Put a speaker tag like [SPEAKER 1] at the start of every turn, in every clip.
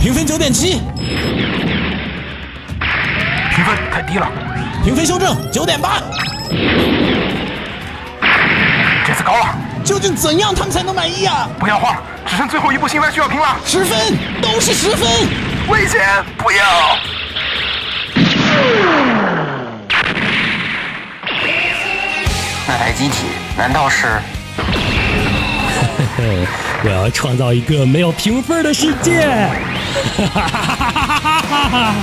[SPEAKER 1] 评分九点七，
[SPEAKER 2] 评分太低了，
[SPEAKER 1] 评分修正九点八。
[SPEAKER 2] 这次高了，
[SPEAKER 1] 究竟怎样他们才能满意啊？
[SPEAKER 2] 不要晃了，只剩最后一步新番需要评了。
[SPEAKER 1] 十分，都是十分。
[SPEAKER 2] 危险，不要！
[SPEAKER 3] 那台机体难道是？
[SPEAKER 4] 我要创造一个没有评分的世界！哈哈哈哈哈！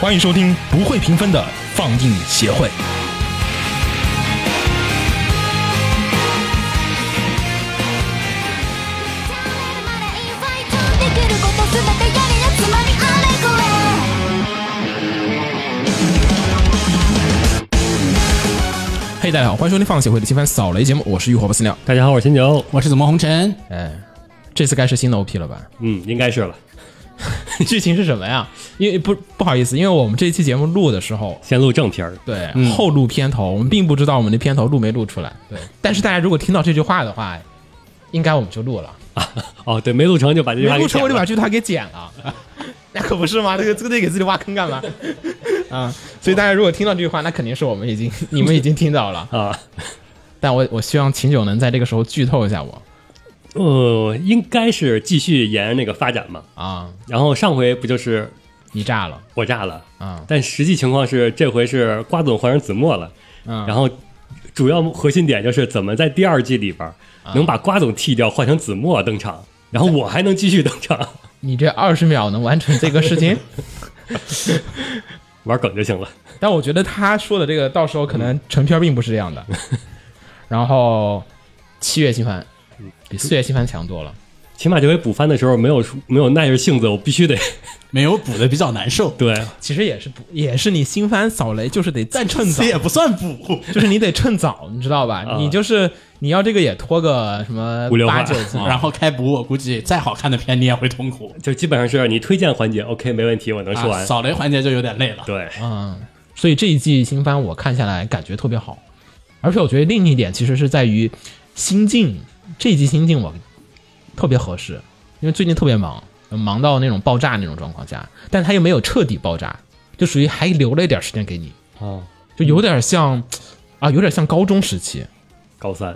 [SPEAKER 5] 欢迎收听不会评分的放映协会。
[SPEAKER 6] 「まだインファイトできることすべてやれやつまみあれこれ」
[SPEAKER 5] 嘿、大家好，欢迎收听放映协会的新番扫雷节目，我是浴火不死鸟。
[SPEAKER 4] 大家好，我是秦牛。
[SPEAKER 7] 我是怎么红尘？
[SPEAKER 5] 哎，这次该是新的 OP 了吧？
[SPEAKER 4] 嗯，应该是了，
[SPEAKER 5] 剧情是什么呀？因为不不好意思，因为我们这期节目录的时候，
[SPEAKER 4] 先录正片儿。
[SPEAKER 5] 对、后录片头，我们并不知道我们的片头录没录出来。对，但是大家如果听到这句话的话，应该我们就录了。
[SPEAKER 4] 哦，对，没录成就把这句话
[SPEAKER 5] 没
[SPEAKER 4] 给
[SPEAKER 5] 录成我就
[SPEAKER 4] 剪
[SPEAKER 5] 把
[SPEAKER 4] 了
[SPEAKER 5] 这句话给剪了， 那可不是吗？这个这个给自己挖坑干嘛？啊，所以大家如果听到这句话，那肯定是我们已经 你们已经听到了。
[SPEAKER 4] 啊，
[SPEAKER 5] 但我我希望秦九能在这个时候剧透一下我
[SPEAKER 4] 呃，应该是继续沿着那个发展嘛。
[SPEAKER 5] 啊，
[SPEAKER 4] 然后上回不就是
[SPEAKER 5] 你炸了
[SPEAKER 4] 我炸了，
[SPEAKER 5] 啊，
[SPEAKER 4] 但实际情况是这回是瓜总换成子墨了，
[SPEAKER 5] 嗯
[SPEAKER 4] 然后主要核心点就是怎么在第二季里边儿
[SPEAKER 5] 嗯
[SPEAKER 4] 能把瓜总剃掉，换成子墨登场，然后我还能继续登场，
[SPEAKER 5] 你这二十秒能完成这个事情？
[SPEAKER 4] 玩梗就行了。
[SPEAKER 5] 但我觉得他说的这个到时候可能成片并不是这 样的。然后七月新番比四月新番强多了。
[SPEAKER 4] 起码这回补番的时候没有没有耐着性子，我必须得，
[SPEAKER 7] 没有补的比较难受
[SPEAKER 4] 对
[SPEAKER 5] 其实也是不也是你新番扫雷， 就是啊得再趁早
[SPEAKER 7] 这，也不算补。
[SPEAKER 5] 就是你得趁早，你知道吧？
[SPEAKER 4] 啊
[SPEAKER 5] 你就是你要这个也拖个什么
[SPEAKER 4] 五六话
[SPEAKER 5] 八九集，
[SPEAKER 7] 然后开补，我估计再好看的片你也会痛苦。
[SPEAKER 4] 就基本上是你推荐环节 OK 没问题，我能说
[SPEAKER 7] 啊，
[SPEAKER 4] 完。
[SPEAKER 7] 扫雷环节就有点累了。
[SPEAKER 4] 对，
[SPEAKER 5] 嗯，所以这一季新番我看下来感觉特别好，而且我觉得另一点其实是在于心境，这一季心境我特别合适，因为最近特别忙，忙到那种爆炸那种状况下，但他又没有彻底爆炸，就属于还留了一点时间给你，
[SPEAKER 4] 啊，
[SPEAKER 5] 就有点像、啊，有点像高中时期，
[SPEAKER 4] 高三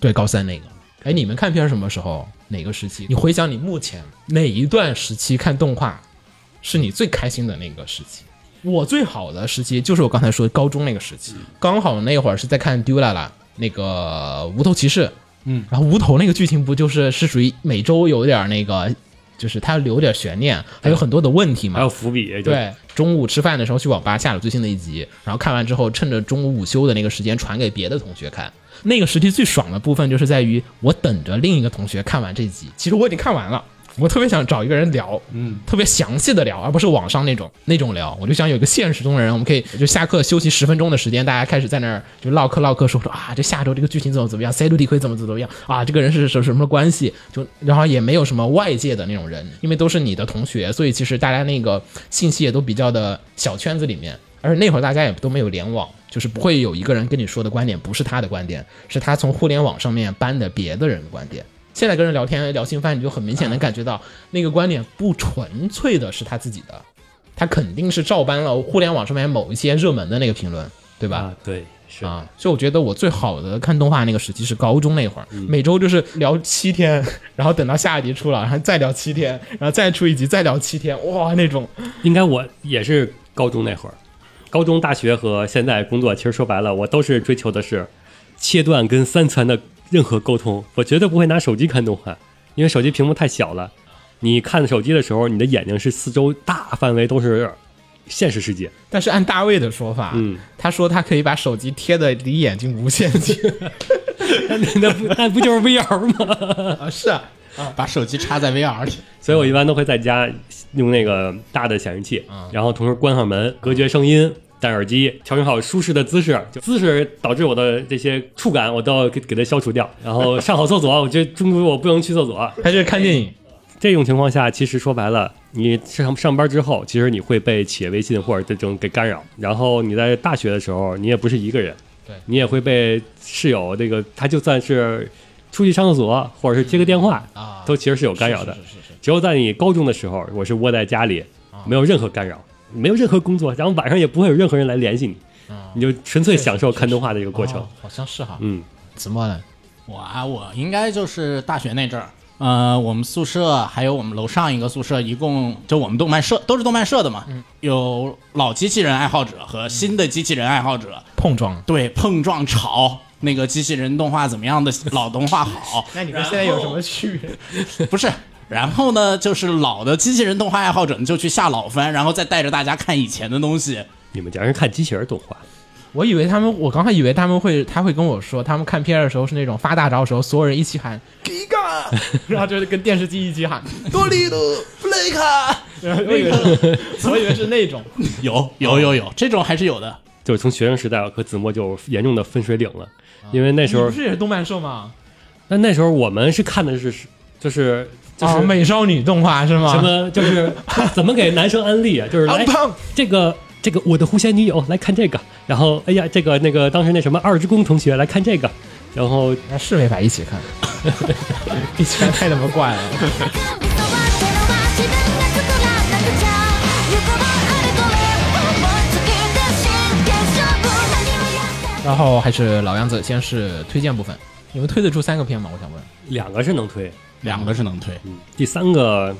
[SPEAKER 5] 对，高三那个。哎，你们看片儿什么时候？哪个时期？你回想你目前哪一段时期看动画，是你最开心的那个时期？我最好的时期就是我刚才说高中那个时期，
[SPEAKER 4] 嗯
[SPEAKER 5] 刚好那会儿是在看《丢啦啦》那个无头骑士，嗯，然后无头那个剧情不就是是属于每周有点儿那个，就是它留点悬念，还有很多的问题嘛，
[SPEAKER 4] 还有伏笔，就，
[SPEAKER 5] 对，中午吃饭的时候去网吧下了最新的一集，然后看完之后，趁着中午午休的那个时间传给别的同学看。那个时期最爽的部分就是在于我等着另一个同学看完这集，其实我已经看完了。我特别想找一个人聊，嗯，特别详细的聊，而不是网上那种那种聊。我就想有一个现实中的人，我们可以就下课休息十分钟的时间，大家开始在那儿就唠嗑唠嗑，说说啊，这下周这个剧情怎么怎么样，塞杜地奎怎么怎么样啊，这个人是什么什么关系，就然后也没有什么外界的那种人，因为都是你的同学，所以其实大家那个信息也都比较的小圈子里面，而且那会儿大家也都没有联网，就是不会有一个人跟你说的观点不是他的观点，是他从互联网上面搬的别的人的观点。现在跟人聊天聊新番，你就很明显能感觉到那个观点不纯粹的是他自己的，他肯定是照搬了互联网上面某一些热门的那个评论，对吧？
[SPEAKER 4] 啊，对，是
[SPEAKER 5] 啊，所以我觉得我最好的看动画那个时期是高中那会儿，每周就是聊七天，然后等到下一集出了，然后再聊七天，然后再出一集，再聊七天，哇，那种
[SPEAKER 4] 应该我也是高中那会儿，高中、大学和现在工作，其实说白了，我都是追求的是切断跟三餐的任何沟通。我绝对不会拿手机看动画，因为手机屏幕太小了。你看手机的时候，你的眼睛是四周大范围都是现实世界，
[SPEAKER 5] 但是按大卫的说法，
[SPEAKER 4] 嗯
[SPEAKER 5] 他说他可以把手机贴的离眼睛无限近
[SPEAKER 4] 那那不那不就是 VR 吗？
[SPEAKER 5] 啊，是啊，
[SPEAKER 7] 把手机插在 VR 里，
[SPEAKER 4] 所以我一般都会在家用那个大的显示器，
[SPEAKER 7] 嗯
[SPEAKER 4] 然后同时关上门，隔绝声音，戴耳机，调整好舒适的姿势，就姿势导致我的这些触感，我都要给给它消除掉。然后上好厕所，我觉得中途我不能去厕所。
[SPEAKER 5] 他是看电影，
[SPEAKER 4] 这种情况下，其实说白了，你上上班之后，其实你会被企业微信或者这种给干扰。然后你在大学的时候，你也不是一个人，
[SPEAKER 5] 对
[SPEAKER 4] 你也会被室友这个，他就算是出去上厕所或者是接个电话
[SPEAKER 7] 啊
[SPEAKER 4] 都其实是有干扰的
[SPEAKER 7] 是。是是是
[SPEAKER 4] 只有在你高中的时候，我是窝在家里，没有任何干扰，没有任何工作，然后晚上也不会有任何人来联系你，你就纯粹享受看动画的一个过程
[SPEAKER 7] 哦。好像是哈。
[SPEAKER 4] 嗯，
[SPEAKER 5] 子墨呢？
[SPEAKER 7] 我啊，我应该就是大学那阵儿，呃，我们宿舍还有我们楼上一个宿舍，一共就我们动漫社都是动漫社的嘛，有老机器人爱好者和新的机器人爱好者，
[SPEAKER 5] 碰撞。
[SPEAKER 7] 对碰撞吵。那个机器人动画怎么样的老动画好？
[SPEAKER 5] 那你跟现在有什么区别？
[SPEAKER 7] 不是。然后呢，就是老的机器人动画爱好者呢，就去下老番，然后再带着大家看以前的东西。
[SPEAKER 4] 你们竟然是看机器人动画，
[SPEAKER 5] 我以为他们，我刚才以为他们会，他会跟我说，他们看片儿的时候是那种发大招的时候，所有人一起喊 “Giga”，然后 就是跟电视机一起喊，
[SPEAKER 7] 多啊利多布雷卡
[SPEAKER 5] 然后我以为是，我以为是那 种。
[SPEAKER 7] 有有有有，这种还是有的。
[SPEAKER 4] 就是从学生时代我和子墨就严重的分水岭了，因为那时
[SPEAKER 5] 你
[SPEAKER 4] 候
[SPEAKER 5] 不，是也是动漫社吗？
[SPEAKER 4] 那那时候我们是看的是就是就
[SPEAKER 5] 哦
[SPEAKER 4] 是
[SPEAKER 5] 美少女动画是吗？
[SPEAKER 4] 什么就是 怎么给男生安利啊？就是来
[SPEAKER 5] 胖
[SPEAKER 4] 这个这个我的狐仙女友来看这个，然后哎呀这个那个当时那什么二之宫同学来看这个，然后
[SPEAKER 5] 那是没法一起 看，以前太他妈怪了。
[SPEAKER 6] 「そばってのは自分が作らなくちゃ」「横ばあれこれ」「僕は突き出しで勝負」「何をやっても」
[SPEAKER 5] 然后还是老样子，先是推荐部分，你们推得出三个片吗？我想问，
[SPEAKER 4] 两个是能推，
[SPEAKER 7] 两个是能推，
[SPEAKER 4] 第三个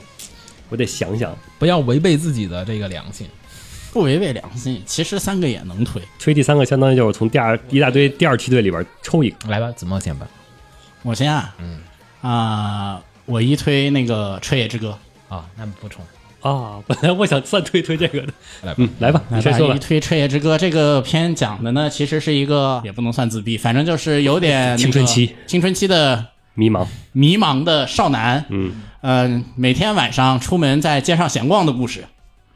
[SPEAKER 4] 我得想想，
[SPEAKER 5] 不要违背自己的这个良心。
[SPEAKER 7] 不违背良心。其实三个也能推。
[SPEAKER 4] 推第三个相当于就是从第二一大堆第二梯队里边抽一个，
[SPEAKER 5] 来吧，子墨先吧。
[SPEAKER 7] 我先啊，嗯啊、我一推那个《彻夜之歌
[SPEAKER 5] 啊，那不冲，
[SPEAKER 4] 啊， 本来我想算推推这个的，
[SPEAKER 5] 来吧。
[SPEAKER 4] 嗯，来吧，》，你先说吧
[SPEAKER 7] 哎一。推《彻夜之歌》这个片讲的呢，其实是一个也不能算自闭，反正就是有点、
[SPEAKER 4] 青春期，
[SPEAKER 7] 青春期的
[SPEAKER 4] 迷茫，
[SPEAKER 7] 迷茫的少男，
[SPEAKER 4] 嗯，
[SPEAKER 7] 嗯，每天晚上出门在街上闲逛的故事。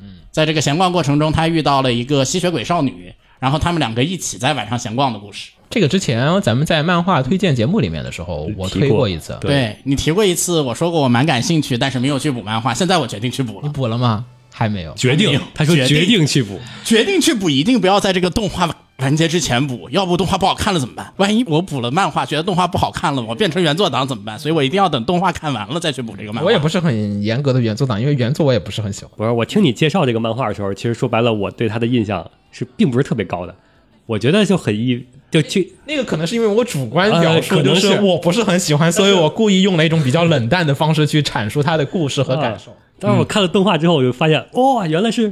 [SPEAKER 7] 嗯，在这个闲逛过程中，他遇到了一个吸血鬼少女，然后他们两个一起在晚上闲逛的故事。
[SPEAKER 5] 这个之前咱们在漫画推荐节目里面的时候，我推过一次。
[SPEAKER 4] 对
[SPEAKER 7] 你提过一次，我说过我蛮感兴趣，但是没有去补漫画。现在我决定去补
[SPEAKER 5] 你
[SPEAKER 7] 了，
[SPEAKER 5] 补了吗？还没有。
[SPEAKER 4] 决定， 他说
[SPEAKER 7] 决定
[SPEAKER 4] 决定去补，
[SPEAKER 7] 决定去补，一定不要在这个动画完结之前补，要不动画不好看了怎么办？万一我补了漫画，觉得动画不好看了，我变成原作党怎么办？所以我一定要等动画看完了再去补这个漫画。
[SPEAKER 5] 我也不是很严格的原作党，因为原作我也不是很喜欢。
[SPEAKER 4] 不是，我听你介绍这个漫画的时候，其实说白了，我对他的印象是并不是特别高的，我觉得就很一就去
[SPEAKER 5] 那个可能是因为我主观
[SPEAKER 4] 呃
[SPEAKER 5] 表
[SPEAKER 4] 可
[SPEAKER 5] 述，
[SPEAKER 4] 能
[SPEAKER 5] 就是我不是很喜欢，所以我故意用了一种比较冷淡的方式去阐述他的故事和感受。
[SPEAKER 4] 啊但是我看了动画之后，我就发现，哇、原来是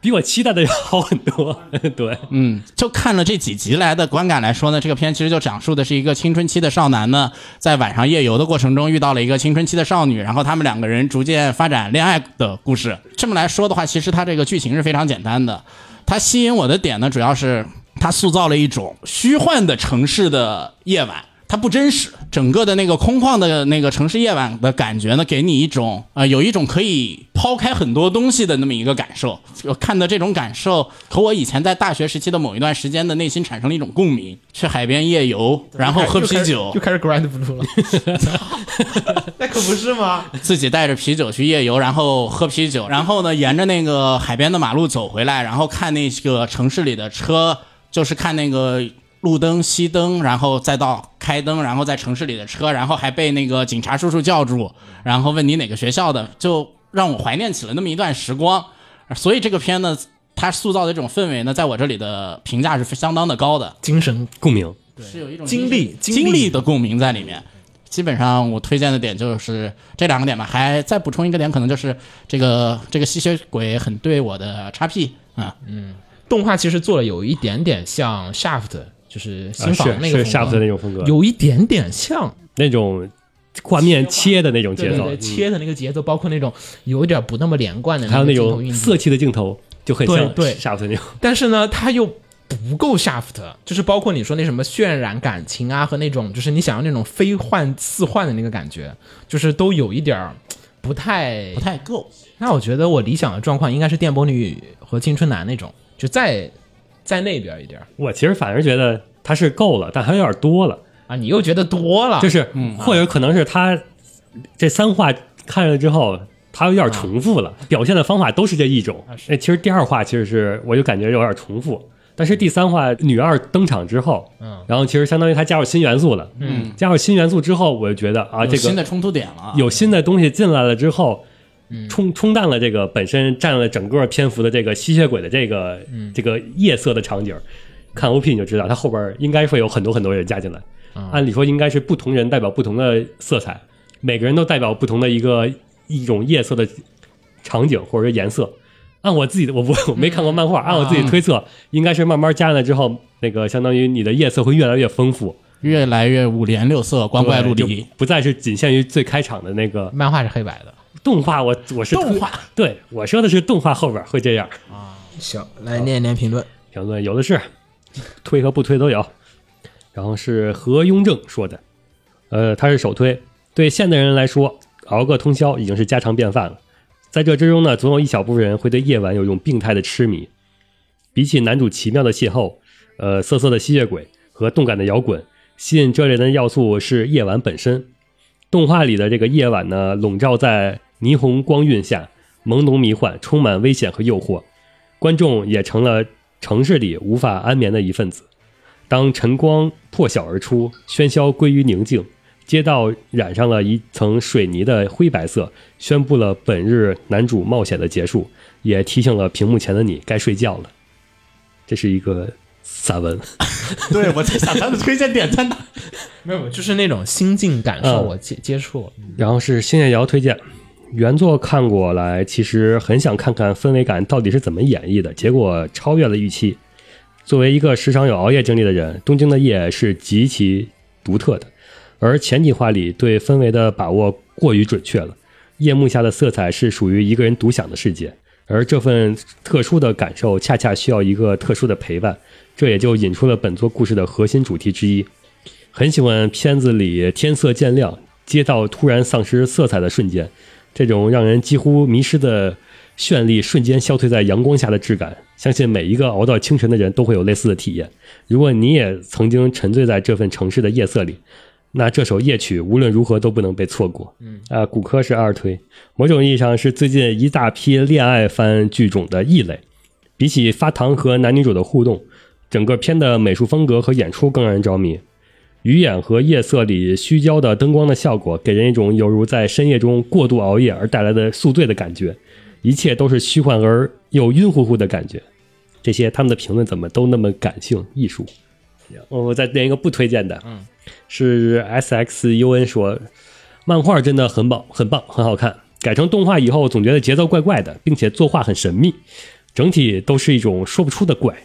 [SPEAKER 4] 比我期待的要好很多。 对，
[SPEAKER 7] 嗯，就看了这几集来的观感来说呢，这个片其实就讲述的是一个青春期的少男呢，在晚上夜游的过程中遇到了一个青春期的少女，然后他们两个人逐渐发展恋爱的故事。这么来说的话，其实它这个剧情是非常简单的。它吸引我的点呢，主要是它塑造了一种虚幻的城市的夜晚，它不真实，整个的那个空旷的那个城市夜晚的感觉呢，给你一种呃，有一种可以抛开很多东西的那么一个感受。我看的这种感受和我以前在大学时期的某一段时间的内心产生了一种共鸣。去海边夜游，然后喝 啤酒
[SPEAKER 5] 就，开始 Grand Blue 了。那可不是吗？
[SPEAKER 7] 自己带着啤酒去夜游，然后喝啤酒，然后呢，沿着那个海边的马路走回来，然后看那个城市里的车，就是看那个路灯熄灯，然后再到开灯，然后在城市里的车，然后还被那个警察叔叔叫住，然后问你哪个学校的，就让我怀念起了那么一段时光。所以这个片呢，它塑造的这种氛围呢，在我这里的评价是相当的高的。
[SPEAKER 5] 精神
[SPEAKER 4] 共鸣，
[SPEAKER 7] 是有一种
[SPEAKER 5] 经历
[SPEAKER 7] 经
[SPEAKER 5] 经历
[SPEAKER 7] 的共鸣在里面。基本上我推荐的点就是这两个点吧，还再补充一个点，可能就是这个这个吸血鬼很对我的叉 P 啊，
[SPEAKER 5] 嗯动画其实做的有一点点像 Shaft，就是
[SPEAKER 4] 啊
[SPEAKER 5] 新
[SPEAKER 4] 是
[SPEAKER 5] 房那个
[SPEAKER 4] 是 Shaft 的那种风格，
[SPEAKER 5] 有一点点像，
[SPEAKER 4] 那种画面切的那种
[SPEAKER 5] 对
[SPEAKER 4] 节
[SPEAKER 5] 对
[SPEAKER 4] 奏，嗯
[SPEAKER 5] 对，切的那个节奏，包括那种有一点不那么连贯的，
[SPEAKER 4] 还有
[SPEAKER 5] 那
[SPEAKER 4] 那
[SPEAKER 5] 个镜头运镜
[SPEAKER 4] 种色气的镜头，就很
[SPEAKER 5] 对
[SPEAKER 4] 像
[SPEAKER 5] 对
[SPEAKER 4] Shaft 那种。
[SPEAKER 5] 但是呢，它又不够 Shaft，就是包括你说那什么渲染感情啊，和那种就是你想要那种非幻似幻的那个感觉，就是都有一点儿不太
[SPEAKER 7] 不太够。
[SPEAKER 5] 那我觉得我理想的状况应该是电波女和青春男那种，就再在那边一点儿
[SPEAKER 4] 我其实反而觉得它是够了，但还有点多了，
[SPEAKER 5] 啊，嗯你又觉得多了，
[SPEAKER 4] 就是、或者可能是他这三话看了之后。它有点
[SPEAKER 5] 啊
[SPEAKER 4] 重复了，表现的方法都是这一种。那其实第二话其实是我就感觉有点重复，但是第三话女二登场之后，
[SPEAKER 5] 嗯
[SPEAKER 4] 然后其实相当于她加入新元素了，嗯，加入新元素之后，我就觉得啊，
[SPEAKER 7] 有
[SPEAKER 4] 这个
[SPEAKER 7] 新的冲突点了啊，嗯
[SPEAKER 4] 有新的东西进来了之后，冲冲淡了这个本身占了整个篇幅的这个吸血鬼的这个、
[SPEAKER 7] 嗯
[SPEAKER 4] 这个夜色的场景。看 OP 你就知道，它后边应该会有很多很多人加进来。
[SPEAKER 7] 啊
[SPEAKER 4] 按理说应该是不同人代表不同的色彩，每个人都代表不同的一个一种夜色的场景或者说颜色。按我自己的，我不我没看过漫
[SPEAKER 7] 嗯
[SPEAKER 4] 画，按我自己推测，应该是慢慢加进来之后，那个相当于你的夜色会越来越丰富，
[SPEAKER 7] 越来越五颜六色、光怪陆
[SPEAKER 4] 对
[SPEAKER 7] 离
[SPEAKER 4] 就。不再是仅限于最开场的那个
[SPEAKER 5] 漫画是黑白的，
[SPEAKER 4] 动画我，我是
[SPEAKER 7] 动画，
[SPEAKER 4] 对我说的是动画后边会这样。
[SPEAKER 5] 行，来念一念评论。
[SPEAKER 4] 评论有的是，推和不推都有。然后是何雍正说的，呃，他是首推。对现代人来说，熬个通宵已经是家常便饭了。在这之中呢，总有一小部分人会对夜晚有一种病态的痴迷。比起男主奇妙的邂逅，呃，瑟瑟的吸血鬼和动感的摇滚，吸引这类的要素是夜晚本身。动画里的这个夜晚呢，笼罩在霓虹光晕下，朦胧迷幻，充满危险和诱惑。观众也成了城市里无法安眠的一份子。当晨光破晓而出，喧嚣归于宁静，街道染上了一层水泥的灰白色，宣布了本日男主冒险的结束，也提醒了屏幕前的你该睡觉了。这是一个散文，
[SPEAKER 7] 对，我在想他的推荐点在哪？
[SPEAKER 5] 没有，就是那种心境感受，
[SPEAKER 4] 嗯
[SPEAKER 5] 我接接触了。
[SPEAKER 4] 然后是星夜瑶推荐。原作看过来，其实很想看看氛围感到底是怎么演绎的，结果超越了预期。作为一个时常有熬夜经历的人，东京的夜是极其独特的，而前几话里对氛围的把握过于准确了。夜幕下的色彩是属于一个人独享的世界，而这份特殊的感受恰恰需要一个特殊的陪伴，这也就引出了本作故事的核心主题之一。很喜欢片子里天色渐亮，街道突然丧失色彩的瞬间，这种让人几乎迷失的绚丽瞬间消退在阳光下的质感。相信每一个熬到清晨的人都会有类似的体验。如果你也曾经沉醉在这份城市的夜色里，那这首夜曲无论如何都不能被错过。嗯啊，骨科是二推，某种意义上是最近一大批恋爱番剧种的异类。比起发糖和男女主的互动，整个片的美术风格和演出更让人着迷。鱼眼和夜色里虚焦的灯光的效果，给人一种犹如在深夜中过度熬夜而带来的宿醉的感觉，一切都是虚幻而又晕乎乎的感觉。这些他们的评论怎么都那么感性艺术？我我再念一个不推荐的，嗯，是 S X U N 说，漫画真的很棒，很棒，很好看。改成动画以后，总觉得节奏怪怪的，并且作画很神秘，整体都是一种说不出的怪。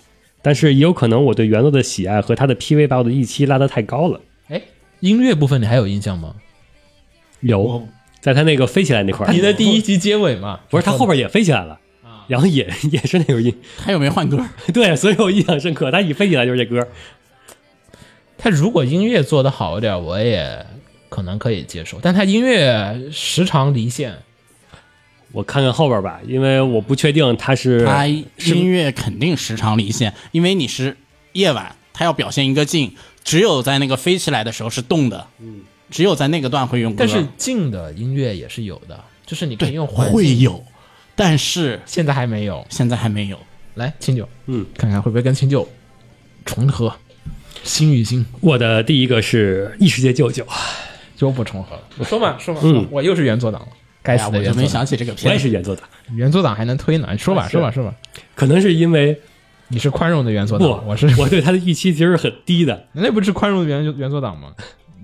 [SPEAKER 4] 但是也有可能我对原作的喜爱和它的 PV 把我的预期拉得太高了。
[SPEAKER 5] 哎，音乐部分你还有印象吗？
[SPEAKER 4] 有，在他那个飞起来那块儿，
[SPEAKER 5] 你的第一集结尾嘛，
[SPEAKER 4] 哦不是他后边也飞起来了，
[SPEAKER 5] 啊
[SPEAKER 4] 然后也也是那个音，
[SPEAKER 7] 他又没换歌，
[SPEAKER 4] 对，所以我印象深刻。他一飞起来就是这歌，
[SPEAKER 5] 他如果音乐做得好一点，我也可能可以接受，但他音乐时常离线。
[SPEAKER 4] 我看看后边吧，因为我不确定他是
[SPEAKER 7] 他音乐肯定时常离线，因为你是夜晚，他要表现一个静，只有在那个飞起来的时候是动的，只有在那个段会用歌，
[SPEAKER 5] 但是静的音乐也是有的，就是你可以
[SPEAKER 7] 对
[SPEAKER 5] 用环
[SPEAKER 7] 会
[SPEAKER 5] 境，
[SPEAKER 7] 有，但是
[SPEAKER 5] 现在还没有。
[SPEAKER 7] 现在还没有。
[SPEAKER 5] 来，清酒，
[SPEAKER 4] 嗯，
[SPEAKER 5] 看看会不会跟清酒重合，心与心
[SPEAKER 4] 我的第一个是异世界舅舅，
[SPEAKER 5] 就不重合了。我说嘛，说嘛，
[SPEAKER 4] 嗯
[SPEAKER 5] 我又是原作党了，该
[SPEAKER 7] 哎
[SPEAKER 5] 死
[SPEAKER 7] 呀，
[SPEAKER 5] 的
[SPEAKER 7] 我
[SPEAKER 5] 原
[SPEAKER 7] 就
[SPEAKER 5] 作
[SPEAKER 7] 没
[SPEAKER 5] 党。
[SPEAKER 7] 想起这个
[SPEAKER 4] 我
[SPEAKER 7] 片
[SPEAKER 4] 也
[SPEAKER 7] 子。
[SPEAKER 4] 是原作的，
[SPEAKER 5] 原作党还能推呢？说吧，
[SPEAKER 4] 是
[SPEAKER 5] 说吧，说吧。
[SPEAKER 4] 可能是因为
[SPEAKER 5] 你是宽容的原作
[SPEAKER 4] 不，
[SPEAKER 5] 啊党，我是，
[SPEAKER 4] 我对他的预期其实很低的。
[SPEAKER 5] 那不是宽容的原原作党吗？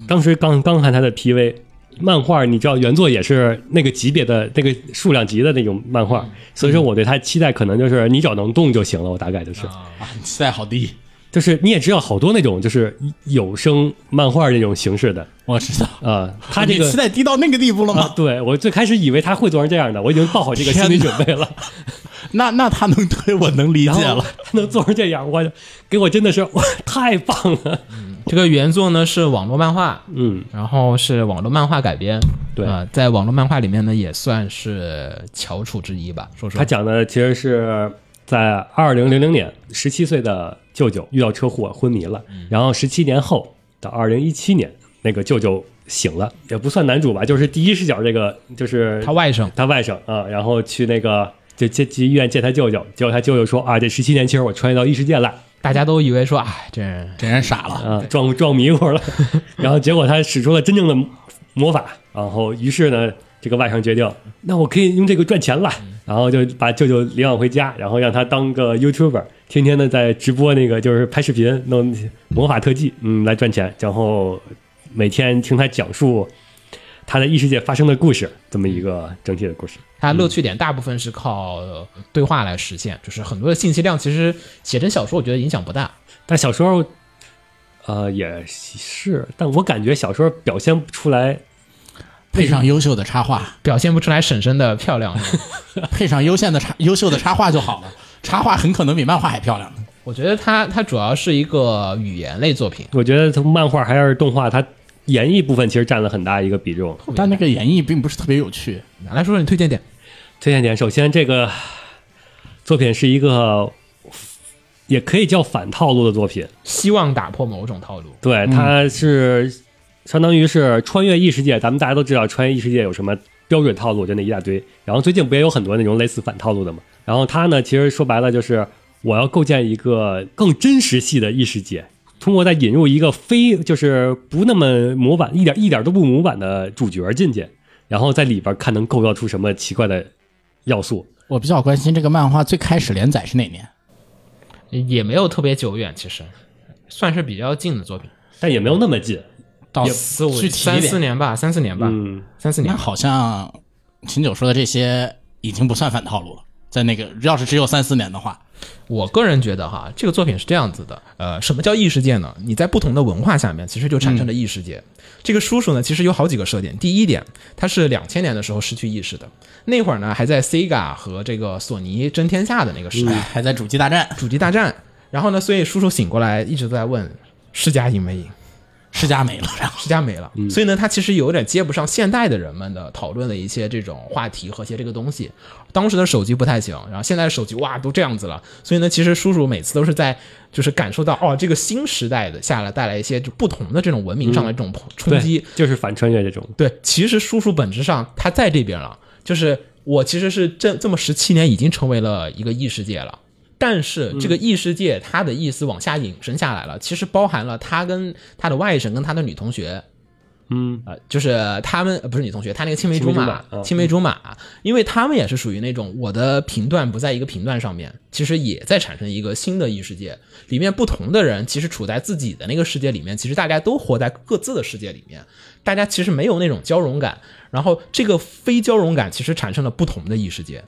[SPEAKER 4] 当时刚刚看他的 PV 漫画，你知道原作也是那个级别的那个数量级的那种漫画，所以说我对他期待可能就是你只要能动就行了，我大概就是。
[SPEAKER 7] 啊期待好低，
[SPEAKER 4] 就是你也知道好多那种就是有声漫画那种形式的
[SPEAKER 7] 我知道。
[SPEAKER 4] 啊、他这
[SPEAKER 7] 你
[SPEAKER 4] 个
[SPEAKER 7] 期待低到那个地步了
[SPEAKER 4] 啊
[SPEAKER 7] 吗？，
[SPEAKER 4] 对我最开始以为他会做成这样的，我已经抱好这个心理准备了。
[SPEAKER 7] 那那他能推，我能理
[SPEAKER 4] 然
[SPEAKER 7] 解
[SPEAKER 4] 后
[SPEAKER 7] 了。
[SPEAKER 4] 他能做成这样，我给我真的是哇太棒 了。
[SPEAKER 5] 这个原作呢是网络漫画，
[SPEAKER 4] 嗯，
[SPEAKER 5] 然后是网络漫画改编。
[SPEAKER 4] 对
[SPEAKER 5] 啊、在网络漫画里面呢，也算是翘楚之一吧。说说
[SPEAKER 4] 他讲的其实是在二零零零年，十七岁的舅舅遇到车祸昏迷了，
[SPEAKER 7] 嗯
[SPEAKER 4] 然后十七年后到二零一七年，那个舅舅醒了，也不算男主吧，就是第一视角这个就是
[SPEAKER 5] 他外甥，
[SPEAKER 4] 他外甥啊，然后去那个就接去医院见他舅舅，结果他舅舅说啊，这十七年其实我穿越到异世界来，
[SPEAKER 5] 大家都以为说，哎，这人
[SPEAKER 7] 这人傻了，
[SPEAKER 4] 啊，撞撞迷糊了，然后结果他使出了真正的魔法，然后于是呢，这个外甥决定，那我可以用这个赚钱了，然后就把舅舅领养回家，然后让他当个 YouTuber，天天的在直播那个就是拍视频弄魔法特技，嗯，来赚钱，然后每天听他讲述他在异世界发生的故事，这么一个整体的故事。
[SPEAKER 5] 它乐趣点大部分是靠呃对话来实现，就是很多的信息量其实写成小说，我觉得影响不大。
[SPEAKER 4] 但小时候，呃，也是，但我感觉小时候表现不出来
[SPEAKER 7] 配上优秀的插画，
[SPEAKER 5] 表现不出来婶婶的漂 亮，
[SPEAKER 7] 配上优秀的插优秀的插画就好了。插画很可能比漫画还漂亮。
[SPEAKER 5] 我觉得它它主要是一个语言类作品，
[SPEAKER 4] 我觉得从漫画还是动画，它演绎部分其实占了很大一个比重。
[SPEAKER 7] 但那个演绎并不是特别有趣。
[SPEAKER 5] 拿来说说你推荐点。
[SPEAKER 4] 推荐点，首先这个作品是一个，也可以叫反套路的作品。
[SPEAKER 5] 希望打破某种套路，
[SPEAKER 4] 对，它是、相当于是穿越异世界，咱们大家都知道穿越异世界有什么标准套路，就那一大堆。然后最近不也有很多那种类似反套路的嘛？然后它呢，其实说白了就是我要构建一个更真实系的异世界，通过再引入一个非就是不那么模板，一点一点都不模板的主角进去，然后在里边看能构造出什么奇怪的要素。
[SPEAKER 7] 我比较关心这个漫画最开始连载是哪年？
[SPEAKER 5] 也没有特别久远，其实算是比较近的作品，
[SPEAKER 4] 但也没有那么近。
[SPEAKER 7] 到
[SPEAKER 4] 哦
[SPEAKER 5] 四五
[SPEAKER 7] 具体一
[SPEAKER 5] 三四
[SPEAKER 7] 点。
[SPEAKER 5] 年吧，三四年吧，
[SPEAKER 4] 嗯，
[SPEAKER 5] 三四年
[SPEAKER 7] 那。好像秦九说的这些已经不算反套路了。在那个要是只有三四年的话，
[SPEAKER 5] 我个人觉得哈，这个作品是这样子的，呃，什么叫异世界呢？你在不同的文化下面，其实就产生了异世界。这个叔叔呢，其实有好几个设定。第一点，他是两千年的时候失去意识的，那会儿呢还在 Sega 和这个索尼争天下的那个时代，
[SPEAKER 7] 哎还在主机大战，
[SPEAKER 5] 主机大战。然后呢，所以叔叔醒过来一直都在问世嘉赢没赢，
[SPEAKER 7] 世嘉没了，然后
[SPEAKER 5] 世嘉没了，所以呢，他其实有点接不上现代的人们的讨论的一些这种话题和一些这个东西。当时的手机不太行，然后现在的手机哇都这样子了，所以呢，其实叔叔每次都是在就是感受到哦，这个新时代的下来带来一些就不同的这种文明上的这种冲
[SPEAKER 4] 对
[SPEAKER 5] 击。，
[SPEAKER 4] 就是反穿越这种。
[SPEAKER 5] 对，其实叔叔本质上他在这边了，就是我其实是这这么十七年已经成为了一个异世界了。但是这个异世界，它的意思往下引申下来了，其实包含了他跟他的外甥跟他的女同学，
[SPEAKER 4] 嗯，
[SPEAKER 5] 呃，就是他们呃不是女同学，她那个青梅竹马
[SPEAKER 4] 青梅竹马，嗯
[SPEAKER 5] 青梅竹马，啊因为他们也是属于那种我的频段不在一个频段上面，其实也在产生一个新的异世界，里面不同的人其实处在自己的那个世界里面，其实大家都活在各自的世界里面，大家其实没有那种交融感，然后这个非交融感其实产生了不同的异世界。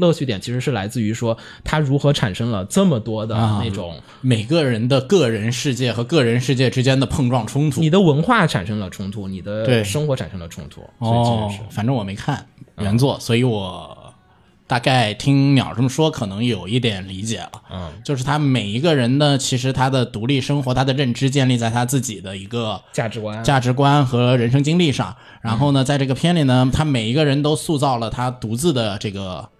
[SPEAKER 5] 乐趣点其实是来自于说，它如何产生了这么多的那种
[SPEAKER 7] 每个人的个人世界和个人世界之间的碰撞冲突
[SPEAKER 5] 你。的文化产生了冲突，你
[SPEAKER 7] 对
[SPEAKER 5] 的生活产生了冲突，所以
[SPEAKER 7] 哦
[SPEAKER 5] 其实是，
[SPEAKER 7] 反正我没看原作，所以我大概听鸟这么说，可能有一点理解了。
[SPEAKER 5] 嗯，
[SPEAKER 7] 就是他每一个人的，其实他的独立生活，他的认知建立在他自己的一个
[SPEAKER 5] 价值观、啊嗯
[SPEAKER 7] 价值观和人生经历上。然后呢，在这个片里呢，他每一个人都塑造了他独自的这个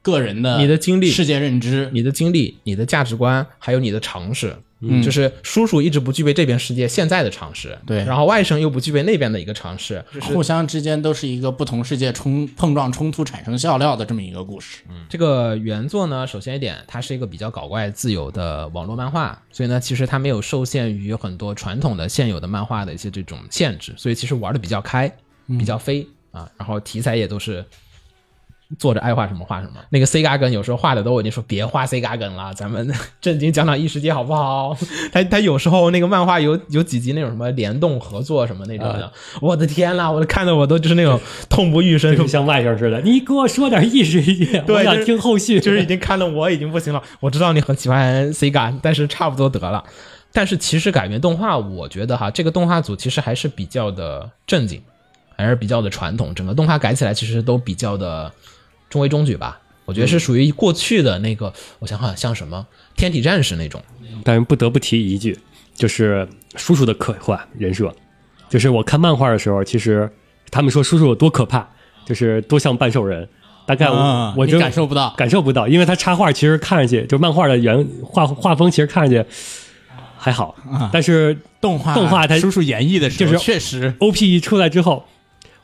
[SPEAKER 7] 个人的
[SPEAKER 5] 你的经历
[SPEAKER 7] 世界认知。
[SPEAKER 5] 你的经历、你的价值观，还有你的常识。嗯，就是叔叔一直不具备这边世界现在的常识，
[SPEAKER 7] 对
[SPEAKER 5] 然后外甥又不具备那边的一个常识，
[SPEAKER 7] 互相之间都是一个不同世界冲碰撞冲突产生笑料的这么一个故事，
[SPEAKER 5] 这个原作呢，首先一点，它是一个比较搞怪自由的网络漫画，所以呢，其实它没有受限于很多传统的现有的漫画的一些这种限制，所以其实玩的比较开，比较飞、啊。然后题材也都是作者爱画什么画什么。那个 C 嘎梗有时候画的都我已经说别画 C 嘎梗了，咱们 正经讲讲异世界好不好？他他有时候那个漫画有有几集那种什么联动合作什么那种的，我的天啦，我看的我都就是那种痛不欲生，
[SPEAKER 4] 就
[SPEAKER 5] 说
[SPEAKER 4] 是像外甥似的，你给我说点意识一点，我
[SPEAKER 5] 对，
[SPEAKER 4] 想听后续。
[SPEAKER 5] 就是已经看的我已经不行了。我知道你很喜欢 C 感，但是差不多得了。但是其实改编动画，我觉得哈，这个动画组其实还是比较的正经，还是比较的传统。整个动画改起来其实都比较的中规中矩吧。我觉得是属于过去的那个，我想想像什么《天体战士》那种，
[SPEAKER 4] 但是不得不提一句，就是叔叔的刻画人设，就是我看漫画的时候，其实他们说叔叔有多可怕，就是多像半兽人。大概我、
[SPEAKER 7] 啊
[SPEAKER 4] 我
[SPEAKER 7] 你
[SPEAKER 4] 就
[SPEAKER 7] 感受不到
[SPEAKER 4] 感受不到，因为他插画其实看上去，就漫画的原画画风其实看上去还好，但是
[SPEAKER 7] 啊动画
[SPEAKER 4] 动画它
[SPEAKER 7] 叔叔演绎的时候，
[SPEAKER 4] 就是
[SPEAKER 7] 确实
[SPEAKER 4] O P 一出来之后，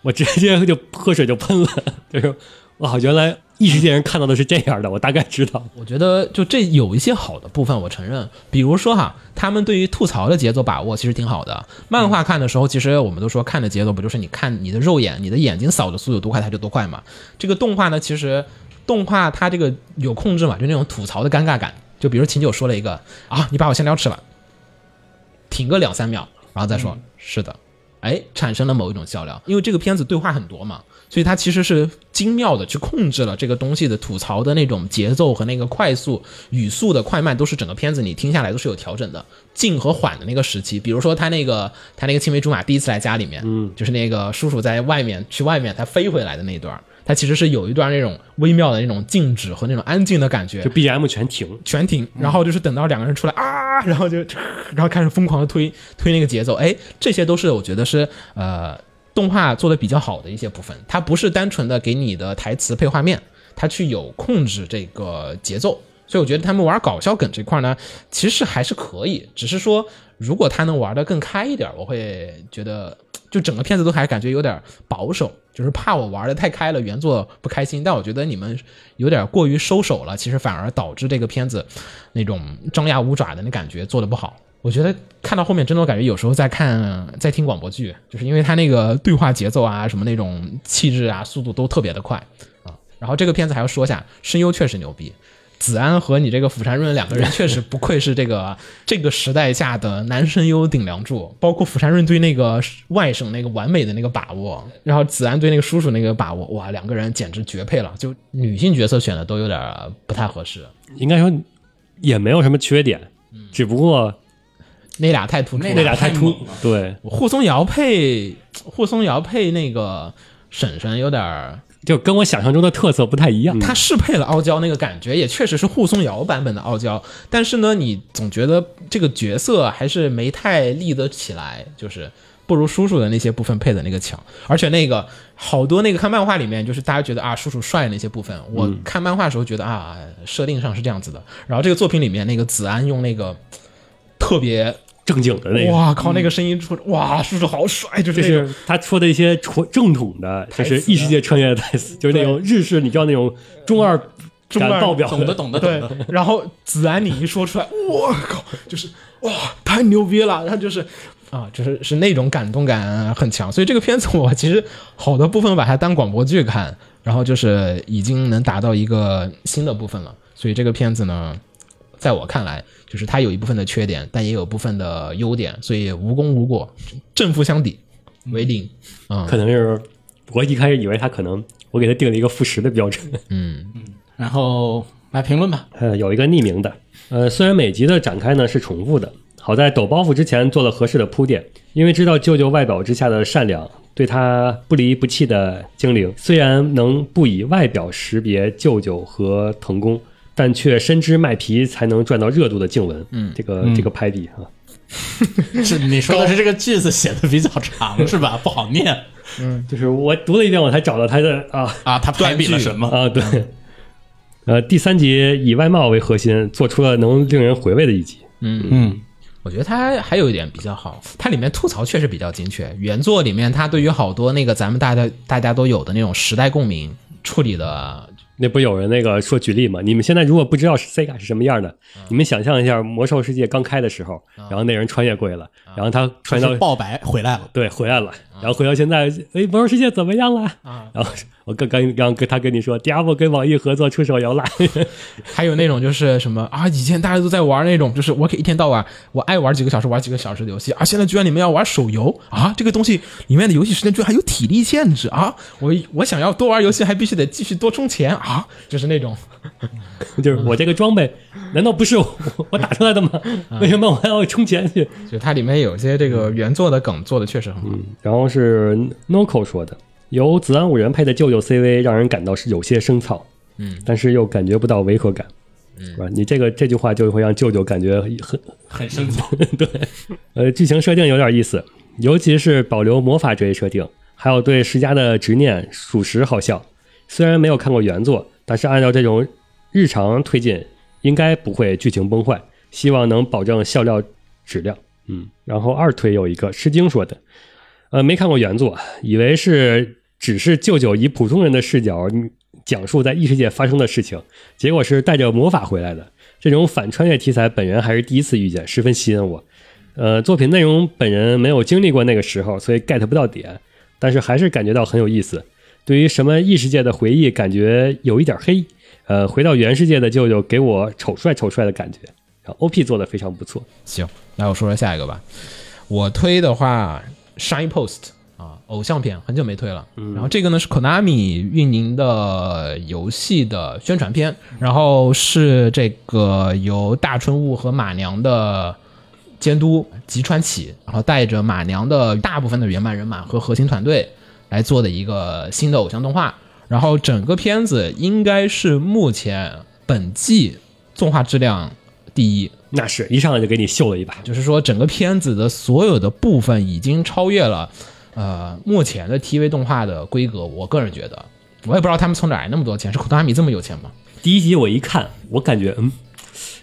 [SPEAKER 4] 我直接就喝水就喷了，就是哇，原来异世界人看到的是这样的，我大概知道。
[SPEAKER 5] 我觉得就这有一些好的部分，我承认，比如说哈，他们对于吐槽的节奏把握其实挺好的。漫画看的时候，其实我们都说看的节奏不就是你看你的肉眼，你的眼睛扫的速度多快，它就多快嘛。这个动画呢，其实动画它这个有控制嘛，就那种吐槽的尴尬感。就比如秦九说了一个啊，你把我香蕉吃了，停个两三秒，然后再说、是的，哎，产生了某一种笑料。因为这个片子对话很多嘛，所以它其实是精妙的去控制了这个东西的吐槽的那种节奏和那个快速语速的快慢，都是整个片子你听下来都是有调整的，静和缓的那个时期。比如说他那个他那个青梅竹马第一次来家里面，嗯，就是那个叔叔在外面去外面他飞回来的那一段儿。它其实是有一段那种微妙的那种静止和那种安静的感觉，
[SPEAKER 4] 就 BGM 全停，
[SPEAKER 5] 全停，然后就是等到两个人出来啊，然后就，然后开始疯狂的推推那个节奏，哎，这些都是我觉得是呃动画做的比较好的一些部分，它不是单纯的给你的台词配画面，它去有控制这个节奏，所以我觉得他们玩搞笑梗这块呢，其实还是可以，只是说如果他能玩的更开一点，我会觉得就整个片子都还感觉有点保守，就是怕我玩的太开了，原作不开心。但我觉得你们有点过于收手了，其实反而导致这个片子那种张牙舞爪的那感觉做的不好。我觉得看到后面，真的我感觉有时候在看在听广播剧，就是因为它那个对话节奏啊，什么那种气质啊、速度都特别的快啊。然后这个片子还要说一下，声优确实牛逼。子安和你这个釜山润两个人确实不愧是这个 这个时代下的男声优顶梁柱，包括釜山润对那个外省那个完美的那个把握，然后子安对那个叔叔那个把握，哇，两个人简直绝配了。就女性角色选的都有点儿不太合适，
[SPEAKER 4] 应该说也没有什么缺点，只不过
[SPEAKER 5] 那俩太突出了，
[SPEAKER 4] 那俩 太突
[SPEAKER 7] 太猛了，
[SPEAKER 4] 对，
[SPEAKER 5] 霍松瑶配霍松瑶配那个婶婶有点儿，
[SPEAKER 4] 就跟我想象中的特色不太一样。
[SPEAKER 5] 她是配了傲娇那个感觉，也确实是霍松瑶版本的傲娇，但是呢，你总觉得这个角色还是没太立得起来，就是。不如叔叔的那些部分配的那个强，而且那个好多那个看漫画里面，就是大家觉得啊叔叔帅那些部分，我
[SPEAKER 4] 嗯
[SPEAKER 5] 看漫画的时候觉得啊设定上是这样子的，然后这个作品里面那个子安用那个特别
[SPEAKER 4] 正经的那个，
[SPEAKER 5] 哇靠那个声音出，哇叔叔好帅，就是
[SPEAKER 4] 就
[SPEAKER 5] 那种
[SPEAKER 4] 是他说的一些传正统的，就是异世界穿越的台词，就是那种日式，你知道那种中二
[SPEAKER 5] 中
[SPEAKER 4] 感
[SPEAKER 5] 二
[SPEAKER 4] 爆表，
[SPEAKER 7] 懂得懂得懂
[SPEAKER 5] 对
[SPEAKER 7] 得。，
[SPEAKER 5] 然后子安你一说出来，我靠，就是哇，太牛逼了，他就是啊，就是是那种感动感很强，所以这个片子我其实好的部分把它当广播剧看，然后就是已经能达到一个新的部分了，所以这个片子呢。在我看来，就是它有一部分的缺点，但也有部分的优点，所以无功无过，正负相抵为零。啊、
[SPEAKER 4] 可能是我一开始以为他可能我给他定了一个负十的标准。
[SPEAKER 7] 然后来评论吧，
[SPEAKER 4] 呃，有一个匿名的，呃，虽然每集的展开呢是重复的，好在抖包袱之前做了合适的铺垫，因为知道舅舅外表之下的善良，对他不离不弃的精灵，虽然能不以外表识别舅舅和藤宫，但却深知卖皮才能赚到热度的静雯，嗯，这个这个排比啊，
[SPEAKER 7] 是你说的是这个句子写的比较长是吧？不好念
[SPEAKER 4] 嗯就是我读了一遍我才找到他的啊，
[SPEAKER 7] 啊，他排比了什么？
[SPEAKER 4] 啊？对，呃，第三集以外貌为核心，做出了能令人回味的一集。
[SPEAKER 7] 嗯，
[SPEAKER 5] 我觉得它还有一点比较好，它里面吐槽确实比较精确。原作里面，它对于好多那个咱们大家大家都有的那种时代共鸣处理的，
[SPEAKER 4] 那不有人那个说举例吗？你们现在如果不知道 Sega 是什么样的，你们想象一下魔兽世界刚开的时候，然后那人穿越过去了，然后他穿
[SPEAKER 7] 就
[SPEAKER 4] 到
[SPEAKER 7] 是爆白回来了。
[SPEAKER 4] 对回来了，然后回到现在，哎，魔兽世界怎么样了？然后我刚刚刚跟他跟你说，Diablo 跟网易合作出手摇啦，
[SPEAKER 5] 还有那种就是什么啊，以前大家都在玩那种，就是我可以一天到晚我爱玩几个小时玩几个小时的游戏啊，现在居然你们要玩手游啊，这个东西里面的游戏时间居然还有体力限制啊，我我想要多玩游戏还必须得继续多充钱啊，就是那种
[SPEAKER 4] 就是我这个装备难道不是我我打出来的吗？为什么我还要充钱去？
[SPEAKER 5] 就它里面有些这个原作的梗做的确实很好。
[SPEAKER 4] 然后是 Noco 说的，由子安五人配的舅舅 CV 让人感到是有些生草，嗯，但是又感觉不到违和感，嗯，吧？你这个这句话就会让舅舅感觉很
[SPEAKER 7] 很生气，
[SPEAKER 4] 对，呃，剧情设定有点意思，尤其是保留魔法这一设定，还有对世家的执念，属实好笑。虽然没有看过原作，但是按照这种日常推进，应该不会剧情崩坏。希望能保证笑料质量。嗯，然后二推有一个《诗经》说的，啊呃，没看过原作，以为是只是舅舅以普通人的视角讲述在异世界发生的事情，结果是带着魔法回来的。这种反穿越题材，本人还是第一次遇见，十分吸引我。呃，作品内容本人没有经历过那个时候，所以 get 不到点，但是还是感觉到很有意思。对于什么异世界的回忆，感觉有一点黑。呃，回到原世界的舅舅给我丑帅丑帅的感觉。然后 OP 做的非常不错，
[SPEAKER 5] 行，那我说说下一个吧。我推的话，《Shine Post》啊，偶像片，很久没推了。然后这个呢是 Konami 运营的游戏的宣传片，然后是这个由大春雾和马娘的监督吉川启，然后带着马娘的大部分的原漫人马和核心团队来做的一个新的偶像动画。然后整个片子应该是目前本季动画质量第一，
[SPEAKER 4] 那是一上来就给你秀了一把。
[SPEAKER 5] 就是说整个片子的所有的部分已经超越了呃目前的 TV 动画的规格。我个人觉得，我也不知道他们从哪儿来那么多钱，是库达米这么有钱吗？
[SPEAKER 4] 第一集我一看，我感觉嗯，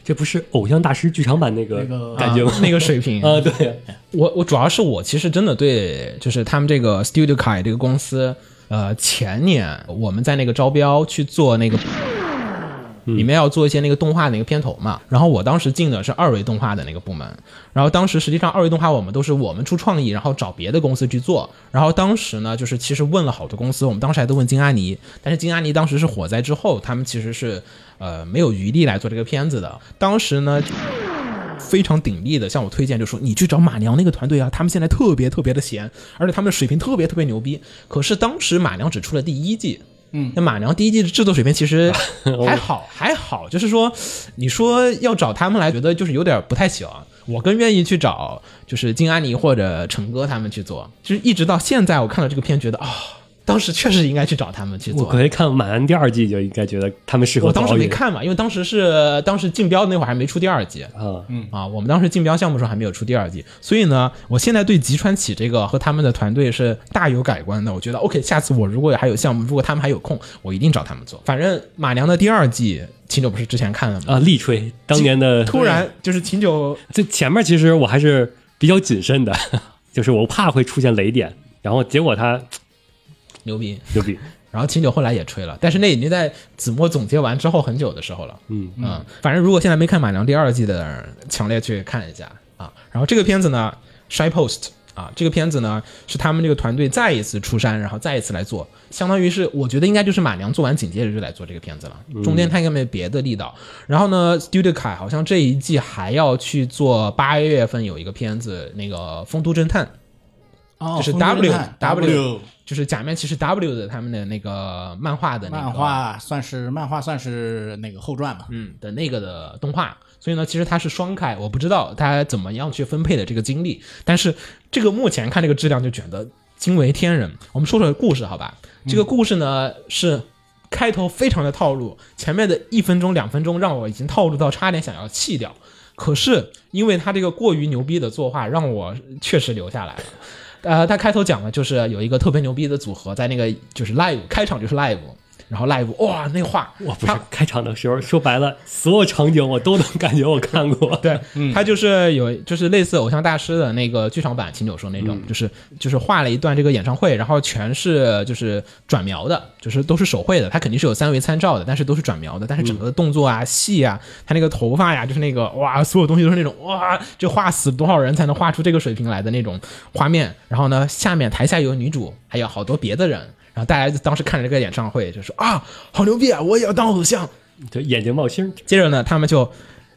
[SPEAKER 4] 这不是偶像大师剧场版那个感觉吗
[SPEAKER 5] 啊？那个水 平
[SPEAKER 4] 啊，对，
[SPEAKER 5] 我我主要是我其实真的对，就是他们这个 Studio Kai 这个公司，呃，前年我们在那个招标去做那个。里面要做一些那个动画的那个片头嘛，然后我当时进的是二维动画的那个部门，然后当时实际上二维动画我们都是我们出创意，然后找别的公司去做，然后当时呢就是其实问了好多公司，我们当时还都问金阿尼，但是金阿尼当时是火灾之后，他们其实是呃没有余力来做这个片子的，当时呢非常鼎力的向我推荐，就说你去找马娘那个团队啊，他们现在特别特别的闲，而且他们的水平特别特别牛逼。可是当时马娘只出了第一季，嗯，那马娘第一季的制作水平其 实还好，还好，就是说你说要找他们来，觉得就是有点不太行。我更愿意去找就是金安妮或者陈哥他们去做，就是一直到现在我看到这个片，觉得啊、当时确实应该去找他们去做。
[SPEAKER 4] 我可以看《满汉》第二季就应该觉得他们适合
[SPEAKER 5] 我当时
[SPEAKER 4] 导
[SPEAKER 5] 没
[SPEAKER 4] 演
[SPEAKER 5] 看嘛，因为当时是当时竞标那会儿还没出第二季，
[SPEAKER 4] 啊，
[SPEAKER 5] 啊，我们当时竞标项目的时候还没有出第二季，所以呢，我现在对吉川启这个和他们的团队是大有改观的。我觉得 OK，下次我如果还有项目，如果他们还有空，我一定找他们做。反正马良的第二季，秦九不是之前看了吗？
[SPEAKER 4] 啊，力吹当年的
[SPEAKER 5] 突然就是秦九
[SPEAKER 4] 这前面其实我还是比较谨慎的， 就是我怕会出现雷点，然后结果他
[SPEAKER 5] 牛逼，
[SPEAKER 4] 牛逼，
[SPEAKER 5] 然后秦九后来也吹了，但是那已经在子墨总结完之后很久的时候了。
[SPEAKER 4] 嗯
[SPEAKER 5] 嗯，反正如果现在没看《马良》第二季的人，强烈去看一下啊。然后这个片子呢，《Shy Post》啊，这个片子呢是他们这个团队再一次出山，然后再一次来做，相当于是我觉得应该就是马良做完紧接着就来做这个片子了，中间他应该没有别的力道。然后呢，Studio 凯好像这一季还要去做八月份有一个片子，那个《丰都侦探》。
[SPEAKER 7] 哦
[SPEAKER 5] 就是
[SPEAKER 7] 风
[SPEAKER 5] W
[SPEAKER 7] 侦探
[SPEAKER 5] W 就是假面骑士 W 的他们的那个漫画的那个
[SPEAKER 7] 漫画算是漫画算是那个后传吧，
[SPEAKER 5] 嗯的那个的动画，所以呢，其实它是双开，我不知道它怎么样去分配的这个精力，但是这个目前看这个质量就觉得惊为天人。我们说说故事好吧，
[SPEAKER 4] 嗯
[SPEAKER 5] 这个故事呢是开头非常的套路，前面的一分钟两分钟让我已经套路到差点想要弃掉，可是因为它这个过于牛逼的作画，让我确实留下来了。呃，他开头讲的就是有一个特别牛逼的组合，在那个就是 live 开场就是 live，然后 live 哇那画，
[SPEAKER 4] 我不是
[SPEAKER 5] 他
[SPEAKER 4] 开场的时候说白了，所有场景我都能感觉我看过，
[SPEAKER 5] 对，他就是有就是类似偶像大师的那个剧场版秦九说那种，就是就是画了一段这个演唱会，然后全是就是转描的，就是都是手绘的，他肯定是有三维参照的，但是都是转描的，但是整个的动作啊、戏啊，他那个头发呀，就是那个哇，所有东西都是那种哇，这画死多少人才能画出这个水平来的那种画面。然后呢，下面台下有女主，还有好多别的人。然后大家就当时看着这个演唱会，就说啊，好牛逼啊！我也要当偶像。
[SPEAKER 4] 对，眼睛冒星，
[SPEAKER 5] 接着呢，他们就。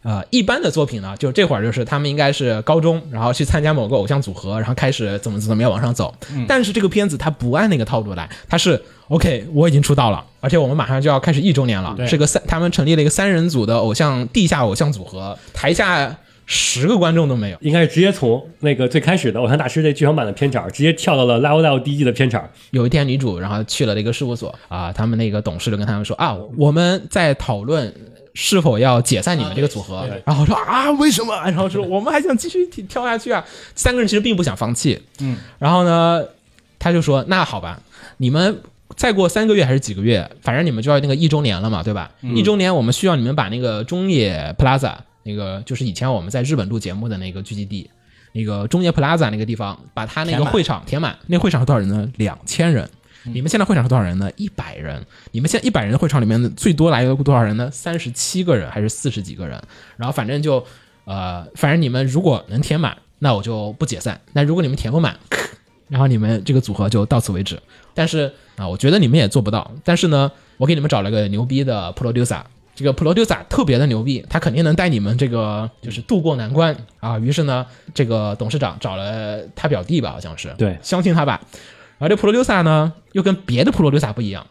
[SPEAKER 5] 呃，一般的作品呢，就这会儿就是他们应该是高中，然后去参加某个偶像组合，然后开始怎么怎么样往上走。但是这个片子它不按那个套路来，它是 OK，我已经出道了，而且我们马上就要开始一周年了，是个三，他们成立了一个三人组的偶像地下偶像组合，台下十个观众都没有，
[SPEAKER 4] 应该是直接从那个最开始的《偶像大师》这剧场版的片场，直接跳到了《Live Live》第一季的片场，
[SPEAKER 5] 有一天，女主然后去了那个事务所啊，他们那个董事就跟他们说啊，我们在讨论是否要解散你们这个组合，然后说啊，为什么？然后说我们还想继续跳下去啊。三个人其实并不想放弃，嗯，然后呢，他就说那好吧，你们。再过三个月还是几个月，反正你们就要那个一周年了嘛，对吧？一周年我们需要你们把那个中野 Plaza 那个就是以前我们在日本录节目的那个聚集地，那个中野 Plaza 那个地方，把他那个会场填满。那会场有多少人呢？两千人。你们现在会场是多少人呢？一百人。你们现在一百人的会场里面的最多来了多少人呢？三十七个人还是四十几个人？然后反正就呃，反正你们如果能填满，那我就不解散；那如果你们填不满，然后你们这个组合就到此为止。但是啊，我觉得你们也做不到。但是呢，我给你们找了个牛逼的 producer，这个 producer 特别的牛逼，他肯定能带你们这个就是渡过难关啊。于是呢，这个董事长找了他表弟吧，好像是，
[SPEAKER 4] 对
[SPEAKER 5] 相信他吧。然后这 producer 呢，又跟别的 producer 不一样。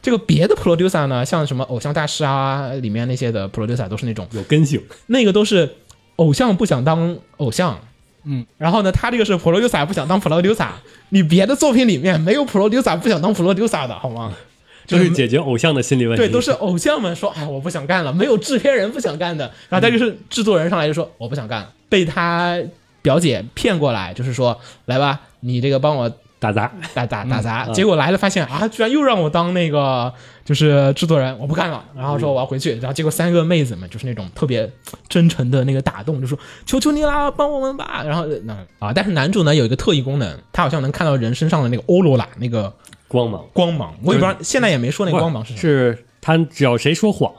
[SPEAKER 5] 这个别的 producer 呢，像什么偶像大师啊，里面那些的 producer 都是那种
[SPEAKER 4] 有根性，
[SPEAKER 5] 那个都是偶像不想当偶像，嗯，然后呢，他这个是 producer 不想当 producer，你别的作品里面没有 producer 不想当 producer 的好吗？
[SPEAKER 4] 这是解决偶像的心理问题。
[SPEAKER 5] 对，都是偶像们说啊，我不想干了，没有制片人不想干的，然后他就是制作人上来就说我不想干了，被他表姐骗过来，就是说来吧，你这个帮我
[SPEAKER 4] 打杂。
[SPEAKER 5] 打打
[SPEAKER 4] 嗯
[SPEAKER 5] 打杂，结果来了发现啊，居然又让我当那个就是制作人，我不干了，然
[SPEAKER 4] 嗯
[SPEAKER 5] 后说我要回去，然后结果三个妹子们就是那种特别真诚的那个打动，就说求求你啦，帮我们吧，然后那啊，但是男主呢有一个特异功能，他好像能看到人身上的那个欧罗拉那个
[SPEAKER 4] 光芒，
[SPEAKER 5] 光芒，我也不知道，现在也没说那个光芒是什么
[SPEAKER 4] 是他只要谁说谎，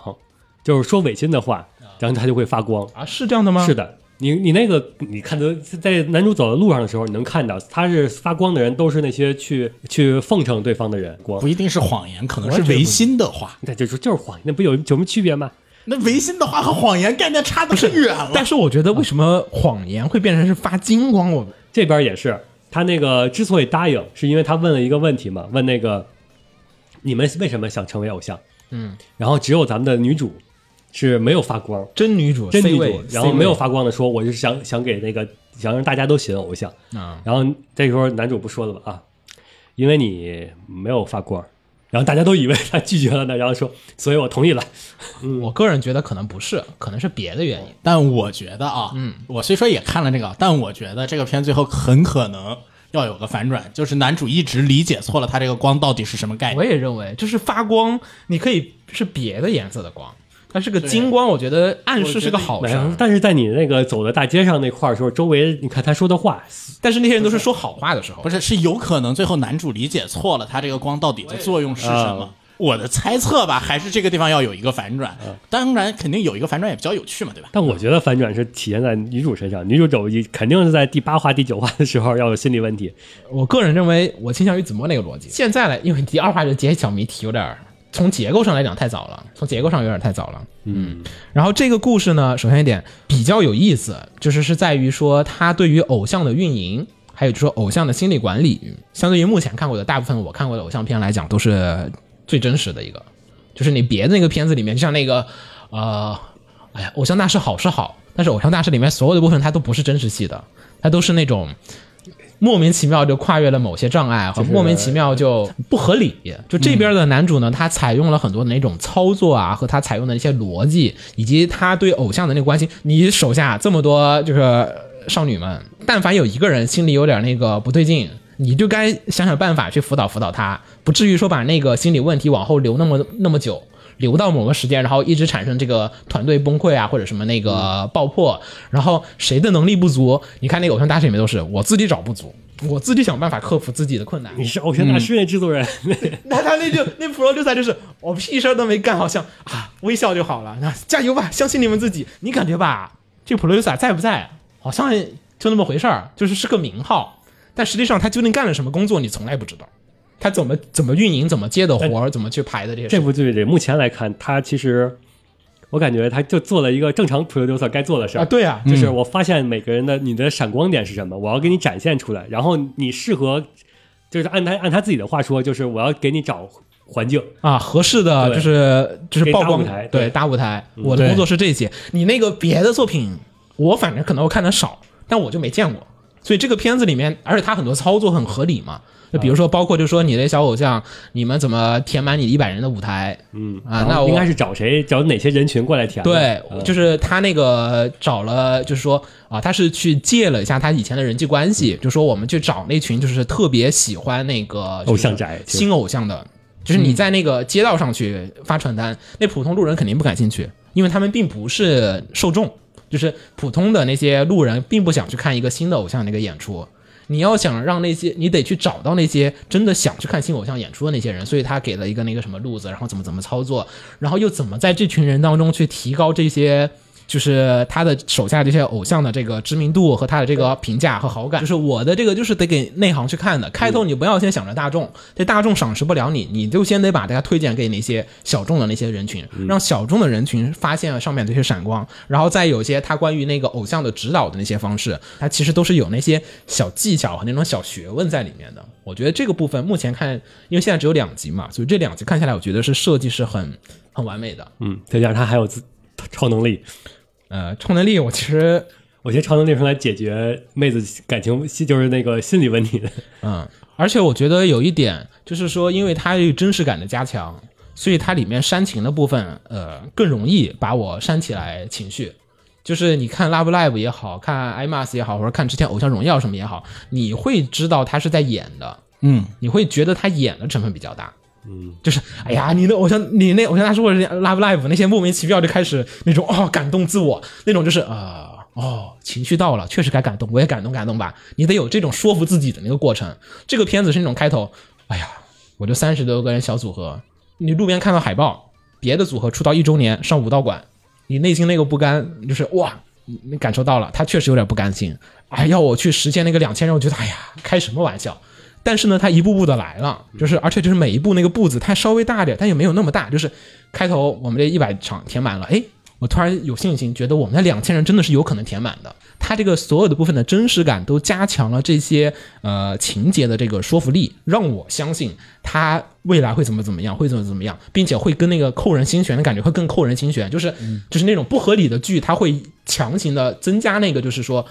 [SPEAKER 4] 就是说违心的话，然后他就会发光。
[SPEAKER 5] 啊，是这样的吗？
[SPEAKER 4] 是，的，你你那个你看得在男主走的路上的时候，你能看到他是发光的人，都是那些去去奉承对方的人光
[SPEAKER 7] 不。一定是谎言，可能是
[SPEAKER 5] 我也觉得不
[SPEAKER 7] 违心的话。
[SPEAKER 4] 那就是就是谎，那不有有什么区别吗？
[SPEAKER 7] 那违心的话和谎言概念差的太远了。
[SPEAKER 5] 但是我觉得为什么
[SPEAKER 4] 嗯
[SPEAKER 5] 谎言会变成是发金光？我
[SPEAKER 4] 这边也是，他那个之所以答应，是因为他问了一个问题嘛，问那个你们为什么想成为偶像？嗯，然后只有咱们的女主是没有发光，
[SPEAKER 5] 真女主
[SPEAKER 4] 真女
[SPEAKER 5] C
[SPEAKER 4] 主
[SPEAKER 5] 位，，
[SPEAKER 4] 然后没有
[SPEAKER 5] C 位
[SPEAKER 4] 发光的说，我就是想想给那个想让大家都喜欢偶像。
[SPEAKER 5] 啊，
[SPEAKER 4] 然后这时候男主不说了吧啊，因为你没有发光，然后大家都以为他拒绝了呢，然后说，所以我同意了。嗯
[SPEAKER 5] 我个人觉得可能不是，可能是别的原因。
[SPEAKER 7] 但我觉得啊，嗯，我虽说也看了这个，但我觉得这个片最后很可能要有个反转，就是男主一直理解错了他这个光到底是什么概
[SPEAKER 5] 我
[SPEAKER 7] 念。
[SPEAKER 5] 也认为，就是发光，你可以是别的颜色的光，它是个金光，我觉得暗示是个好
[SPEAKER 4] 没
[SPEAKER 5] 事儿。
[SPEAKER 4] 有，但是在你那个走在大街上那块儿的时候，周围你看他说的话，
[SPEAKER 5] 但是那些人都是说好话的时候，
[SPEAKER 7] 不是，是有可能最后男主理解错了他这个光到底的作用是什么。我的猜测吧，还是这个地方要有一个反转。当然，肯定有一个反转也比较有趣嘛，对吧？
[SPEAKER 4] 但我觉得反转是体现在女主身上，女主走一肯定是在第八话、第九话的时候要有心理问题。
[SPEAKER 5] 我个人认为，我倾向于子墨那个逻辑。现在呢，因为第二话就揭晓谜题有点儿，从结构上来讲太早了，从结构上有点太早了。嗯，然后这个故事呢，首先一点比较有意思，就是是在于说它对于偶像的运营。还有就是说偶像的心理管理，相对于目前看过的大部分我看过的偶像片来讲，都是最真实的一个。就是你别的那个片子里面，就像那个，呃，哎呀，偶像大师好是好，但是偶像大师里面所有的部分它都不是真实系的，它都是那种莫名其妙就跨越了某些障碍，和莫名其妙就不合理。就这边的男主呢，他采用了很多的那种操作啊，和他采用的一些逻辑，以及他对偶像的那个关心。你手下这么多就是呃少女们，但凡有一个人心里有点那个不对劲。你就该想想办法去辅导辅导他，不至于说把那个心理问题往后留那么那么久。留到某个时间，然后一直产生这个团队崩溃啊，或者什么那个爆破，然后谁的能力不足？你看那个偶像大师里面都是我自己找不足，我自己想办法克服自己的困难。
[SPEAKER 4] 你是偶像大师那制 作人，
[SPEAKER 5] 嗯那他那就 那 pro 就在哦就是我屁事儿都没干，好像啊微笑就好了，那加油吧，相信你们自己。你感觉吧，这 producer 在不在？好像就那么回事儿，就是是个名号，但实际上他究竟干了什么工作，你从来不知道。他怎么怎么运营，怎么接的活儿，怎么去排的这些事
[SPEAKER 4] 这
[SPEAKER 5] 情。
[SPEAKER 4] 部剧里目前来看，他其实我感觉他就做了一个正常 producer 该做的事儿
[SPEAKER 5] 啊，对啊，
[SPEAKER 4] 就是我发现每个人的你的闪光点是什么，我要给你展现出来，然后你适合，就是按他按他自己的话说，就是我要给你找环境，
[SPEAKER 5] 啊，合适的
[SPEAKER 4] 对
[SPEAKER 5] 就是就是
[SPEAKER 4] 给
[SPEAKER 5] 曝
[SPEAKER 4] 大
[SPEAKER 5] 光
[SPEAKER 4] 舞台
[SPEAKER 5] 对
[SPEAKER 4] 对嗯
[SPEAKER 5] 大舞台。我的
[SPEAKER 7] 对
[SPEAKER 5] 工作是这些，你那个别的作品，我反正可能我看的少，但我就没见过。所以这个片子里面，而且它很多操作很合理嘛，就比如
[SPEAKER 4] 嗯
[SPEAKER 5] 说包括就说你的小偶像，你们怎么填满你一百人的舞台？嗯啊，
[SPEAKER 4] 然
[SPEAKER 5] 那
[SPEAKER 4] 后
[SPEAKER 5] 我
[SPEAKER 4] 应该是找谁找哪些人群过来填的，
[SPEAKER 5] 对，
[SPEAKER 4] 嗯
[SPEAKER 5] 就是他那个找了，就是说啊，他是去借了一下他以前的人际关系，就说我们去找那群就是特别喜欢那个
[SPEAKER 4] 偶像宅
[SPEAKER 5] 就是新偶像的，就是你在那个街道上去发传
[SPEAKER 4] 嗯
[SPEAKER 5] 单，那普通路人肯定不感兴趣，因为他们并不是受众，就是普通的那些路人并不想去看一个新的偶像那个演出。你要想让那些，你得去找到那些真的想去看新偶像演出的那些人，所以他给了一个那个什么路子，然后怎么怎么操作，然后又怎么在这群人当中去提高这些。就是他的手下这些偶像的这个知名度和他的这个评价和好感，就是我的这个就是得给内行去看的。开头你不要先想着大众，这大众赏识不了你，你就先得把大家推荐给那些小众的那些人群，让小众的人群发现了上面这些闪光，然后再有一些他关于那个偶像的指导的那些方式，他其实都是有那些小技巧和那种小学问在里面的。我觉得这个部分目前看，因为现在只有两集嘛，所以这两集看下来，我觉得是设计是很很完美的。
[SPEAKER 4] 嗯，再加上他还有自超能力，
[SPEAKER 5] 呃，超能力我其实
[SPEAKER 4] 我觉得超能力是来解决妹子感情就是那个心理问题的。
[SPEAKER 5] 嗯，而且我觉得有一点就是说，因为它有真实感的加强，所以它里面煽情的部分，呃，更容易把我煽起来情绪。就是你看《Love Live》也好看《IMAX》也好，或者看之前《偶像荣耀》什么也好，你会知道他是在演的，
[SPEAKER 7] 嗯，
[SPEAKER 5] 你会觉得他演的成分比较大。嗯，就是哎呀，你的偶像，你那偶像大师或者是 Love Live 那些莫名其妙就开始那种哦感动自我那种，就是呃哦情绪到了，确实该感动，我也感动感动吧。你得有这种说服自己的那个过程。这个片子是那种开头，哎呀，我就三十多个人小组合，你路边看到海报，别的组合出道一周年上武道馆，你内心那个不甘就是哇，你你感受到了，他确实有点不甘心。哎，要我去实现那个两千人，我觉得哎呀，开什么玩笑。但是呢，他一步步的来了，就是而且就是每一步那个步子，它稍微大点，但也没有那么大。就是开头我们这一百场填满了，哎，我突然有信心，觉得我们那两千人真的是有可能填满的。它这个所有的部分的真实感都加强了这些呃情节的这个说服力，让我相信它未来会怎么怎么样，会怎么怎么样，并且会跟那个扣人心弦的感觉会更扣人心弦，就是就是那种不合理的剧，它会强行的增加那个就是说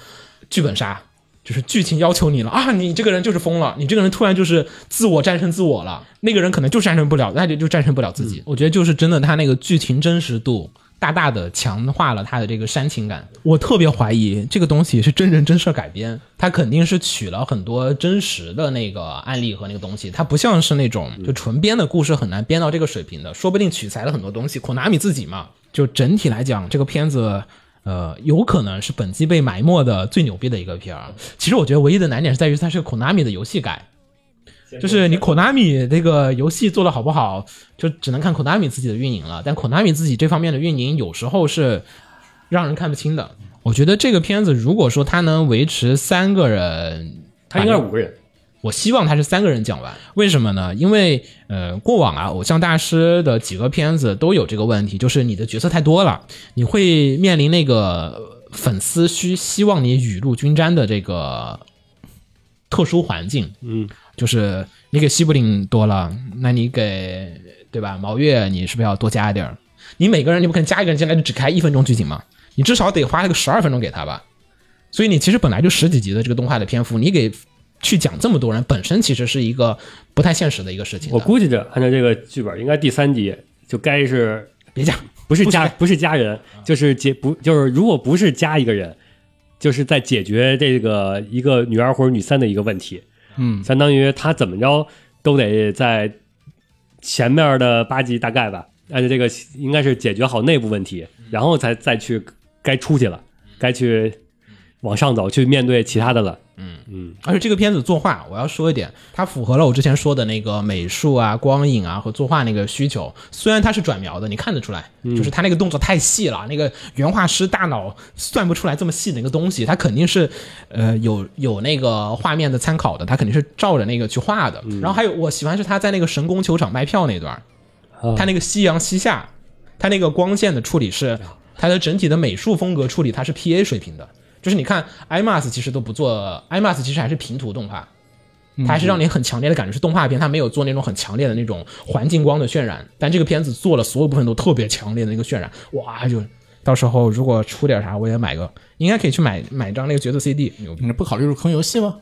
[SPEAKER 5] 剧本杀。就是剧情要求你了啊，你这个人就是疯了，你这个人突然就是自我战胜自我了，那个人可能就战胜不了，那就就战胜不了自己。嗯我觉得就是真的，他那个剧情真实度大大的强化了他的这个煽情感。我特别怀疑这个东西是真人真事儿改编，他肯定是取了很多真实的那个案例和那个东西，它不像是那种就纯编的故事很难编到这个水平的，说不定取材了很多东西。孔纳米自己嘛，就整体来讲，这个片子。呃，有可能是本季被埋没的最牛逼的一个片儿。其实我觉得唯一的难点是在于它是 Konami 的游戏改，就是你 Konami 这个游戏做的好不好，就只能看 Konami 自己的运营了。但 Konami 自己这方面的运营有时候是让人看不清的。我觉得这个片子如果说它能维持三个人
[SPEAKER 4] 他应该是五个人，
[SPEAKER 5] 我希望他是三个人讲完，为什么呢？因为呃，过往啊，偶像大师的几个片子都有这个问题，就是你的角色太多了，你会面临那个呃粉丝需希望你雨露均沾的这个特殊环境。嗯，就是你给西布林多了，那你给对吧？毛月你是不是要多加一点儿？你每个人你不可能加一个人进来就只开一分钟剧情嘛？你至少得花个十二分钟给他吧？所以你其实本来就十几集的这个动画的篇幅，你给去讲这么多人，本身其实是一个不太现实的一个事情的。啊
[SPEAKER 4] 我估计着按照这个剧本，应该第三集就该是
[SPEAKER 5] 别讲，
[SPEAKER 4] 不是啊家不是家人，就是解不就是如果不是加一个人，就是在解决这个一个女二或者女三的一个问题。嗯，相当于他怎么着都得在前面的八集大概吧，按照这个应该是解决好内部问题，然后才再去该出去了，该去往上走，去面对其他的了。
[SPEAKER 5] 而且这个片子作画，我要说一点，它符合了我之前说的那个美术啊、光影啊和作画那个需求。虽然它是转描的，你看得出来，就是它那个动作太细了，那个原画师大脑算不出来这么细的一个东西，它肯定是呃有有那个画面的参考的，它肯定是照着那个去画的。然后还有我喜欢是他在那个神宫球场卖票那段儿，它那个夕阳西下，它那个光线的处理是，它的整体的美术风格处理，它是 P A 水平的。就是你看 IMAX 其实都不做，IMAX 其实还是平涂动画，它还是让你很强烈的感觉是动画片，它没有做那种很强烈的那种环境光的渲染。但这个片子做了所有部分都特别强烈的那个渲染，哇！就到时候如果出点啥，我也买个，应该可以去买买张那个角色 CD。牛逼
[SPEAKER 7] 你不考虑入坑游戏吗？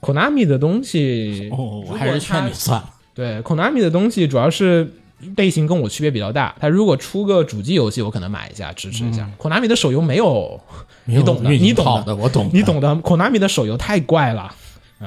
[SPEAKER 5] ！Konami 的东西，
[SPEAKER 7] 哦，我还是劝你算了。
[SPEAKER 5] 对 Konami 的东西主要是类型跟我区别比较大。它如果出个主机游戏，我可能买一下支持一下。Konami 的手游没有，
[SPEAKER 7] 嗯有
[SPEAKER 5] 你懂的，
[SPEAKER 7] 运营
[SPEAKER 5] 你懂
[SPEAKER 7] 好的我懂的
[SPEAKER 5] 你懂的。Konami 的手游太怪 了，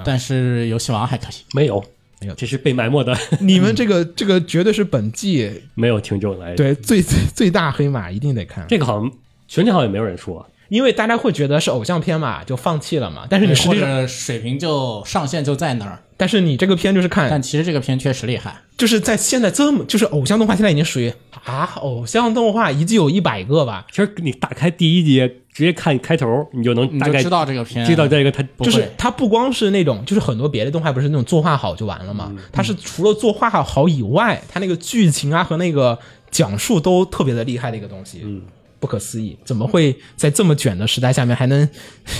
[SPEAKER 7] 但是游戏王还可以，
[SPEAKER 4] 没有，
[SPEAKER 5] 没有
[SPEAKER 4] 这是被埋没的，
[SPEAKER 5] 你们这个这个绝对是本季
[SPEAKER 7] 哎
[SPEAKER 4] 没有听众来
[SPEAKER 7] 嗯
[SPEAKER 5] 对最最最大黑马，一定得看。
[SPEAKER 4] 这个好像群里好像也没有人说，
[SPEAKER 5] 因为大家会觉得是偶像片嘛，就放弃了嘛。但是你实
[SPEAKER 7] 哎或
[SPEAKER 5] 际上，
[SPEAKER 7] 者水平就上限就在那儿，
[SPEAKER 5] 但是你这个片就是看
[SPEAKER 7] 但，其实这个片确实厉害。
[SPEAKER 5] 就是在现在这么，就是偶像动画现在已经属于啊，偶像动画一季有一百个吧，
[SPEAKER 4] 其实你打开第一集，直接看开头，你就能
[SPEAKER 7] 你
[SPEAKER 4] 大
[SPEAKER 7] 就
[SPEAKER 4] 概
[SPEAKER 7] 知道这个片，
[SPEAKER 4] 知道这个它
[SPEAKER 7] 不
[SPEAKER 5] 就
[SPEAKER 7] 会
[SPEAKER 5] 是它不光是那种，就是很多别的动画不是那种作画好就完了
[SPEAKER 7] 嗯
[SPEAKER 5] 嘛，它是除了作画好以外，它那个剧情啊和那个讲述都特别的厉害的一个东西，嗯，不可思议，怎么会在这么卷的时代下面还 能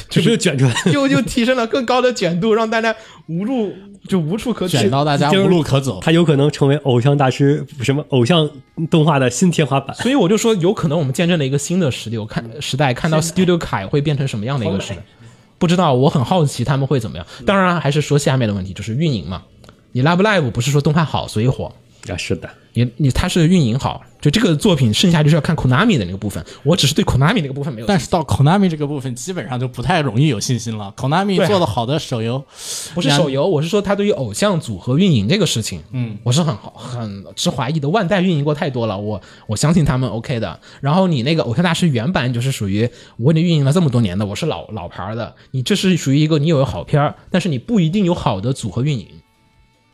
[SPEAKER 4] 就没有卷出来。
[SPEAKER 5] 又又提升了更高的卷度，让大家无路就无处可
[SPEAKER 7] 卷
[SPEAKER 5] 去？
[SPEAKER 7] 到大家
[SPEAKER 4] 就是
[SPEAKER 7] 无路可走。
[SPEAKER 4] 它有可能成为偶像大师什么偶像动画的新天花板。
[SPEAKER 5] 所以我就说，有可能我们见证了一个新的时流
[SPEAKER 7] 嗯
[SPEAKER 5] 看时代，看到 Studio 凯会变成什么样的一个时代，不知道，我很好奇他们会怎么样。
[SPEAKER 7] 嗯
[SPEAKER 5] 当然，还是说下面的问题，就是运营嘛。你 Love Live 不是说动画好所以火，
[SPEAKER 4] 啊，是的，
[SPEAKER 5] 你你它是运营好，就这个作品剩下就是要看 Konami 的那个部分。我只是对 Konami 那个部分没有，
[SPEAKER 7] 但是到 Konami 这个部分，基本上就不太容易有信心了。Konami
[SPEAKER 5] 对啊
[SPEAKER 7] 做的好的手游，
[SPEAKER 5] 不是手游，我是说他对于偶像组合运营这个事情，嗯，我是很好很持怀疑的。万代运营过太多了，我我相信他们 OK 的。然后你那个偶像大师原版就是属于我给你运营了这么多年的，我是老老牌儿的，你这是属于一个你有好片儿，但是你不一定有好的组合运营。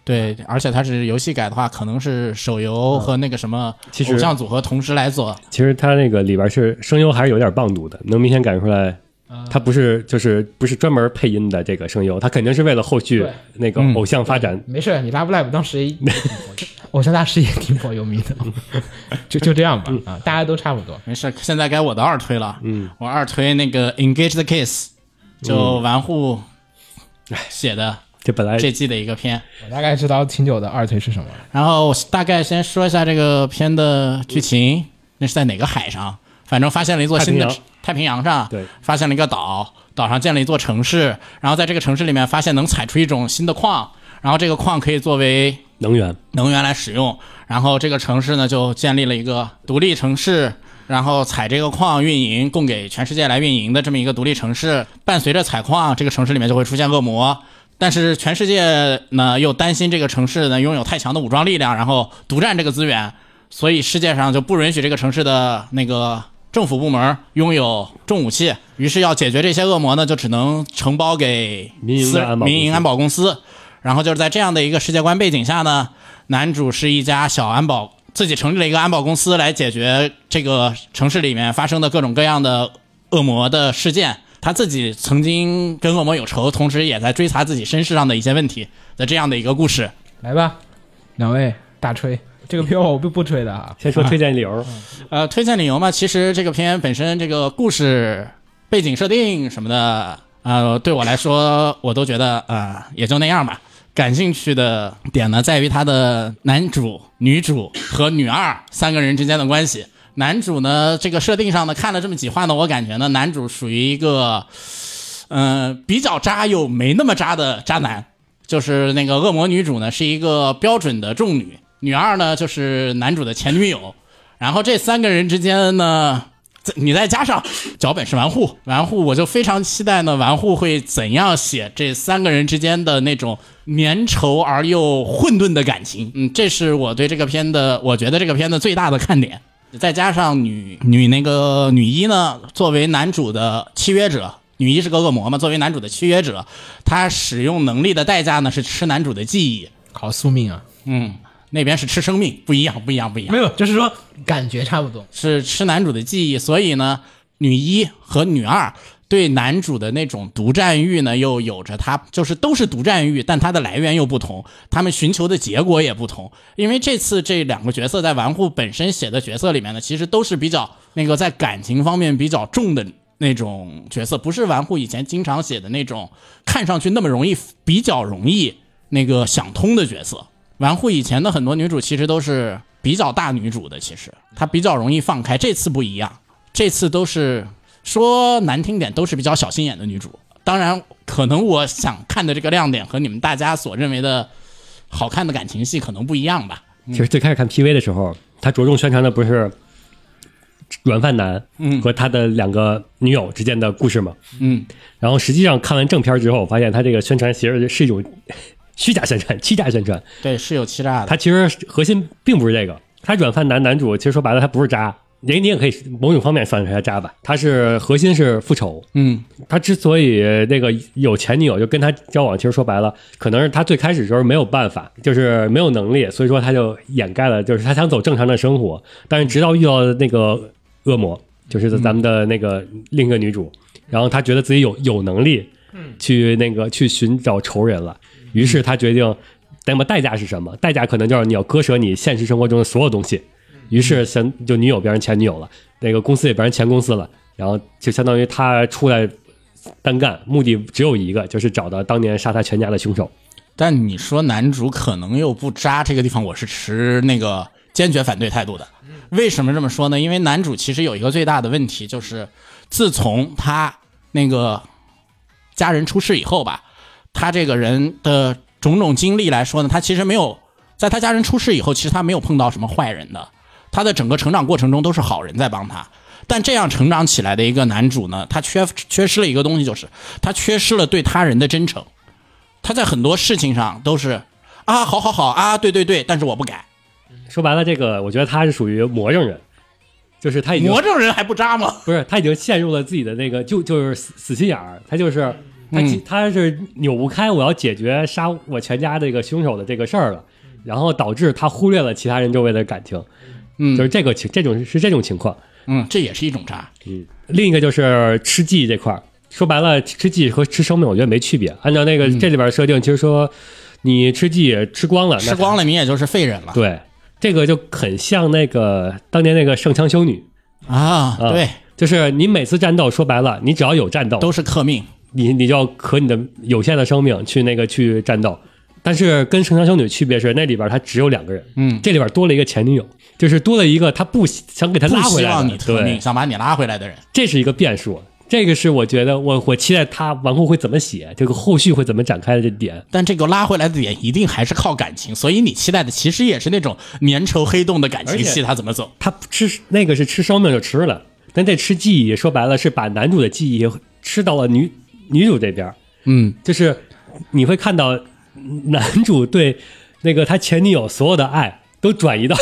[SPEAKER 7] 对，而且它是游戏改的话，可能是手游和那个什么
[SPEAKER 4] 其实
[SPEAKER 7] 偶像组合同时来做。
[SPEAKER 4] 其实它那个里边是声优还是有点棒读的，能明显感觉出来。
[SPEAKER 7] 啊
[SPEAKER 4] 它不是就是不是专门配音的这个声优，它肯定是为了后续
[SPEAKER 5] 对
[SPEAKER 4] 那个偶像发
[SPEAKER 7] 嗯
[SPEAKER 4] 展。
[SPEAKER 5] 没事儿，你 Love Live 当时也挺火 的偶像大师也挺火有名的， 就就这样吧啊，大家都差不多。
[SPEAKER 7] 没事，现在该我的二推了。嗯，我二推那个 Engage the Kiss，就玩户写的
[SPEAKER 4] 这本来
[SPEAKER 7] 这季的一个片。
[SPEAKER 5] 我大概知道秦九的二推是什么了。
[SPEAKER 7] 然后我大概先说一下这个片的剧情，那是在哪个海上？反正发现了一座新的
[SPEAKER 4] 太平
[SPEAKER 7] 太
[SPEAKER 4] 洋
[SPEAKER 7] 平洋上，
[SPEAKER 4] 对
[SPEAKER 7] 发现了一个岛，岛上建了一座城市，然后在这个城市里面发现能采出一种新的矿，然后这个矿可以作为
[SPEAKER 4] 能源
[SPEAKER 7] 能源来使用。然后这个城市呢就建立了一个独立城市，然后采这个矿运营，供给全世界来运营的这么一个独立城市。伴随着采矿，这个城市里面就会出现恶魔。但是全世界呢又担心这个城市呢拥有太强的武装力量，然后独占这个资源，所以世界上就不允许这个城市的那个政府部门拥有重武器。于是要解决这些恶魔呢，就只能承包给
[SPEAKER 4] 民营的
[SPEAKER 7] 私
[SPEAKER 4] 安保
[SPEAKER 7] 民
[SPEAKER 4] 公
[SPEAKER 7] 营
[SPEAKER 4] 司
[SPEAKER 7] 安保公司。然后就是在这样的一个世界观背景下呢，男主是一家小安保，自己成立了一个安保公司来解决这个城市里面发生的各种各样的恶魔的事件。他自己曾经跟恶魔有仇，同时也在追查自己身世上的一些问题的这样的一个故事。
[SPEAKER 5] 来吧，两位大吹，这个票我不不吹的啊。
[SPEAKER 4] 先说推荐理由，
[SPEAKER 7] 呃，推荐理由嘛，其实这个片本身这个故事背景设定什么的，呃，对我来说我都觉得呃也就那样吧。感兴趣的点呢，在于他的男主、女主和女二三个人之间的关系。男主呢，这个设定上呢，看了这么几话呢，我感觉呢，男主属于一个，呃，比较渣又没那么渣的渣男。就是那个恶魔女主呢，是一个标准的重女，女二呢就是呃男主的前女友，然后这三个人之间呢，再你再加上脚本是玩户，玩户我就非常期待呢，玩户会怎样写这三个人之间的那种粘稠而又混沌的感情。嗯，这是我对这个片的，我觉得这个片的最大的看点。再加上女女那个女一呢，作为男主的契约者，女一是个恶魔嘛，作为男主的契约者，她使用能力的代价呢是吃男主的记忆。
[SPEAKER 5] 好宿命啊！
[SPEAKER 7] 嗯，那边是吃生命，不一样，不一样，不一样。
[SPEAKER 5] 没有，就是说感觉差不多。
[SPEAKER 7] 是吃男主的记忆，所以呢，女一和女二对男主的那种独占欲呢，又有着他就是都是独占欲，但它的来源又不同，他们寻求的结果也不同。因为这次这两个角色在玩户本身写的角色里面呢，其实都是比较那个在感情方面比较重的。那种角色不是玩户以前经常写的那种，看上去那么容易，比较容易那个想通的角色。玩户以前的很多女主其实都是比较大女主的，其实她比较容易放开，这次不一样，这次都是说难听点都是比较小心眼的女主。当然，可能我想看的这个亮点和你们大家所认为的好看的感情戏可能不一样吧。
[SPEAKER 4] 其实最开始看 PV 的时候，他着重宣传的不是软饭男和他的两个女友之间的故事吗？
[SPEAKER 7] 嗯，
[SPEAKER 4] 然后实际上看完正片之后，我发现他这个宣传其实是一种虚假宣传、 欺诈宣传。
[SPEAKER 7] 对，是有欺诈的。
[SPEAKER 4] 他其实核心并不是这个，他软饭男男主其实说白了他不是渣，雷你也可以某种方面算是他渣吧。他是核心是复仇，
[SPEAKER 7] 嗯，
[SPEAKER 4] 他之所以那个有前女友就跟他交往，其实说白了，可能是他最开始时候没有办法，就是没有能力，所以说他就掩盖了，就是他想走正常的生活，但是直到遇到那个恶魔，就是咱们的那个另一个女主，然后他觉得自己有有能力，去那个去寻找仇人了，于是他决定，那么代价是什么？代价可能就是你要割舍你现实生活中的所有东西，于是前就女友变成前女友了，那个公司也变成前公司了，然后就相当于他出来单干，目的只有一个，就是找到当年杀他全家的凶手。
[SPEAKER 7] 但你说男主可能又不渣，这个地方我是持那个坚决反对态度的。为什么这么说呢？因为男主其实有一个最大的问题，就是自从他那个家人出事以后吧，他这个人的种种经历来说呢，他其实没有在他家人出事以后，其实他没有碰到什么坏人的，他的整个成长过程中都是好人在帮他。但这样成长起来的一个男主呢，他缺缺失了一个东西，就是他缺失了对他人的真诚。他在很多事情上都是啊，好好好啊，对对对，但是我不改。
[SPEAKER 4] 说白了，这个我觉得他是属于魔怔人，就是他已经
[SPEAKER 7] 魔怔人还不渣吗？
[SPEAKER 4] 不是他已经陷入了自己的那个就就是死死心眼儿，他就是他、
[SPEAKER 7] 嗯
[SPEAKER 4] 他是扭不开我要解决杀我全家这个凶手的这个事儿了，然后导致他忽略了其他人周围的感情，
[SPEAKER 7] 嗯
[SPEAKER 4] 就是这个情这种是这种情况。
[SPEAKER 7] 嗯，这也是一种渣。
[SPEAKER 4] 嗯，另一个就是吃记这块儿，说白了，吃记和吃生命我觉得没区别。按照那个
[SPEAKER 7] 嗯
[SPEAKER 4] 这里边设定，其实说你吃记吃光了，那
[SPEAKER 7] 吃光了你也就是废人了
[SPEAKER 4] 对，这个就很像那个当年那个圣枪修女，
[SPEAKER 7] 啊！
[SPEAKER 4] 啊
[SPEAKER 7] 对，
[SPEAKER 4] 就是你每次战斗，说白了，你只要有战斗，
[SPEAKER 7] 都是克命。
[SPEAKER 4] 你你就要和你的有限的生命去那个去战斗。但是跟《城墙修女》区别是，那里边他只有两个人，
[SPEAKER 7] 嗯
[SPEAKER 4] 这里边多了一个前女友，就是多了一个他不希想给他
[SPEAKER 7] 不
[SPEAKER 4] 拉回
[SPEAKER 7] 希
[SPEAKER 4] 来
[SPEAKER 7] 望你
[SPEAKER 4] 的，
[SPEAKER 7] 特
[SPEAKER 4] 对
[SPEAKER 7] 命，，想把你拉回来的人，
[SPEAKER 4] 这是一个变数。这个是我觉得我我期待他往后会怎么写，这个后续会怎么展开的这点。
[SPEAKER 7] 但这个拉回来的点一定还是靠感情，所以你期待的其实也是那种粘稠黑洞的感情
[SPEAKER 4] 而
[SPEAKER 7] 戏，
[SPEAKER 4] 且
[SPEAKER 7] 它怎么走？
[SPEAKER 4] 他吃那个是吃生命就吃了，但这吃记忆说白了是把男主的记忆吃到了女女主这边儿，
[SPEAKER 7] 嗯，
[SPEAKER 4] 就是你会看到男主对那个他前女友所有的爱都转移到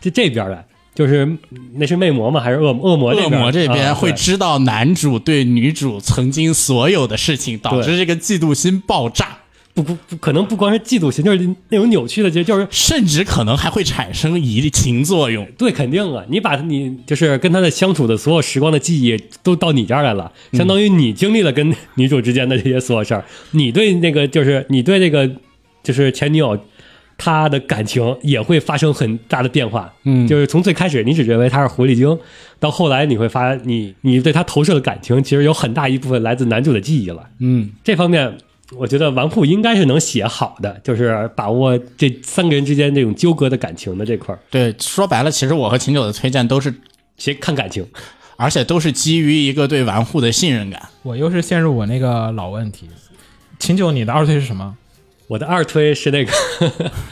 [SPEAKER 4] 这这边来，就是那是魅魔吗？还是恶魔恶魔这
[SPEAKER 7] 恶
[SPEAKER 4] 边？
[SPEAKER 7] 魔这
[SPEAKER 4] 啊
[SPEAKER 7] 边会
[SPEAKER 4] 对
[SPEAKER 7] 知道男主对女主曾经所有的事情，导致这个嫉妒心爆炸，
[SPEAKER 4] 不不不可能不光是嫉妒心，就是那种扭曲的，就就是
[SPEAKER 7] 甚至可能还会产生移情作用。
[SPEAKER 4] 对，肯定啊！你把你就是跟他的相处的所有时光的记忆都到你这儿来了，相当于你经历了跟女主之间的这些所有事儿，你对那个就是你对那个就是前女友她的感情也会发生很大的变化。嗯，就是从最开始你只认为她是狐狸精，到后来你会发你你对她投射的感情其实有很大一部分来自男主的记忆了。
[SPEAKER 7] 嗯，
[SPEAKER 4] 这方面，我觉得纨绔应该是能写好的，就是把握这三个人之间这种纠葛的感情的这块儿，
[SPEAKER 7] 对，说白了，其实我和秦九的推荐都是，
[SPEAKER 4] 写看感情。
[SPEAKER 7] 而且都是基于一个对玩户的信任感。
[SPEAKER 5] 我又是陷入我那个老问题。秦九，你的二推是什么？
[SPEAKER 4] 我的二推是那个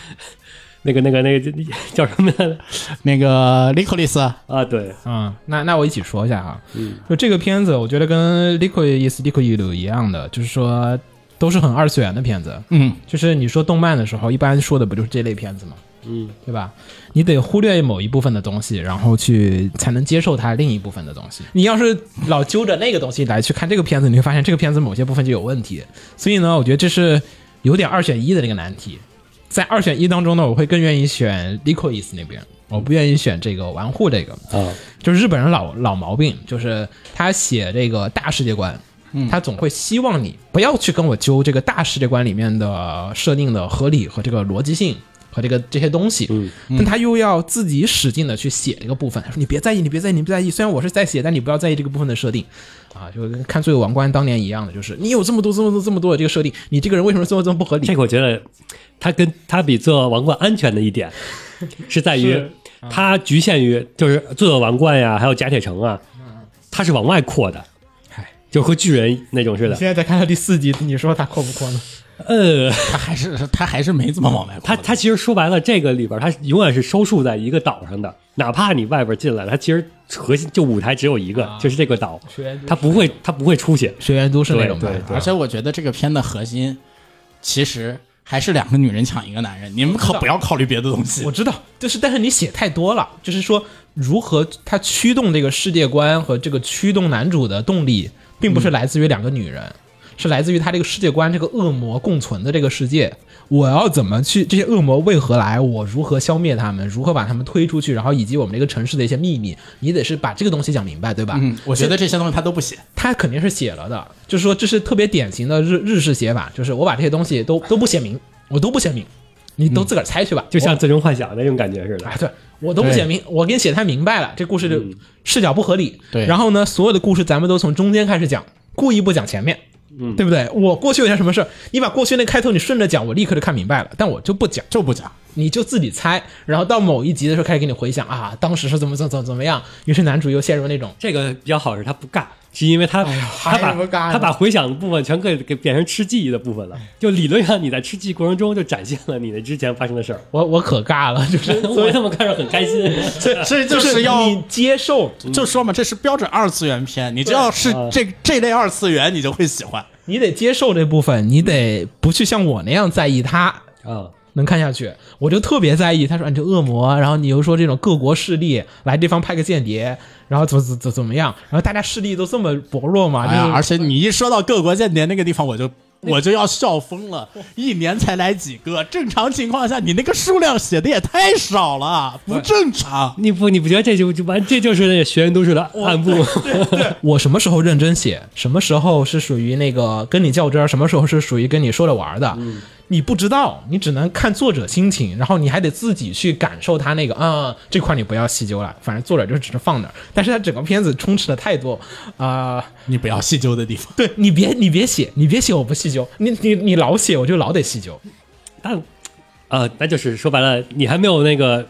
[SPEAKER 4] 那个那个那个叫什么来着？
[SPEAKER 7] 那个 l i c o l i s
[SPEAKER 4] 啊，对，
[SPEAKER 5] 嗯，那那我一起说一下啊。就这个片子，我觉得跟《Liquid is Liquid》一样的，就是说都是很二次元的片子。
[SPEAKER 7] 嗯，
[SPEAKER 5] 就是你说动漫的时候，一般说的不就是这类片子吗？嗯，对吧？你得忽略某一部分的东西，然后去才能接受它另一部分的东西。你要是老揪着那个东西来去看这个片子，你会发现这个片子某些部分就有问题。所以呢，我觉得这是有点二选一的那个难题。在二选一当中呢，我会更愿意选 Liquid 那边，我不愿意选这个玩户这个。
[SPEAKER 4] 啊，
[SPEAKER 5] 就是日本人老老毛病，就是他写这个大世界观，他总会希望你不要去跟我揪这个大世界观里面的设定的合理和这个逻辑性。和这个这些东西，但他又要自己使劲的去写这个部分，他说你别在意，你别在意，你别在意。虽然我是在写，但你不要在意这个部分的设定，啊，就跟看《罪恶王冠》当年一样的，就是你有这么多、这么多、这么多的这个设定，你这个人为什么这么这么不合理
[SPEAKER 4] 这？个我觉得它跟它比《罪恶王冠》安全的一点是在于
[SPEAKER 5] 是
[SPEAKER 4] 它局限于就是《罪恶王冠》呀，还有《甲铁城》啊，它是往外扩的
[SPEAKER 5] 嗨，
[SPEAKER 4] 就和巨人那种似
[SPEAKER 5] 你
[SPEAKER 4] 的。
[SPEAKER 5] 现在才看到第四集，你说他阔不阔呢？
[SPEAKER 4] 呃，
[SPEAKER 7] 他还是他还是没怎么往外扩
[SPEAKER 4] 它
[SPEAKER 7] 的。
[SPEAKER 4] 它其实说白了，这个里边它永远是收束在一个岛上的，哪怕你外边进来，它其实核心就舞台只有一个，就是这个岛
[SPEAKER 5] 学员都，
[SPEAKER 4] 它不会它不会出去。
[SPEAKER 5] 学员都是那种吧
[SPEAKER 4] 对对对
[SPEAKER 7] 而且我觉得这个片的核心，其实还是两个女人抢一个男人，你们可不要考虑别的东西
[SPEAKER 5] 我。知道，就是但是你写太多了，就是说如何它驱动这个世界观和这个驱动男主的动力，并
[SPEAKER 4] 嗯
[SPEAKER 5] 不是来自于两个女人，是来自于他这个世界观，这个恶魔共存的这个世界。我要怎么去？这些恶魔为何来？我如何消灭他们？如何把他们推出去？然后以及我们这个城市的一些秘密，你得是把这个东西讲明白，对吧？
[SPEAKER 7] 嗯，我觉得这些东西他都不写。
[SPEAKER 5] 他肯定是写了的，就是说这是特别典型的日日式写法，就是我把这些东西都都不写明，我都不写明，你都自个儿猜去吧，
[SPEAKER 4] 嗯就
[SPEAKER 5] 我
[SPEAKER 4] 像最终幻想那种感觉似的
[SPEAKER 5] 哎，。对我都不写明，我给你写太明白了，这故事的视角不合理。
[SPEAKER 7] 对
[SPEAKER 5] 然后呢，所有的故事咱们都从中间开始讲，故意不讲前面，对不对？我过去有些什么事儿，你把过去那开头你顺着讲，我立刻就看明白了，但我就不讲，
[SPEAKER 7] 就不讲，
[SPEAKER 5] 你就自己猜。然后到某一集的时候开始给你回想啊，当时是怎么怎么怎么怎么样，于是男主又陷入那种
[SPEAKER 4] 这个比较好是他不尬，是因为他、
[SPEAKER 5] 呀
[SPEAKER 4] 他把
[SPEAKER 5] 还不尬呢
[SPEAKER 4] 他把回想的部分全可以给变成吃记忆的部分了。就理论上你在吃记忆过程中就展现了你的之前发生的事儿，
[SPEAKER 5] 我我可尬了，就是
[SPEAKER 4] 所以他们看着很开心。
[SPEAKER 7] 这这就
[SPEAKER 5] 就是
[SPEAKER 7] 要
[SPEAKER 5] 你接受，
[SPEAKER 7] 就说嘛，这是标准二次元片，你只要是
[SPEAKER 4] 啊
[SPEAKER 7] 这这类二次元，你就会喜欢。
[SPEAKER 5] 你得接受这部分，你得不去像我那样在意他，
[SPEAKER 4] 啊，
[SPEAKER 5] 能看下去，我就特别在意。他说：“啊你这恶魔，然后你又说这种各国势力来地方派个间谍，然后怎么怎怎怎么样？然后大家势力都这么薄弱嘛？
[SPEAKER 7] 哎呀，
[SPEAKER 5] 就
[SPEAKER 7] 而
[SPEAKER 5] 是
[SPEAKER 7] 且你一说到各国间谍那个地方，我就我就要笑疯了。一年才来几个，正常情况下你那个数量写的也太少了，不正常。
[SPEAKER 4] 你不你不觉得这就就完，这就是那学院都市的暗部？
[SPEAKER 5] 我什么时候认真写，什么时候是属于那个跟你较真儿，什么时候是属于跟你说着玩儿的，
[SPEAKER 7] 嗯
[SPEAKER 5] 你不知道，你只能看作者心情，然后你还得自己去感受他那个啊、这块你不要细究了，反正作者就只是放那儿。但是他整个片子充斥了太多啊。
[SPEAKER 7] 你不要细究的地方，
[SPEAKER 5] 对你别你别写，你别写，我不细究。你你你老写，我就老得细究。
[SPEAKER 4] 但啊，那就是说白了，你还没有那个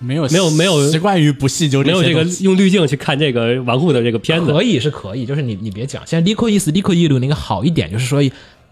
[SPEAKER 7] 没有
[SPEAKER 4] 没有没有
[SPEAKER 7] 习惯于不细究
[SPEAKER 4] 没有
[SPEAKER 7] 些
[SPEAKER 4] 这个
[SPEAKER 7] 东西。
[SPEAKER 4] 用滤镜去看这个纨绔的这个片子
[SPEAKER 5] 可。以是可以，就是你你别讲。现在 Lico 意思 Lico 一路那个好一点，就是说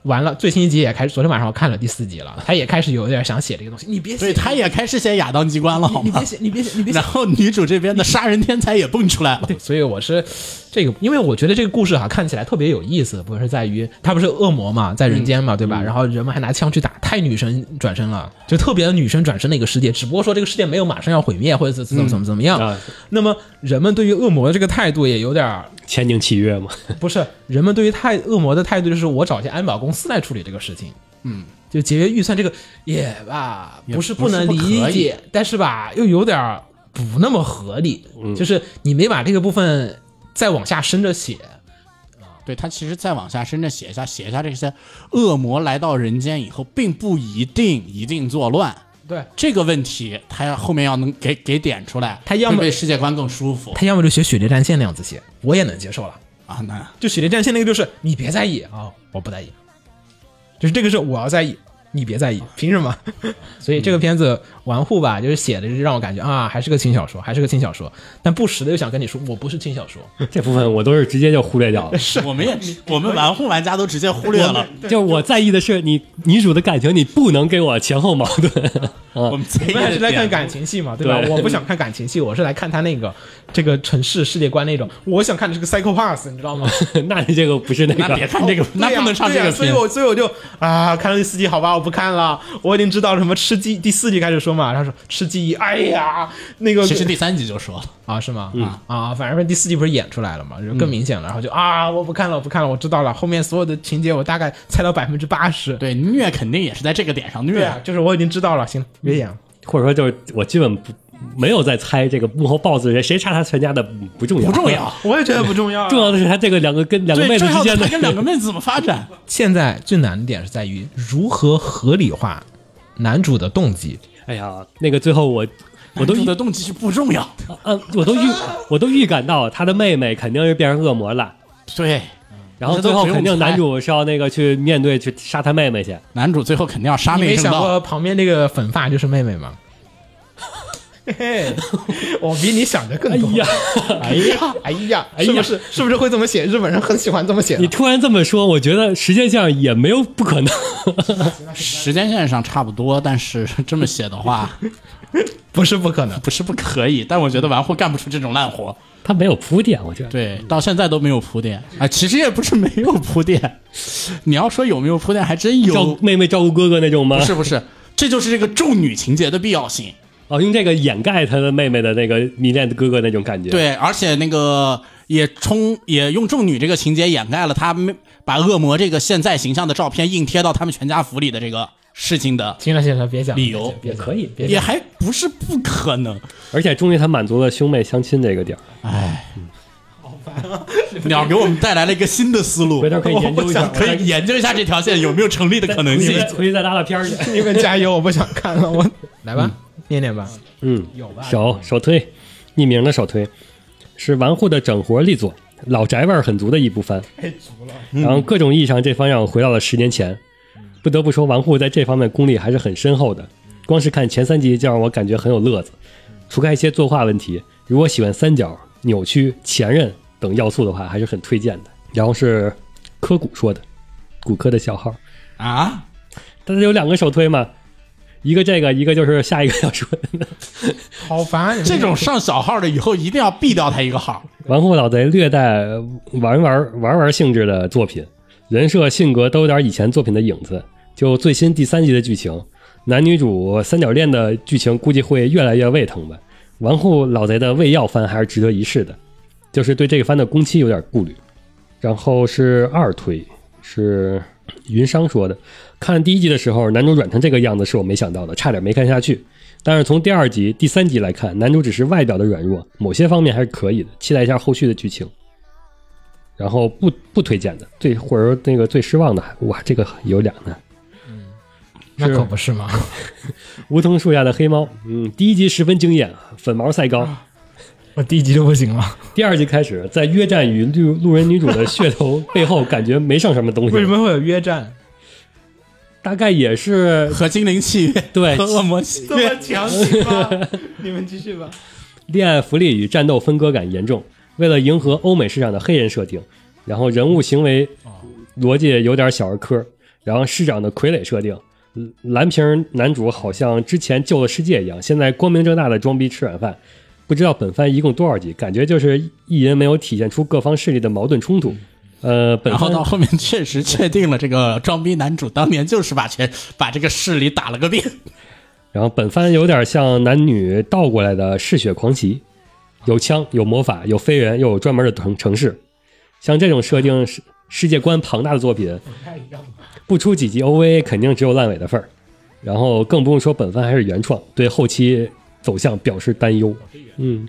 [SPEAKER 5] 完了最新一集也开始，昨天晚上我看了第四集了，他也开始有点想写这个东西。你别写，
[SPEAKER 7] 对，他也开始写亚当机关了，好
[SPEAKER 5] 你
[SPEAKER 7] 吗
[SPEAKER 5] 别？写，你别写，你别写
[SPEAKER 7] 然。后女主这边的杀人天才也蹦出来了。
[SPEAKER 5] 所以我是这个，因为我觉得这个故事哈、看起来特别有意思，不是在于他不是恶魔嘛，在人间嘛，
[SPEAKER 7] 嗯
[SPEAKER 5] 对吧？然后人们还拿枪去打，太女神转身了，就特别女神转身的一个世界，只不过说这个世界没有马上要毁灭或者怎怎么怎么怎么样。
[SPEAKER 4] 啊
[SPEAKER 5] 那么人们对于恶魔的这个态度也有点儿
[SPEAKER 4] 签订契约嘛，
[SPEAKER 5] 不是人们对于太恶魔的态度，就是我找一些安保公司来处理这个事情。嗯，就节约预算这个也吧，不是
[SPEAKER 7] 不是
[SPEAKER 5] 能
[SPEAKER 7] 不
[SPEAKER 5] 理
[SPEAKER 7] 可以
[SPEAKER 5] 解，但是吧又有点儿不那么合理，就是你没把这个部分再往下深着写。
[SPEAKER 7] 对他其实再往下深着写一下，写一下这些恶魔来到人间以后，并不一定一定作乱。
[SPEAKER 5] 对
[SPEAKER 7] 这个问题，他要后面要能给给点出来，
[SPEAKER 5] 他要么
[SPEAKER 7] 会被世界观更舒服
[SPEAKER 5] 他要么就写血泪战线那样子写，我也能接受了。
[SPEAKER 7] 啊。那
[SPEAKER 5] 就血泪战线那个就是你别在意啊、我不在意，就是这个是我要在意，你别在意，凭什么？ 所以这个片子玩户吧，就是写的就让我感觉啊，还是个轻小说，还是个轻小说，但不时的又想跟你说，我不是轻小说，
[SPEAKER 4] 这部分我都是直接就忽略掉了。
[SPEAKER 7] 我们也我们玩户玩家都直接忽略了，
[SPEAKER 4] 就是我在意的是你女主的感情，你不能给我前后矛盾。
[SPEAKER 7] 我们在意
[SPEAKER 5] 你们还是
[SPEAKER 7] 的
[SPEAKER 5] 来看
[SPEAKER 7] 点
[SPEAKER 5] 感情戏嘛，对吧？
[SPEAKER 4] 对
[SPEAKER 5] 我不想看感情戏，我是来看他那个这个城市世界观那种，我想看的是个 psychopath，你知道吗？
[SPEAKER 4] 那你这个不是那
[SPEAKER 7] 那别
[SPEAKER 4] 个，
[SPEAKER 7] 看这个，那
[SPEAKER 5] 对呀
[SPEAKER 7] 不能上这
[SPEAKER 5] 对
[SPEAKER 7] 个
[SPEAKER 5] 呀所以
[SPEAKER 7] 片。
[SPEAKER 5] 我所以我就啊，看到第四集，好吧，我不看了，我已经知道什么吃记第四集开始说嘛，他说吃记忆，哎呀，那个
[SPEAKER 7] 其实第三集就说了，
[SPEAKER 5] 啊是吗？啊啊，反正第四集不是演出来了嘛，就更明显了，然后就啊，我不看了，我不看了，我知道了，后面所有的情节我大概猜到百分之八十，
[SPEAKER 7] 对虐肯定也是在这个点上
[SPEAKER 5] 对
[SPEAKER 7] 虐
[SPEAKER 5] 啊，。就是我已经知道了，行了，别演了。
[SPEAKER 4] 或者说就是我基本不没有在猜这个幕后 BOSS 谁谁杀他全家的不重要，
[SPEAKER 7] 不重要。
[SPEAKER 5] 我也觉得不重要、啊
[SPEAKER 4] 重要的是他这个两个跟两个妹
[SPEAKER 7] 对，
[SPEAKER 4] 子
[SPEAKER 7] 重
[SPEAKER 4] 之
[SPEAKER 7] 要的
[SPEAKER 4] 间
[SPEAKER 7] 他
[SPEAKER 4] 的
[SPEAKER 7] 跟两个妹子怎么发展？
[SPEAKER 5] 现在最难的点是在于如何合理化男主的动机。
[SPEAKER 4] 哎呀，那个最后 我我都
[SPEAKER 7] 男主
[SPEAKER 4] 预
[SPEAKER 7] 的动机是不重要。
[SPEAKER 4] 嗯，我都预
[SPEAKER 7] 啊
[SPEAKER 4] 我都预感到他的妹妹肯定是变成恶魔了，
[SPEAKER 7] 对，
[SPEAKER 4] 然后最后肯
[SPEAKER 7] 这都不
[SPEAKER 4] 定
[SPEAKER 7] 用猜
[SPEAKER 4] 男主是要那个去面对去杀他妹妹去。
[SPEAKER 7] 男主最后肯定要杀
[SPEAKER 5] 你没
[SPEAKER 7] 妹
[SPEAKER 5] 想
[SPEAKER 7] 圣道。
[SPEAKER 5] 过旁边那个粉发就是妹妹吗？嘿嘿 我比你想的更多。
[SPEAKER 4] 哎呀，
[SPEAKER 5] 哎呀，哎呀，
[SPEAKER 4] 哎呀
[SPEAKER 5] 是不是是不是会这么写？日本人很喜欢这么写的
[SPEAKER 4] 你。突然这么说，我觉得时间上也没有不可能。
[SPEAKER 7] 时间线上差不多，但是这么写的 话
[SPEAKER 5] 不是不可能，
[SPEAKER 7] 不是不可以，但我觉得玩户干不出这种烂活。
[SPEAKER 4] 他没有铺垫，我觉得。
[SPEAKER 7] 对，到现在都没有铺垫啊，其实也不是没有铺垫，你要说有没有铺垫，还真
[SPEAKER 4] 照
[SPEAKER 7] 有
[SPEAKER 4] 顾，妹妹照顾哥哥那种吗？
[SPEAKER 7] 不 是不是，这就是这个重女情节的必要性。
[SPEAKER 4] 哦，用这个掩盖他的妹妹的那个迷恋的哥哥那种感觉。，
[SPEAKER 7] 对，而且那个也冲也用重女这个情节掩盖了他们把恶魔这个现在形象的照片硬贴到他们全家福里的这个事情的，
[SPEAKER 5] 行了行了，别讲了
[SPEAKER 7] 理由
[SPEAKER 5] 别讲了别讲了
[SPEAKER 4] 可以
[SPEAKER 5] 别
[SPEAKER 7] 也还不是不可能。
[SPEAKER 4] 而且终于他满足了兄妹相亲这个点儿，
[SPEAKER 7] 鸟给我们带来了一个新的思路，
[SPEAKER 4] 回头可以研究一下
[SPEAKER 7] 我想可以研究一下这条线有没有成立的可能
[SPEAKER 4] 你
[SPEAKER 7] 性
[SPEAKER 4] 们。回去再拉拉片儿去。
[SPEAKER 5] 讲了你们加油，我不想看了，我来吧，念念吧。
[SPEAKER 4] 嗯，手手推，匿名的手推，是玩户的整活力作，老宅味儿很足的一部 番，太哎足了。然后各种意义上，这番让我回到了十年前。不得不说，玩户在这方面功力还是很深厚的。光是看前三集就让我感觉很有乐子。除开一些作画问题，如果喜欢三角、扭曲、前任等要素的话，还是很推荐的。然后是科骨说的，骨科的小号，
[SPEAKER 7] 啊，
[SPEAKER 4] 但是有两个首推嘛，一个这个，一个就是下一个要说的。
[SPEAKER 5] 好烦，啊你们
[SPEAKER 7] 这种上小号的以后一定要毙掉他一个号。
[SPEAKER 4] 玩户老贼略带玩玩玩玩性质的作品，人设性格都有点以前作品的影子。就最新第三集的剧情，男女主三角恋的剧情估计会越来越胃疼吧。玩户老贼的胃药番还是值得一试的，就是对这个番的工期有点顾虑。然后是二推，是云商说的。看第一集的时候，男主软成这个样子是我没想到的，差点没看下去。但是从第二集、第三集来看，男主只是外表的软弱，某些方面还是可以的，期待一下后续的剧情。然后不不推荐的，最或者说那个最失望的，哇，这个有俩呢，
[SPEAKER 5] 那可不是嘛，
[SPEAKER 4] 《梧桐树下的黑猫》。嗯，第一集十分惊艳，粉毛赛高。
[SPEAKER 5] 啊我第一集就不行了，
[SPEAKER 4] 第二集开始，在约战与路路人女主的噱头背后，感觉没剩什么东 西
[SPEAKER 5] 为什
[SPEAKER 4] 了。
[SPEAKER 5] 么会有约战？
[SPEAKER 4] 大概也是
[SPEAKER 7] 和精灵契约，
[SPEAKER 4] 对
[SPEAKER 7] 和恶魔契约，
[SPEAKER 5] 强行 吧，你们继续吧。
[SPEAKER 4] 恋爱福利与战斗分割感严重。为了迎合欧美市场的黑人设定，然后人物行为逻辑有点小儿科，然后市长的傀儡设定，嗯蓝瓶男主好像之前救了世界一样，现在光明正大的装逼吃软饭。不知道本番一共多少集，感觉就是一人没有体现出各方势力的矛盾冲突。呃，本
[SPEAKER 7] 然后
[SPEAKER 4] 番
[SPEAKER 7] 到后面确实确定了这个装逼男主当年就是把全把这个势力打了个遍。
[SPEAKER 4] 然后本番有点像男女倒过来的嗜血狂骑，有枪，有魔法，有飞人，又有专门的城城市。像这种设定世世界观庞大的作品，不出几集 OVA 肯定只有烂尾的份儿。然后更不用说本番还是原创，对后期走向表示担忧。嗯，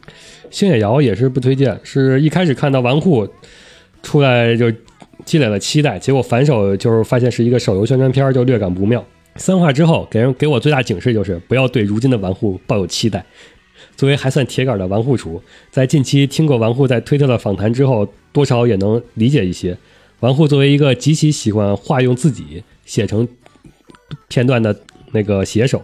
[SPEAKER 4] 星野遥也是不推荐，是一开始看到纨绔出来就积累了期待，结果反手就是发现是一个手游宣传片儿，就略感不妙。三话之后，给人给我最大警示就是不要对如今的玩户抱有期待。作为还算铁杆的玩户厨，在近期听过玩户在推特的访谈之后，多少也能理解一些。玩户作为一个极其喜欢化用自己写成片段的那个写手，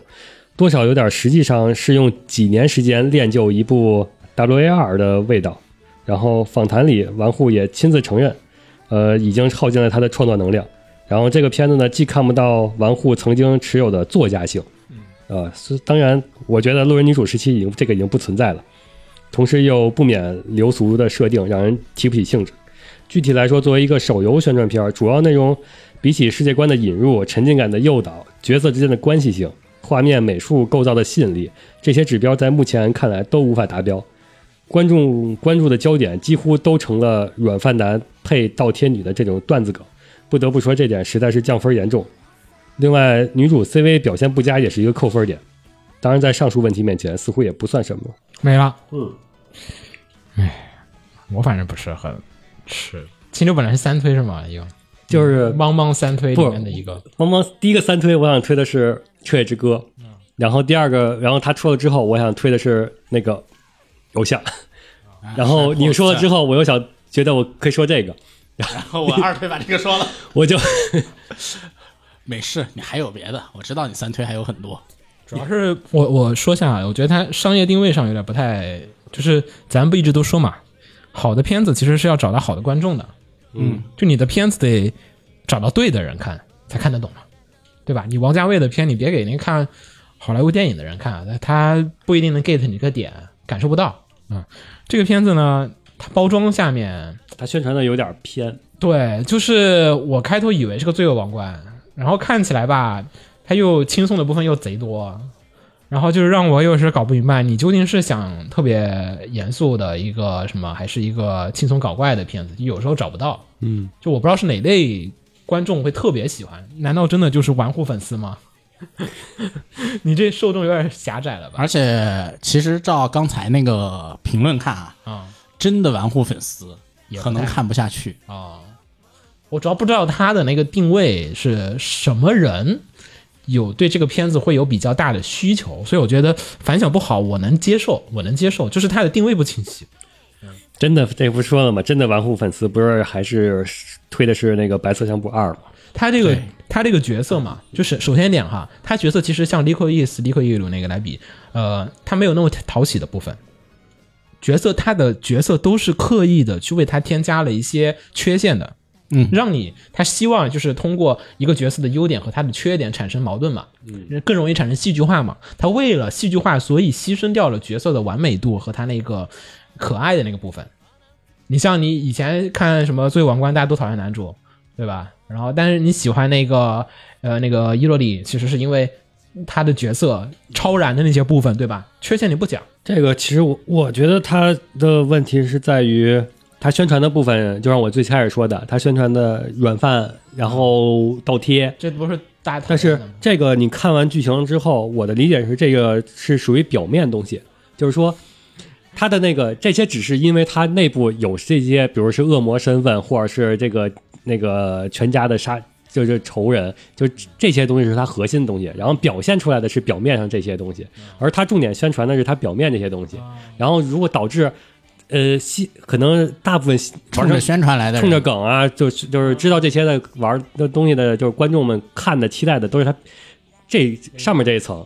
[SPEAKER 4] 多少有点实际上是用几年时间练就一部 WAR 的味道。然后访谈里，玩户也亲自承认，呃，已经耗尽了他的创作能量。然后这个片子呢，既看不到玩户曾经持有的作家性，呃，是当然，我觉得路人女主时期已经这个已经不存在了，同时又不免流俗的设定让人提不起兴致。具体来说，作为一个手游宣传片儿，主要内容比起世界观的引入、沉浸感的诱导、角色之间的关系性、画面美术构造的吸引力，这些指标在目前看来都无法达标。观众关注的焦点几乎都成了软饭男配倒贴女的这种段子梗，不得不说这点实在是降分严重。另外，女主 CV 表现不佳也是一个扣分点。当然，在上述问题面前，似乎也不算什么。
[SPEAKER 5] 没了。哎
[SPEAKER 4] 嗯，
[SPEAKER 5] 我反正不是很吃。青州本来是三推是吗？一个
[SPEAKER 4] 就是
[SPEAKER 5] 邦邦三推里面的一个，
[SPEAKER 4] 汪汪第一个三推，我想推的是《彻夜之歌》，然后第二个，然后他出了之后，我想推的是那个偶像，然后你说了之后，我又想觉得我可以说这个，
[SPEAKER 7] 然后我二推把这个说了，
[SPEAKER 4] 我就
[SPEAKER 7] 没事，你还有别的，我知道你三推还有很多。
[SPEAKER 5] 主要是我我说一下啊，我觉得它商业定位上有点不太，就是咱们不一直都说嘛，好的片子其实是要找到好的观众的，嗯，就你的片子得找到对的人看才看得懂嘛，对吧？你王家卫的片，你别给那个看好莱坞电影的人看，那他不一定能 get 你个点，感受不到啊、嗯这个片子呢，它包装下面
[SPEAKER 4] 他宣传的有点偏，
[SPEAKER 5] 对，就是我开头以为是个罪恶王冠，然后看起来吧，它又轻松的部分又贼多，然后就是让我有时搞不明白，你究竟是想特别严肃的一个什么，还是一个轻松搞怪的片子？有时候找不到，
[SPEAKER 4] 嗯，
[SPEAKER 5] 就我不知道是哪类观众会特别喜欢，难道真的就是玩户粉丝吗？ 你这受众有点狭窄了吧？
[SPEAKER 7] 而且其实照刚才那个评论看啊，
[SPEAKER 5] 啊、
[SPEAKER 7] 真的玩户粉丝
[SPEAKER 5] 也不
[SPEAKER 7] 可能
[SPEAKER 5] 太
[SPEAKER 7] 看不下去。
[SPEAKER 5] 啊、我主要不知道他的那个定位是什么人，有对这个片子会有比较大的需求，所以我觉得反响不好，我能接受，我能接受，就是他的定位不清晰。
[SPEAKER 4] 真的这不说了吗？真的玩户粉丝不是还是推的是那个白色相簿二吗？
[SPEAKER 5] 他这个他这个角色嘛，就是首先一点哈，他角色其实像 Lico e s Lico e 鲁那个来比，呃，他没有那么讨喜的部分。角色他的角色都是刻意的去为他添加了一些缺陷的，
[SPEAKER 7] 嗯
[SPEAKER 5] 让你他希望就是通过一个角色的优点和他的缺点产生矛盾嘛，嗯，更容易产生戏剧化嘛。他为了戏剧化，所以牺牲掉了角色的完美度和他那个可爱的那个部分。你像你以前看什么《最后王冠》，大家都讨厌男主，对吧？然后，但是你喜欢那个呃那个伊洛里，其实是因为他的角色超然的那些部分，对吧？缺陷你不讲，
[SPEAKER 4] 这个其实我我觉得他的问题是在于他宣传的部分，就像我最开始说的，他宣传的软饭，然后倒贴。
[SPEAKER 5] 这不是大家讨
[SPEAKER 4] 但
[SPEAKER 5] 厌
[SPEAKER 4] 是
[SPEAKER 5] 的吗？
[SPEAKER 4] 这个你看完剧情之后，我的理解是，这个是属于表面东西，就是说，他的那个这些只是因为他内部有这些，比如是恶魔身份，或者是这个那个全家的杀，就是仇人，就这些东西是他核心的东西，然后表现出来的是表面上这些东西，而他重点宣传的是他表面这些东西，然后如果导致。呃，西可能大部分西
[SPEAKER 7] 冲
[SPEAKER 4] 玩
[SPEAKER 7] 着宣传来的人，
[SPEAKER 4] 冲着梗啊，就是就是知道这些的玩的东西的，就是观众们看的、期待的都是他这上面这一层。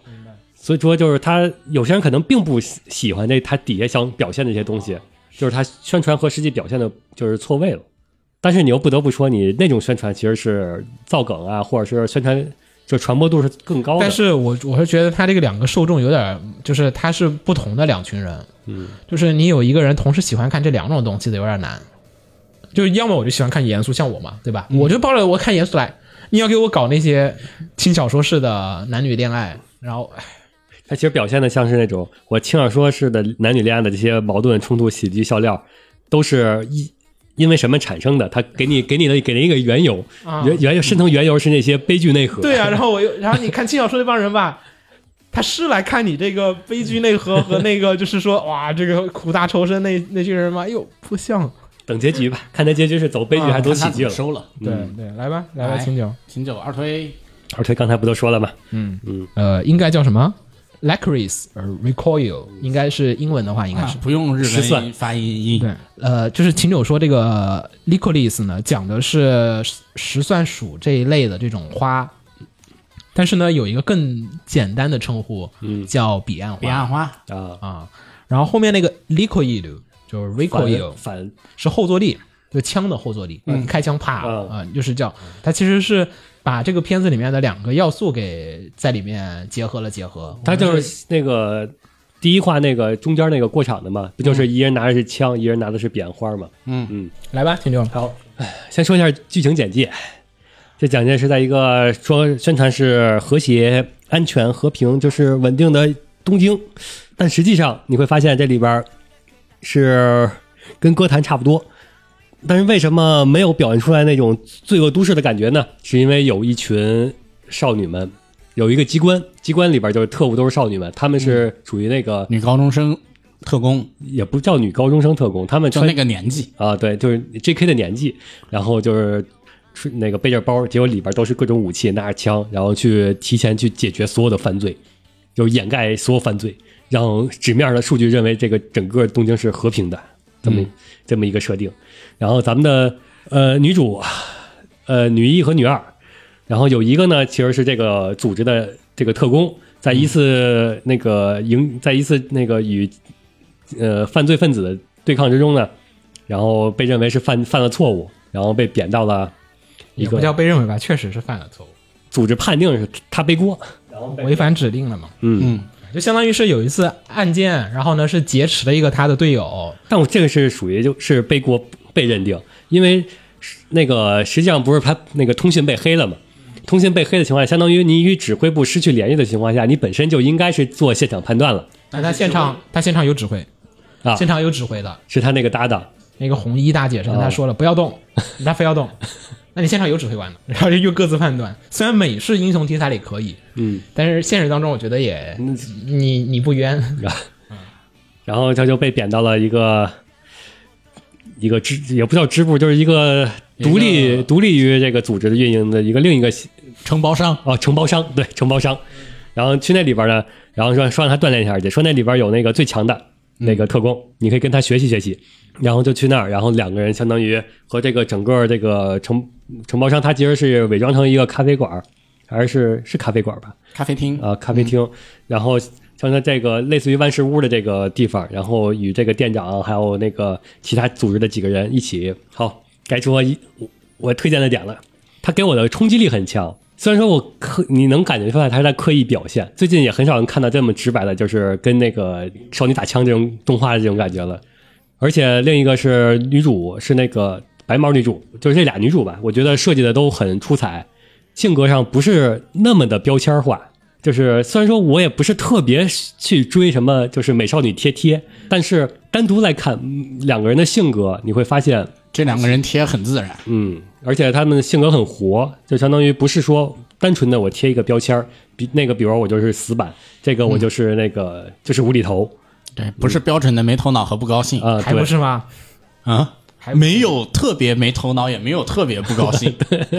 [SPEAKER 4] 所以说，就是他有些人可能并不喜喜欢这他底下想表现的这些东西，就是他宣传和实际表现的就是错位了。但是你又不得不说，你那种宣传其实是造梗啊，或者是宣传就传播度是更高的。
[SPEAKER 5] 但是我我是觉得他这个两个受众有点儿，就是他是不同的两群人，嗯，就是你有一个人同时喜欢看这两种东西的有点难，就是要么我就喜欢看严肃，像我嘛，对吧？我就抱着我看严肃来，你要给我搞那些轻小说式的男女恋爱，然后哎唉
[SPEAKER 4] 他其实表现的像是那种我轻小说式的男女恋爱的这些矛盾冲突、喜剧笑料，都是一因为什么产生的？他给你给你的给了一个缘由，
[SPEAKER 5] 啊
[SPEAKER 4] 缘缘由深层缘由是那些悲剧内核。
[SPEAKER 5] 对啊，然后我又，然后你看轻小说那帮人 吧，他是来看你这个悲剧内核 和那个就是说哇这个苦大仇深那那群人吗？哎呦不像，
[SPEAKER 4] 等结局吧，看他结局是走悲剧还是走
[SPEAKER 7] 看他
[SPEAKER 4] 喜
[SPEAKER 7] 怎么
[SPEAKER 4] 剧了。嗯
[SPEAKER 7] 收了。
[SPEAKER 5] 对对，来吧嗯来吧
[SPEAKER 7] 来
[SPEAKER 5] 清酒，
[SPEAKER 7] 秦九二推，
[SPEAKER 4] 而且刚才不都说了吗？
[SPEAKER 5] 呃，应该叫什么？Lacrice 呃 Recoil，应该是英文的话应该
[SPEAKER 7] 啊
[SPEAKER 5] 是。
[SPEAKER 7] 不用日
[SPEAKER 4] 失
[SPEAKER 7] 文
[SPEAKER 4] 算
[SPEAKER 7] 发音音，
[SPEAKER 5] 对，呃，就是秦九说这个 Licolis 呢，讲的是十十算属这一类的这种花，但是呢，有一个更简单的称呼，嗯，叫彼岸花。
[SPEAKER 7] 彼岸花
[SPEAKER 4] 啊，
[SPEAKER 5] 啊，然后后面那个 Licoil 就是 Recoil，
[SPEAKER 4] 反反
[SPEAKER 5] 是后坐力，就枪的后坐力，嗯，开枪啪啊、
[SPEAKER 4] 嗯
[SPEAKER 5] 就是叫它其实是把这个片子里面的两个要素给在里面结合了结合。
[SPEAKER 4] 他就是那个第一话那个中间那个过场的嘛，不就是一人拿的是枪，一人拿的是扁花嘛？
[SPEAKER 5] 来吧，秦九，
[SPEAKER 4] 好，唉先说一下剧情简介。这简介是在一个说宣传是和谐、安全、和平，就是稳定的东京，但实际上你会发现这里边儿是跟歌坛差不多。但是为什么没有表现出来那种罪恶都市的感觉呢？是因为有一群少女们，有一个机关，机关里边就是特务都是少女们，她
[SPEAKER 7] 嗯
[SPEAKER 4] 们是属于那个、
[SPEAKER 7] 女高中生特工，
[SPEAKER 4] 也不叫女高中生特工，她们
[SPEAKER 7] 就
[SPEAKER 4] 穿
[SPEAKER 7] 那个年纪，
[SPEAKER 4] 啊，对，就是 J.K. 的年纪，然后就是出那个背着包，结果里边都是各种武器，拿着枪，然后去提前去解决所有的犯罪，就是掩盖所有犯罪，让纸面上的数据认为这个整个东京是和平的，这
[SPEAKER 5] 嗯
[SPEAKER 4] 么、这么一个设定。然后咱们的呃女主，呃女一和女二，然后有一个呢其实是这个组织的这个特工，在一
[SPEAKER 5] 嗯
[SPEAKER 4] 次那个营，在一次那个与呃犯罪分子的对抗之中呢，然后被认为是犯犯了错误，然后被贬到了一
[SPEAKER 5] 也不
[SPEAKER 4] 个
[SPEAKER 5] 叫被认为吧，确实是犯了错误，
[SPEAKER 4] 组织判定是他背锅，然后被
[SPEAKER 5] 违反指令了嘛。
[SPEAKER 4] 嗯，
[SPEAKER 5] 就相当于是有一次案件，然后呢是劫持了一个他的队友，
[SPEAKER 4] 但我这个是属于就是背锅被认定，因为是那个实际上不是他那个通讯被黑了嘛。通信被黑的情况下，相当于你与指挥部失去联系的情况下，你本身就应该是做现场判断了
[SPEAKER 5] 那他现场他现场有指挥，
[SPEAKER 4] 啊。
[SPEAKER 5] 现场有指挥的，
[SPEAKER 4] 是他那个搭档，
[SPEAKER 5] 那个红衣大姐
[SPEAKER 4] 哦
[SPEAKER 5] 是跟他说了、不要 动，他非要动，那你现场有指挥官的， 然后就又各自判断。虽然美式英雄题材里可以，
[SPEAKER 4] 嗯，
[SPEAKER 5] 但是现实当中我觉得也你你不冤，
[SPEAKER 4] 然后，然后他就被贬到了一个一个支，也不叫支部，就是一个独
[SPEAKER 7] 一
[SPEAKER 4] 立
[SPEAKER 7] 个
[SPEAKER 4] 独立于这个组织的运营的一个另一个
[SPEAKER 7] 承包商
[SPEAKER 4] 哦，承包商，对，承包商。然后去那里边呢，然后说说让他锻炼一下去，说那里边有那个最强的那个特工，你可以跟他学习学习。然后就去那儿，然后两个人相当于和这个整个这个承承包商，他其实是伪装成一个咖啡馆儿，还是是咖啡馆儿吧？
[SPEAKER 7] 咖啡厅
[SPEAKER 4] 啊、咖啡厅，然后像他这个类似于万事屋的这个地方，然后与这个店长还有那个其他组织的几个人一起，好，该说一我我推荐的点了，他给我的冲击力很强。虽然说我刻，你能感觉出来他是在刻意表现。最近也很少能看到这么直白的，就是跟那个少女打枪这种动画的这种感觉了。而且另一个是女主是那个白毛女主，就是这俩女主吧，我觉得设计的都很出彩，性格上不是那么的标签化。就是虽然说我也不是特别去追什么，就是美少女贴贴，但是单独来看嗯两个人的性格，你会发现
[SPEAKER 7] 这两个人贴很自然，
[SPEAKER 4] 嗯，而且他们的性格很活，就相当于不是说单纯的我贴一个标签儿，比那个，比如我就是死板，这个我就是那个、就是无厘头
[SPEAKER 7] 对，不是标准的没头脑和不高兴
[SPEAKER 4] 啊、
[SPEAKER 5] 还
[SPEAKER 4] 对
[SPEAKER 5] 不是吗？
[SPEAKER 7] 啊，没有特别没头脑，也没有特别不高 兴，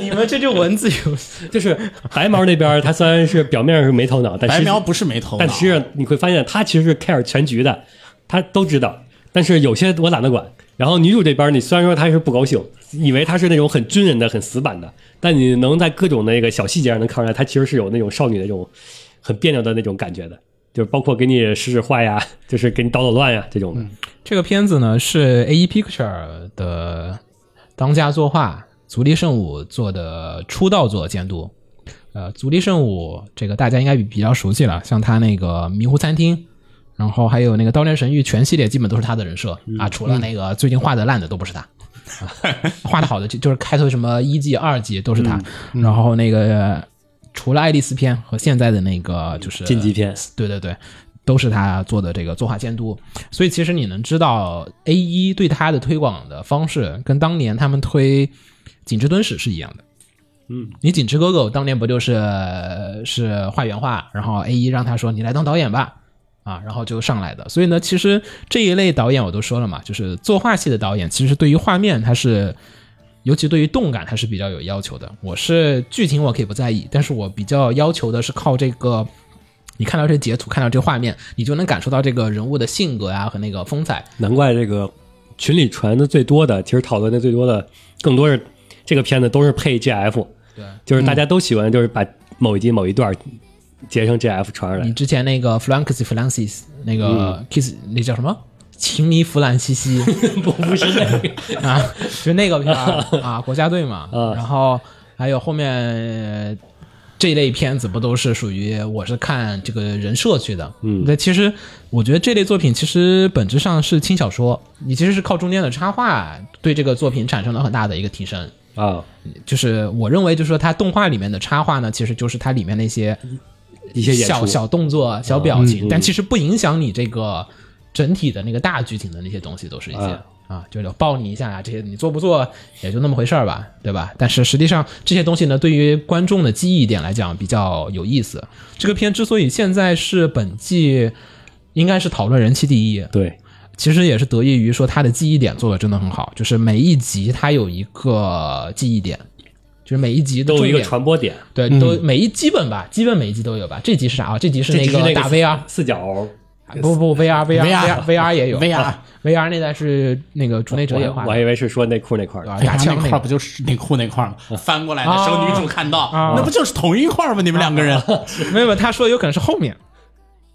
[SPEAKER 5] 你们这就文字游戏，
[SPEAKER 4] 就是白毛那边儿，他虽然是表面上是没头脑，但
[SPEAKER 7] 白
[SPEAKER 4] 实
[SPEAKER 7] 苗不是没头脑，啊
[SPEAKER 4] 但实际上你会发现他其实是 care 全局的，他都知道，但是有些我懒得管。然后女主这边儿，你虽然说她是不高兴，以为她是那种很军人的、很死板的， 但你能在各种那个小细节上能看出来，她其实是有那种少女那种很别扭的那种感觉的，就是包括给你使使坏呀，就是给你捣捣乱呀这种
[SPEAKER 7] 嗯
[SPEAKER 4] 的。
[SPEAKER 5] 这个片子呢是 A E Picture 的当家作画足利圣武做的出道作监督。呃，足利圣武这个大家应该比比较熟悉了，像他那个《迷糊餐厅》，然后还有那个《刀剑神域》全系列基本都是他的人设啊，除了那个最近画的烂的都不是他。画的好的就就是开头什么一季、二季都是他，然后那个除了爱丽丝篇和现在的那个
[SPEAKER 7] 啊
[SPEAKER 5] 就是
[SPEAKER 4] 晋级篇
[SPEAKER 5] 对对对，都是他做的这个作画监督。所以其实你能知道 A 一对他的推广的方式，跟当年他们推景之敦史是一样的。嗯，你景之哥哥当年不就是是画原画，然后 A 一让他说你来当导演吧，啊，然后就上来的。所以呢，其实这一类导演我都说了嘛，就是作画系的导演，其实对于画面它是，尤其对于动感它是比较有要求的。我是剧情我可以不在意，但是我比较要求的是靠这个，你看到这截图，看到这画面，你就能感受到这个人物的性格啊和那个风采。
[SPEAKER 4] 难怪这个群里传的最多的，其实讨论的最多的，更多是这个片子都是配 GF，
[SPEAKER 5] 对，
[SPEAKER 4] 就是大家都喜欢就是把某一集某一段儿截成 GF 传上 来
[SPEAKER 5] 你。之前那个 Francis Francis 那个 Kiss、那叫什么？情迷弗兰西西
[SPEAKER 4] 不不是那个，
[SPEAKER 5] 啊， 就那个片儿啊，国家队嘛。
[SPEAKER 4] 啊
[SPEAKER 5] 然后还有后面呃这类片子不都是属于我是看这个人设去的？嗯，那其实我觉得这类作品其实本质上是轻小说，你其实是靠中间的插画对这个作品产生了很大的一个提升。
[SPEAKER 4] 啊，
[SPEAKER 5] 就是我认为，就是说它动画里面的插画呢，其实就是它里面那些
[SPEAKER 4] 一些演
[SPEAKER 5] 小
[SPEAKER 4] 出
[SPEAKER 5] 小动作、小表情，
[SPEAKER 4] 嗯嗯
[SPEAKER 5] 但其实不影响你这个整体的那个大剧情的那些东西，都是一些
[SPEAKER 4] 啊
[SPEAKER 5] 啊就是抱你一下啊，这些你做不做也就那么回事儿吧，对吧？但是实际上这些东西呢，对于观众的记忆点来讲比较有意思。这个片之所以现在是本季应该是讨论人气第一，
[SPEAKER 4] 对，
[SPEAKER 5] 其实也是得益于说它的记忆点做的真的很好，就是每一集它有一个记忆点，就是每一集的
[SPEAKER 4] 都有一个
[SPEAKER 5] 重点
[SPEAKER 4] 传播点。
[SPEAKER 5] 对，都每一基本吧，基本每一集都有吧。这集是啥啊？这集是
[SPEAKER 4] 这
[SPEAKER 5] 那
[SPEAKER 4] 只是那
[SPEAKER 5] 个
[SPEAKER 4] 个
[SPEAKER 5] 打 VR
[SPEAKER 4] 四角
[SPEAKER 5] 不不，VR VR
[SPEAKER 7] VR
[SPEAKER 5] VR 也有
[SPEAKER 7] VR
[SPEAKER 5] VR 那代是那个竹内折也画
[SPEAKER 4] 我还
[SPEAKER 5] 的，
[SPEAKER 4] 以为是说内裤那块儿
[SPEAKER 5] 对吧
[SPEAKER 4] 呢。
[SPEAKER 5] 打枪
[SPEAKER 7] 哎那嗯块
[SPEAKER 5] 个
[SPEAKER 7] 儿不就是内裤那块儿吗？翻过来的时候，
[SPEAKER 5] 啊
[SPEAKER 7] 女主看到
[SPEAKER 5] 啊，
[SPEAKER 7] 那不就是同一块儿吗？你们两个人，
[SPEAKER 5] 没有，没有他说有可能是后面。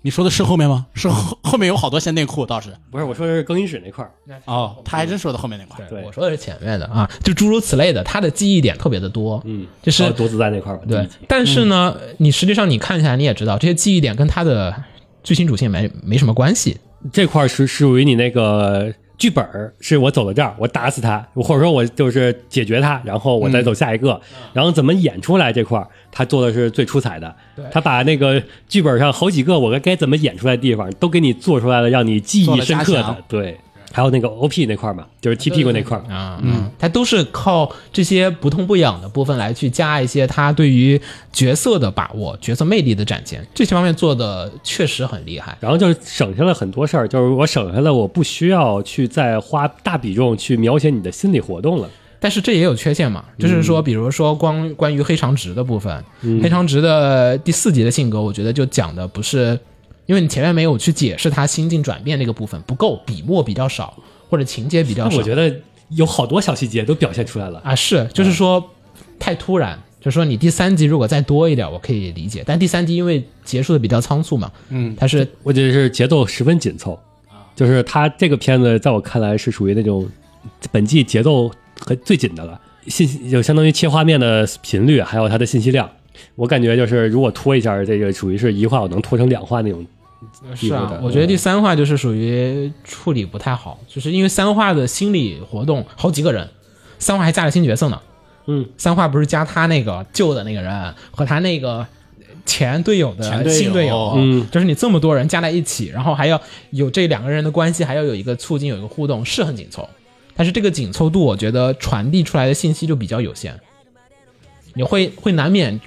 [SPEAKER 7] 你说的是后面吗？是后后面有好多线内裤 倒是。
[SPEAKER 4] 不是，我说的是更衣室那块儿。
[SPEAKER 7] 哦，他还真说的后面那块儿。
[SPEAKER 4] 对
[SPEAKER 5] 我说的是前面的啊，就诸如此类的，他的记忆点特别的多，
[SPEAKER 4] 嗯，
[SPEAKER 5] 就是
[SPEAKER 4] 还有多子弹那块儿吧。第一
[SPEAKER 5] 对
[SPEAKER 4] 集，
[SPEAKER 5] 但是呢，你实际上你看下来你也知道，这些记忆点跟他的剧情主线没没什么关系。
[SPEAKER 4] 这块儿是属于你那个剧本儿，是我走到这儿，我打死他，或者说我就是解决他，然后我再走下一个，
[SPEAKER 7] 嗯
[SPEAKER 4] 然后怎么演出来这块儿，他做的是最出彩的。他把那个剧本上好几个我该该怎么演出来的地方都给你做出来了，让你记忆深刻
[SPEAKER 7] 做了加
[SPEAKER 4] 的
[SPEAKER 7] 强。
[SPEAKER 4] 对，还有那个 OP 那块儿嘛，就是踢屁股那块儿。
[SPEAKER 5] 啊，嗯，他都是靠这些不痛不痒的部分来去加一些他对于角色的把握、角色魅力的展现，这些方面做的确实很厉害。
[SPEAKER 4] 然后就省下了很多事儿，就是我省下了我不需要去再花大比重去描写你的心理活动了。
[SPEAKER 5] 但是这也有缺陷嘛，就是说，比如说光关于黑长直的部分，黑长直的第四集的性格，我觉得就讲的不是，因为你前面没有去解释他心境转变这个部分不够，笔墨比较少，或者情节比较
[SPEAKER 4] 但
[SPEAKER 5] 少。
[SPEAKER 4] 我觉得有好多小细节都表现出来了。
[SPEAKER 5] 啊，是，就是说太突然，就是说你第三集如果再多一点，我可以理解，但第三集因为结束的比较仓促嘛，嗯，它是
[SPEAKER 4] 我觉得是节奏十分紧凑，就是他这个片子在我看来是属于那种本季节奏很最紧的了，信息就相当于切画面的频率，还有它的信息量，我感觉就是如果拖一下，这个属于是一话我能拖成两话那种。
[SPEAKER 5] 是
[SPEAKER 4] 地步
[SPEAKER 5] 啊
[SPEAKER 4] 的，
[SPEAKER 5] 我觉得第三话就是属于处理不太好，就是因为三话的心理活动好几个人，三话还加了新角色呢。
[SPEAKER 4] 嗯，
[SPEAKER 5] 三话不是加他那个旧的那个人和他那个前队友
[SPEAKER 7] 前
[SPEAKER 5] 的
[SPEAKER 7] 队友
[SPEAKER 5] 新队友，
[SPEAKER 4] 嗯
[SPEAKER 5] 就是你这么多人加在一起，然后还要有这两个人的关系，还要有一个促进，有一个互动，是很紧凑。但是这个紧凑度，我觉得传递出来的信息就比较有限，你会会难免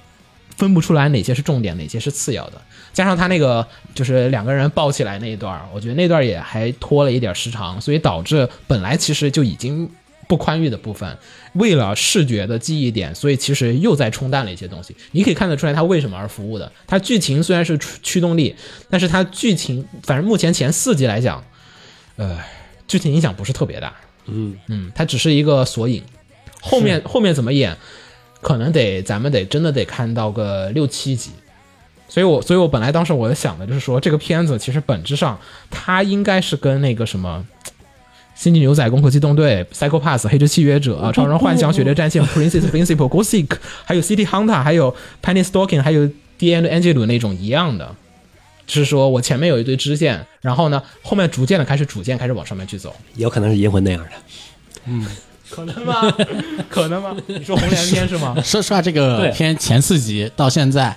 [SPEAKER 5] 分不出来哪些是重点，哪些是次要的。加上他那个就是两个人抱起来那一段儿，我觉得那段儿也还拖了一点时长，所以导致本来其实就已经不宽裕的部分，为了视觉的记忆点，所以其实又在冲淡了一些东西。你可以看得出来它为什么而服务的。它剧情虽然是驱驱动力，但是它剧情反正目前前四集来讲，呃，剧情影响不是特别大。
[SPEAKER 4] 嗯
[SPEAKER 5] 嗯，它只是一个索引，后面后面怎么演，可能得咱们得真的得看到个六七集。所以我，所以我本来当时我想的就是说，这个片子其实本质上它应该是跟那个什么。《星际牛仔》《攻壳机动队》《Psycho Pass》《黑之契约者》《超人幻想》《血流战线》《Princess Principal》《Go Seek》，还有《City Hunter》，还有《Penny Stalking》，还有《D N Angel》那种一样的，就是说我前面有一堆支线，然后呢，后面逐渐的开始主线开始往上面去走，
[SPEAKER 4] 也有可能是银魂那样的，
[SPEAKER 5] 可能吗？ 可能吗？你说红莲片是吗？
[SPEAKER 7] 说实话，这个
[SPEAKER 4] 对
[SPEAKER 7] 片前四集到现在，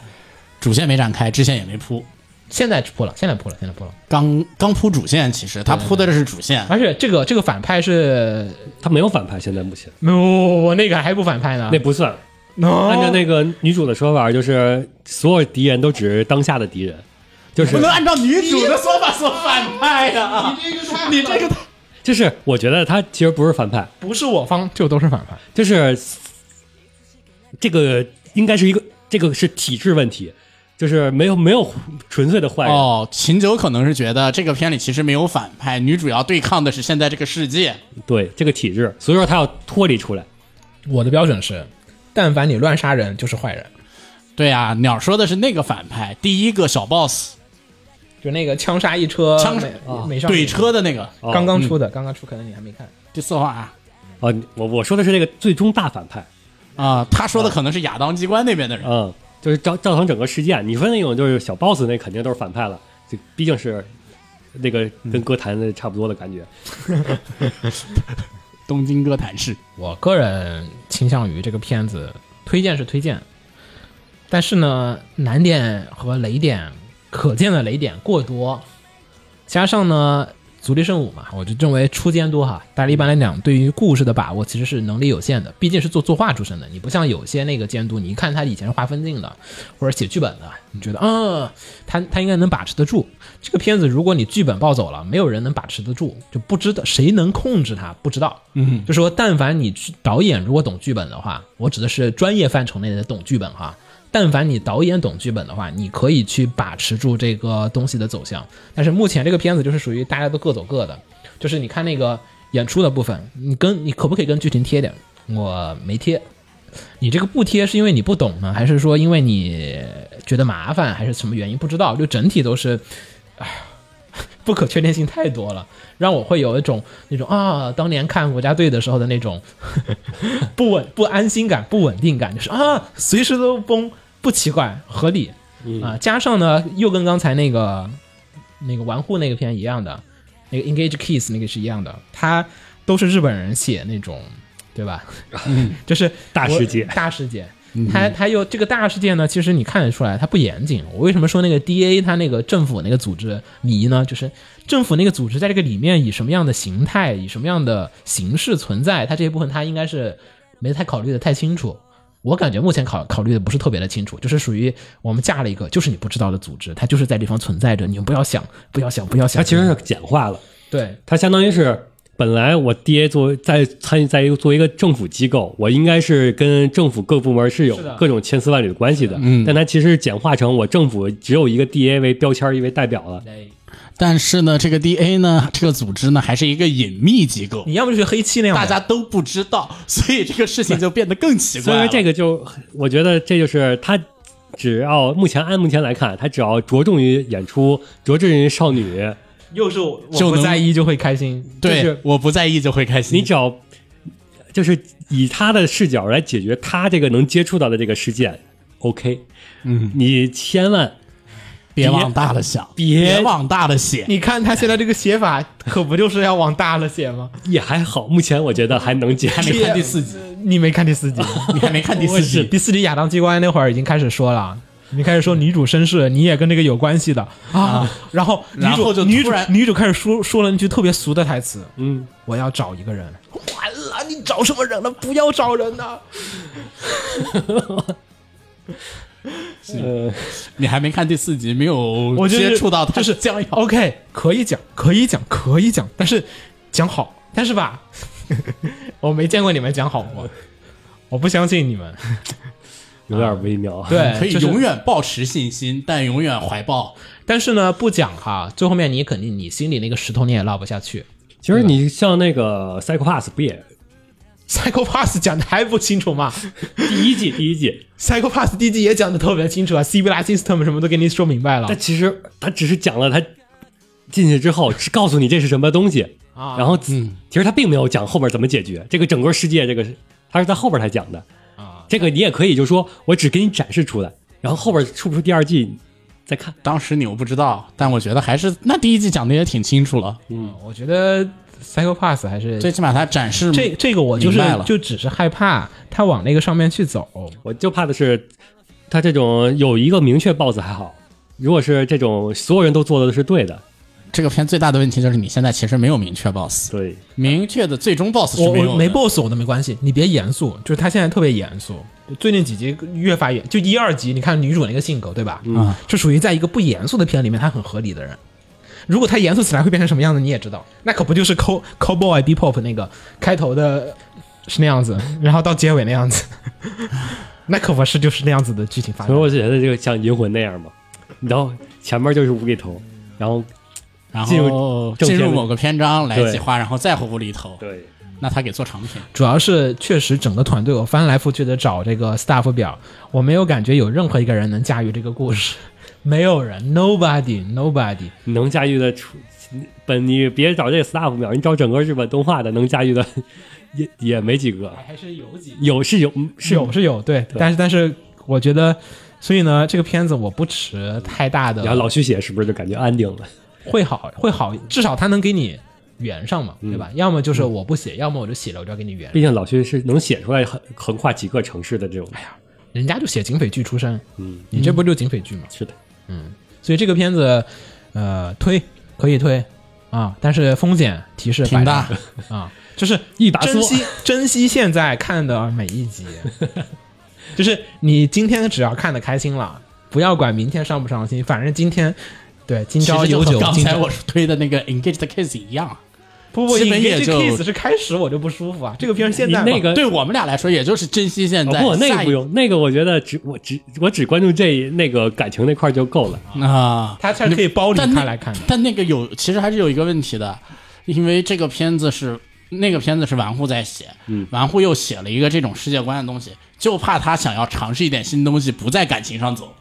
[SPEAKER 7] 主线没展开，支线也没铺，
[SPEAKER 5] 现在铺了，现在铺了，现在铺了。
[SPEAKER 7] 刚刚铺主线。其实他铺的这是主线，
[SPEAKER 5] 而且这个这个反派是，
[SPEAKER 4] 他没有反派，现在目前
[SPEAKER 5] 没有我那个还不反派呢
[SPEAKER 4] 那。不算。
[SPEAKER 5] 那
[SPEAKER 4] 按照那个女主的说法，就是所有敌人都只是当下的敌人，就是
[SPEAKER 7] 不能按照女主的说法说反派呀、啊。
[SPEAKER 5] 你这个
[SPEAKER 4] 就是我觉得他其实不是反派，
[SPEAKER 5] 不是我方就都是反派。
[SPEAKER 4] 就是这个应该是一个这个是体制问题，就是没有没有纯粹的坏人。
[SPEAKER 7] 哦，秦九可能是觉得这个片里其实没有反派，女主要对抗的是现在这个世界。
[SPEAKER 4] 对这个体制，所以说他要脱离出来。
[SPEAKER 5] 我的标准是，但凡你乱杀人就是坏人，
[SPEAKER 7] 对啊，鸟说的是那个反派，第一个小 boss
[SPEAKER 5] 就那个枪杀一车
[SPEAKER 7] 枪
[SPEAKER 5] 美
[SPEAKER 4] 啊
[SPEAKER 5] 美少女
[SPEAKER 7] 怼车的那个。
[SPEAKER 4] 哦
[SPEAKER 5] 刚刚出的，刚刚出，可能你还没看。
[SPEAKER 7] 第四话啊，
[SPEAKER 4] 啊，我我说的是那个最终大反派，
[SPEAKER 7] 啊他说的可能是亚当机关那边的人。
[SPEAKER 4] 嗯，就是造造成整个事件。你说那种就是小 boss 那肯定都是反派了，就毕竟是那个跟歌坛的差不多的感觉。
[SPEAKER 7] 东京歌坛市，
[SPEAKER 5] 我个人倾向于这个片子推荐是推荐，但是呢，难点和雷点可见的雷点过多，加上呢，足力圣武嘛，我就认为初监督哈，大家一般来讲对于故事的把握其实是能力有限的，毕竟是做作画出身的，你不像有些那个监督，你一看他以前是画分镜的或者写剧本的，你觉得嗯，他他应该能把持得住。这个片子如果你剧本抱走了，没有人能把持得住，就不知道谁能控制它，不知道。嗯，就说但凡你剧导演如果懂剧本的话，我指的是专业范畴内的懂剧本哈，但凡你导演懂剧本的话，你可以去把持住这个东西的走向。但是目前这个片子就是属于大家都各走各的，就是你看那个演出的部分，你跟你可不可以跟剧情贴点？我没贴。你这个不贴是因为你不懂呢，还是说因为你觉得麻烦，还是什么原因？不知道，就整体都是，唉， 不可确定性太多了，让我会有一种那种啊，当年看国家队的时候的那种 不稳、不安心感、不稳定感，就是啊，随时都崩，不奇怪，合理
[SPEAKER 4] 嗯
[SPEAKER 5] 啊。加上呢，又跟刚才那个那个玩户那个片一样的，那个 Engage Kiss 那个是一样的，它都是日本人写那种，对吧？ 就是
[SPEAKER 4] 嗯大
[SPEAKER 5] 我
[SPEAKER 4] 世界
[SPEAKER 5] 大世界。他他又这个大世界呢，其实你看得出来，它不严谨。我为什么说那个 D A 它那个政府那个组织迷呢？就是政府那个组织在这个里面以什么样的形态、以什么样的形式存在，它这一部分它应该是没太考虑的太清楚。我感觉目前考考虑的不是特别的清楚，就是属于我们架了一个就是你不知道的组织，它就是在这地方存在着，你们不要想，不要想，不要想。
[SPEAKER 4] 它其实是嗯简化了，
[SPEAKER 5] 对
[SPEAKER 4] 它相当于是本来我 DA 作为在参与在一个作为一个政府机构，我应该是跟政府各部门是有
[SPEAKER 5] 是的
[SPEAKER 4] 各种千丝万缕的关系的，嗯，但它其实简化成我政府只有一个 DA 为标签儿一为代表了，
[SPEAKER 7] 但是呢，这个 DA 呢，这个组织呢，还是一个隐秘机构
[SPEAKER 4] 嗯
[SPEAKER 5] 你，要么就学黑七那样的，
[SPEAKER 7] 大家都不知道，所以这个事情就变得更奇怪
[SPEAKER 4] 所以
[SPEAKER 7] 了。
[SPEAKER 4] 说这个就我觉得这就是它。只要目前按目前来看，它只要着重于演出，着重于少女，
[SPEAKER 5] 又是我
[SPEAKER 7] 就
[SPEAKER 5] 不
[SPEAKER 7] 能
[SPEAKER 5] 在意就会开心。
[SPEAKER 7] 对、
[SPEAKER 4] 就是
[SPEAKER 7] 我不在意就会开心。
[SPEAKER 4] 你只要就是以他的视角来解决他这个能接触到的这个事件，OK，嗯，你千万
[SPEAKER 7] 别往大了想，
[SPEAKER 4] 别
[SPEAKER 7] 别往大了写。
[SPEAKER 5] 你看他现在这个写法，可不就是要往大了写 吗？
[SPEAKER 4] 也还好，目前我觉得还能接受。
[SPEAKER 7] 还没看第四集，
[SPEAKER 5] 你没看第四集？
[SPEAKER 7] 你还没看第四集，
[SPEAKER 5] 第四集亚当机关那会儿已经开始说了。你开始说女主身世，你也跟这个有关系的啊，然后女
[SPEAKER 7] 然
[SPEAKER 5] 主
[SPEAKER 7] 后就
[SPEAKER 5] 女主
[SPEAKER 7] 突然
[SPEAKER 5] 女主开始说说了一句特别俗的台词，
[SPEAKER 4] 嗯，
[SPEAKER 5] 我要找一个人，完了，你找什么人了？不要找人呐、
[SPEAKER 4] 呃，
[SPEAKER 7] 你还没看第四集，没有
[SPEAKER 5] 我就是
[SPEAKER 7] 接触到他
[SPEAKER 5] 就是
[SPEAKER 7] 将要
[SPEAKER 5] OK，可以讲，可以讲，可以讲，但是讲好，但是吧， 我没见过你们讲好过，我不相信你们。
[SPEAKER 4] 有点微妙。
[SPEAKER 5] 对，
[SPEAKER 7] 可以
[SPEAKER 5] 就是
[SPEAKER 7] 哎永远保持信心，但永远怀抱
[SPEAKER 5] 但是呢，不讲哈，最后面你肯定你心里那个石头你也落不下去。
[SPEAKER 4] 其实你像那个《Psycho Pass》不也
[SPEAKER 5] Psycho Pass 讲的还不清楚吗
[SPEAKER 4] 第一季第一季，
[SPEAKER 5] ？Psycho Pass 第一季也讲的特别清楚啊，Civil System 什么都给你说明白了
[SPEAKER 4] 但。其实他只是讲了他进去之后是告诉你这是什么东西
[SPEAKER 5] 啊
[SPEAKER 4] 然后其实他并没有讲后边怎么解决这个整个世界，这个是他是在后边才讲的
[SPEAKER 5] 啊。
[SPEAKER 4] 这个你也可以就说我只给你展示出来，然后后边出不出第二季再看。
[SPEAKER 7] 当时你我不知道，但我觉得还是那第一季讲的也挺清楚了，
[SPEAKER 5] 嗯我觉得 Psycho Pass 还是
[SPEAKER 7] 最起码他展示
[SPEAKER 5] 这这个我就是
[SPEAKER 7] 明白了
[SPEAKER 5] 就只是害怕他往那个上面去走。
[SPEAKER 4] 我就怕的是他这种有一个明确 BOSS 还好，如果是这种所有人都做的是对的，
[SPEAKER 7] 这个片最大的问题就是你现在其实没有明确 boss，
[SPEAKER 4] 对，
[SPEAKER 7] 明确的最终 boss 是
[SPEAKER 5] 我
[SPEAKER 7] 没有
[SPEAKER 5] 我
[SPEAKER 7] 的
[SPEAKER 5] 没 boss 我都没关系，你别严肃，就是他现在特别严肃。最近几集越发严，就一二集，你看女主那个性格，对吧？嗯，就属于在一个不严肃的片里面，她很合理的人。如果她严肃起来会变成什么样子，你也知道，那可不就是 Co Cowboy Bebop 那个开头的是那样子，然后到结尾那样子， 那可不是就是那样子的剧情发
[SPEAKER 4] 所以
[SPEAKER 5] 展。
[SPEAKER 4] 我就觉得就像银魂那样嘛，然后前面就是无厘头，然后
[SPEAKER 7] 然
[SPEAKER 4] 进
[SPEAKER 7] 后
[SPEAKER 4] 入
[SPEAKER 7] 进
[SPEAKER 4] 正片
[SPEAKER 7] 入
[SPEAKER 4] 的
[SPEAKER 7] 某个篇章来
[SPEAKER 4] 对
[SPEAKER 7] 计划，然后再回无厘头，
[SPEAKER 4] 对，
[SPEAKER 7] 那他给做长篇，
[SPEAKER 5] 主要是确实整个团队我翻来覆去的找这个 staff 表，我没有感觉有任何一个人能驾驭这个故事， 没有人，nobody nobody。
[SPEAKER 4] 能驾驭的出本你别找这个 staff 秒，你找整个日本动画的能驾驭的也也没几个，
[SPEAKER 5] 还是有几
[SPEAKER 4] 有是有嗯是
[SPEAKER 5] 是有是有对，但是但是我觉得，所以呢，这个片子我不持太大
[SPEAKER 4] 然后
[SPEAKER 5] 的
[SPEAKER 4] 老虚写是不是就感觉安定了？
[SPEAKER 5] 会好会好，至少它能给你圆上嘛，对吧？要么就是我不写，要么我就写了我就要给你圆上
[SPEAKER 4] 嗯毕。竟老虚是能写出来横横跨几个城市的这
[SPEAKER 5] 哎
[SPEAKER 4] 种，
[SPEAKER 5] 人家就写警匪剧出身，嗯，你这不就警匪剧吗？
[SPEAKER 4] 是的，
[SPEAKER 5] 所以这个片子，呃，推可以推啊，但是风险提示
[SPEAKER 7] 挺大
[SPEAKER 5] 摆着啊，就是
[SPEAKER 4] 一把
[SPEAKER 5] 珍惜
[SPEAKER 4] 梭，
[SPEAKER 5] 珍惜现在看的每一 集，就是你今天只要看的开心了，不要管明天上不上心，反正今天对今
[SPEAKER 7] 其
[SPEAKER 5] 朝
[SPEAKER 7] 实就
[SPEAKER 5] 有
[SPEAKER 7] 和
[SPEAKER 5] 酒
[SPEAKER 7] 刚
[SPEAKER 5] 今
[SPEAKER 7] 才
[SPEAKER 5] 朝
[SPEAKER 7] 我推的那个 engaged case 一样，
[SPEAKER 5] 不不，
[SPEAKER 7] 基本
[SPEAKER 5] 你
[SPEAKER 7] 也
[SPEAKER 5] 这
[SPEAKER 7] 就
[SPEAKER 5] case 是开始我就不舒服啊。这个片儿现
[SPEAKER 4] 你
[SPEAKER 5] 在嘛
[SPEAKER 4] 那个
[SPEAKER 7] 对我们俩来说，也就是珍惜现
[SPEAKER 4] 哦
[SPEAKER 7] 在。
[SPEAKER 4] 不，那
[SPEAKER 7] 下
[SPEAKER 4] 个
[SPEAKER 7] 一
[SPEAKER 4] 不用，那个我觉得只我只我只关注这一那个感情那块儿就够了。
[SPEAKER 7] 啊，
[SPEAKER 5] 它才可以包着
[SPEAKER 7] 但
[SPEAKER 5] 你
[SPEAKER 7] 那
[SPEAKER 5] 看来看的。
[SPEAKER 7] 但那个有，其实还是有一个问题的，因为这个片子是那个片子是玩户在写，嗯，玩户又写了一个这种世界观的东西，就怕他想要尝试一点新东西，不在感情上走。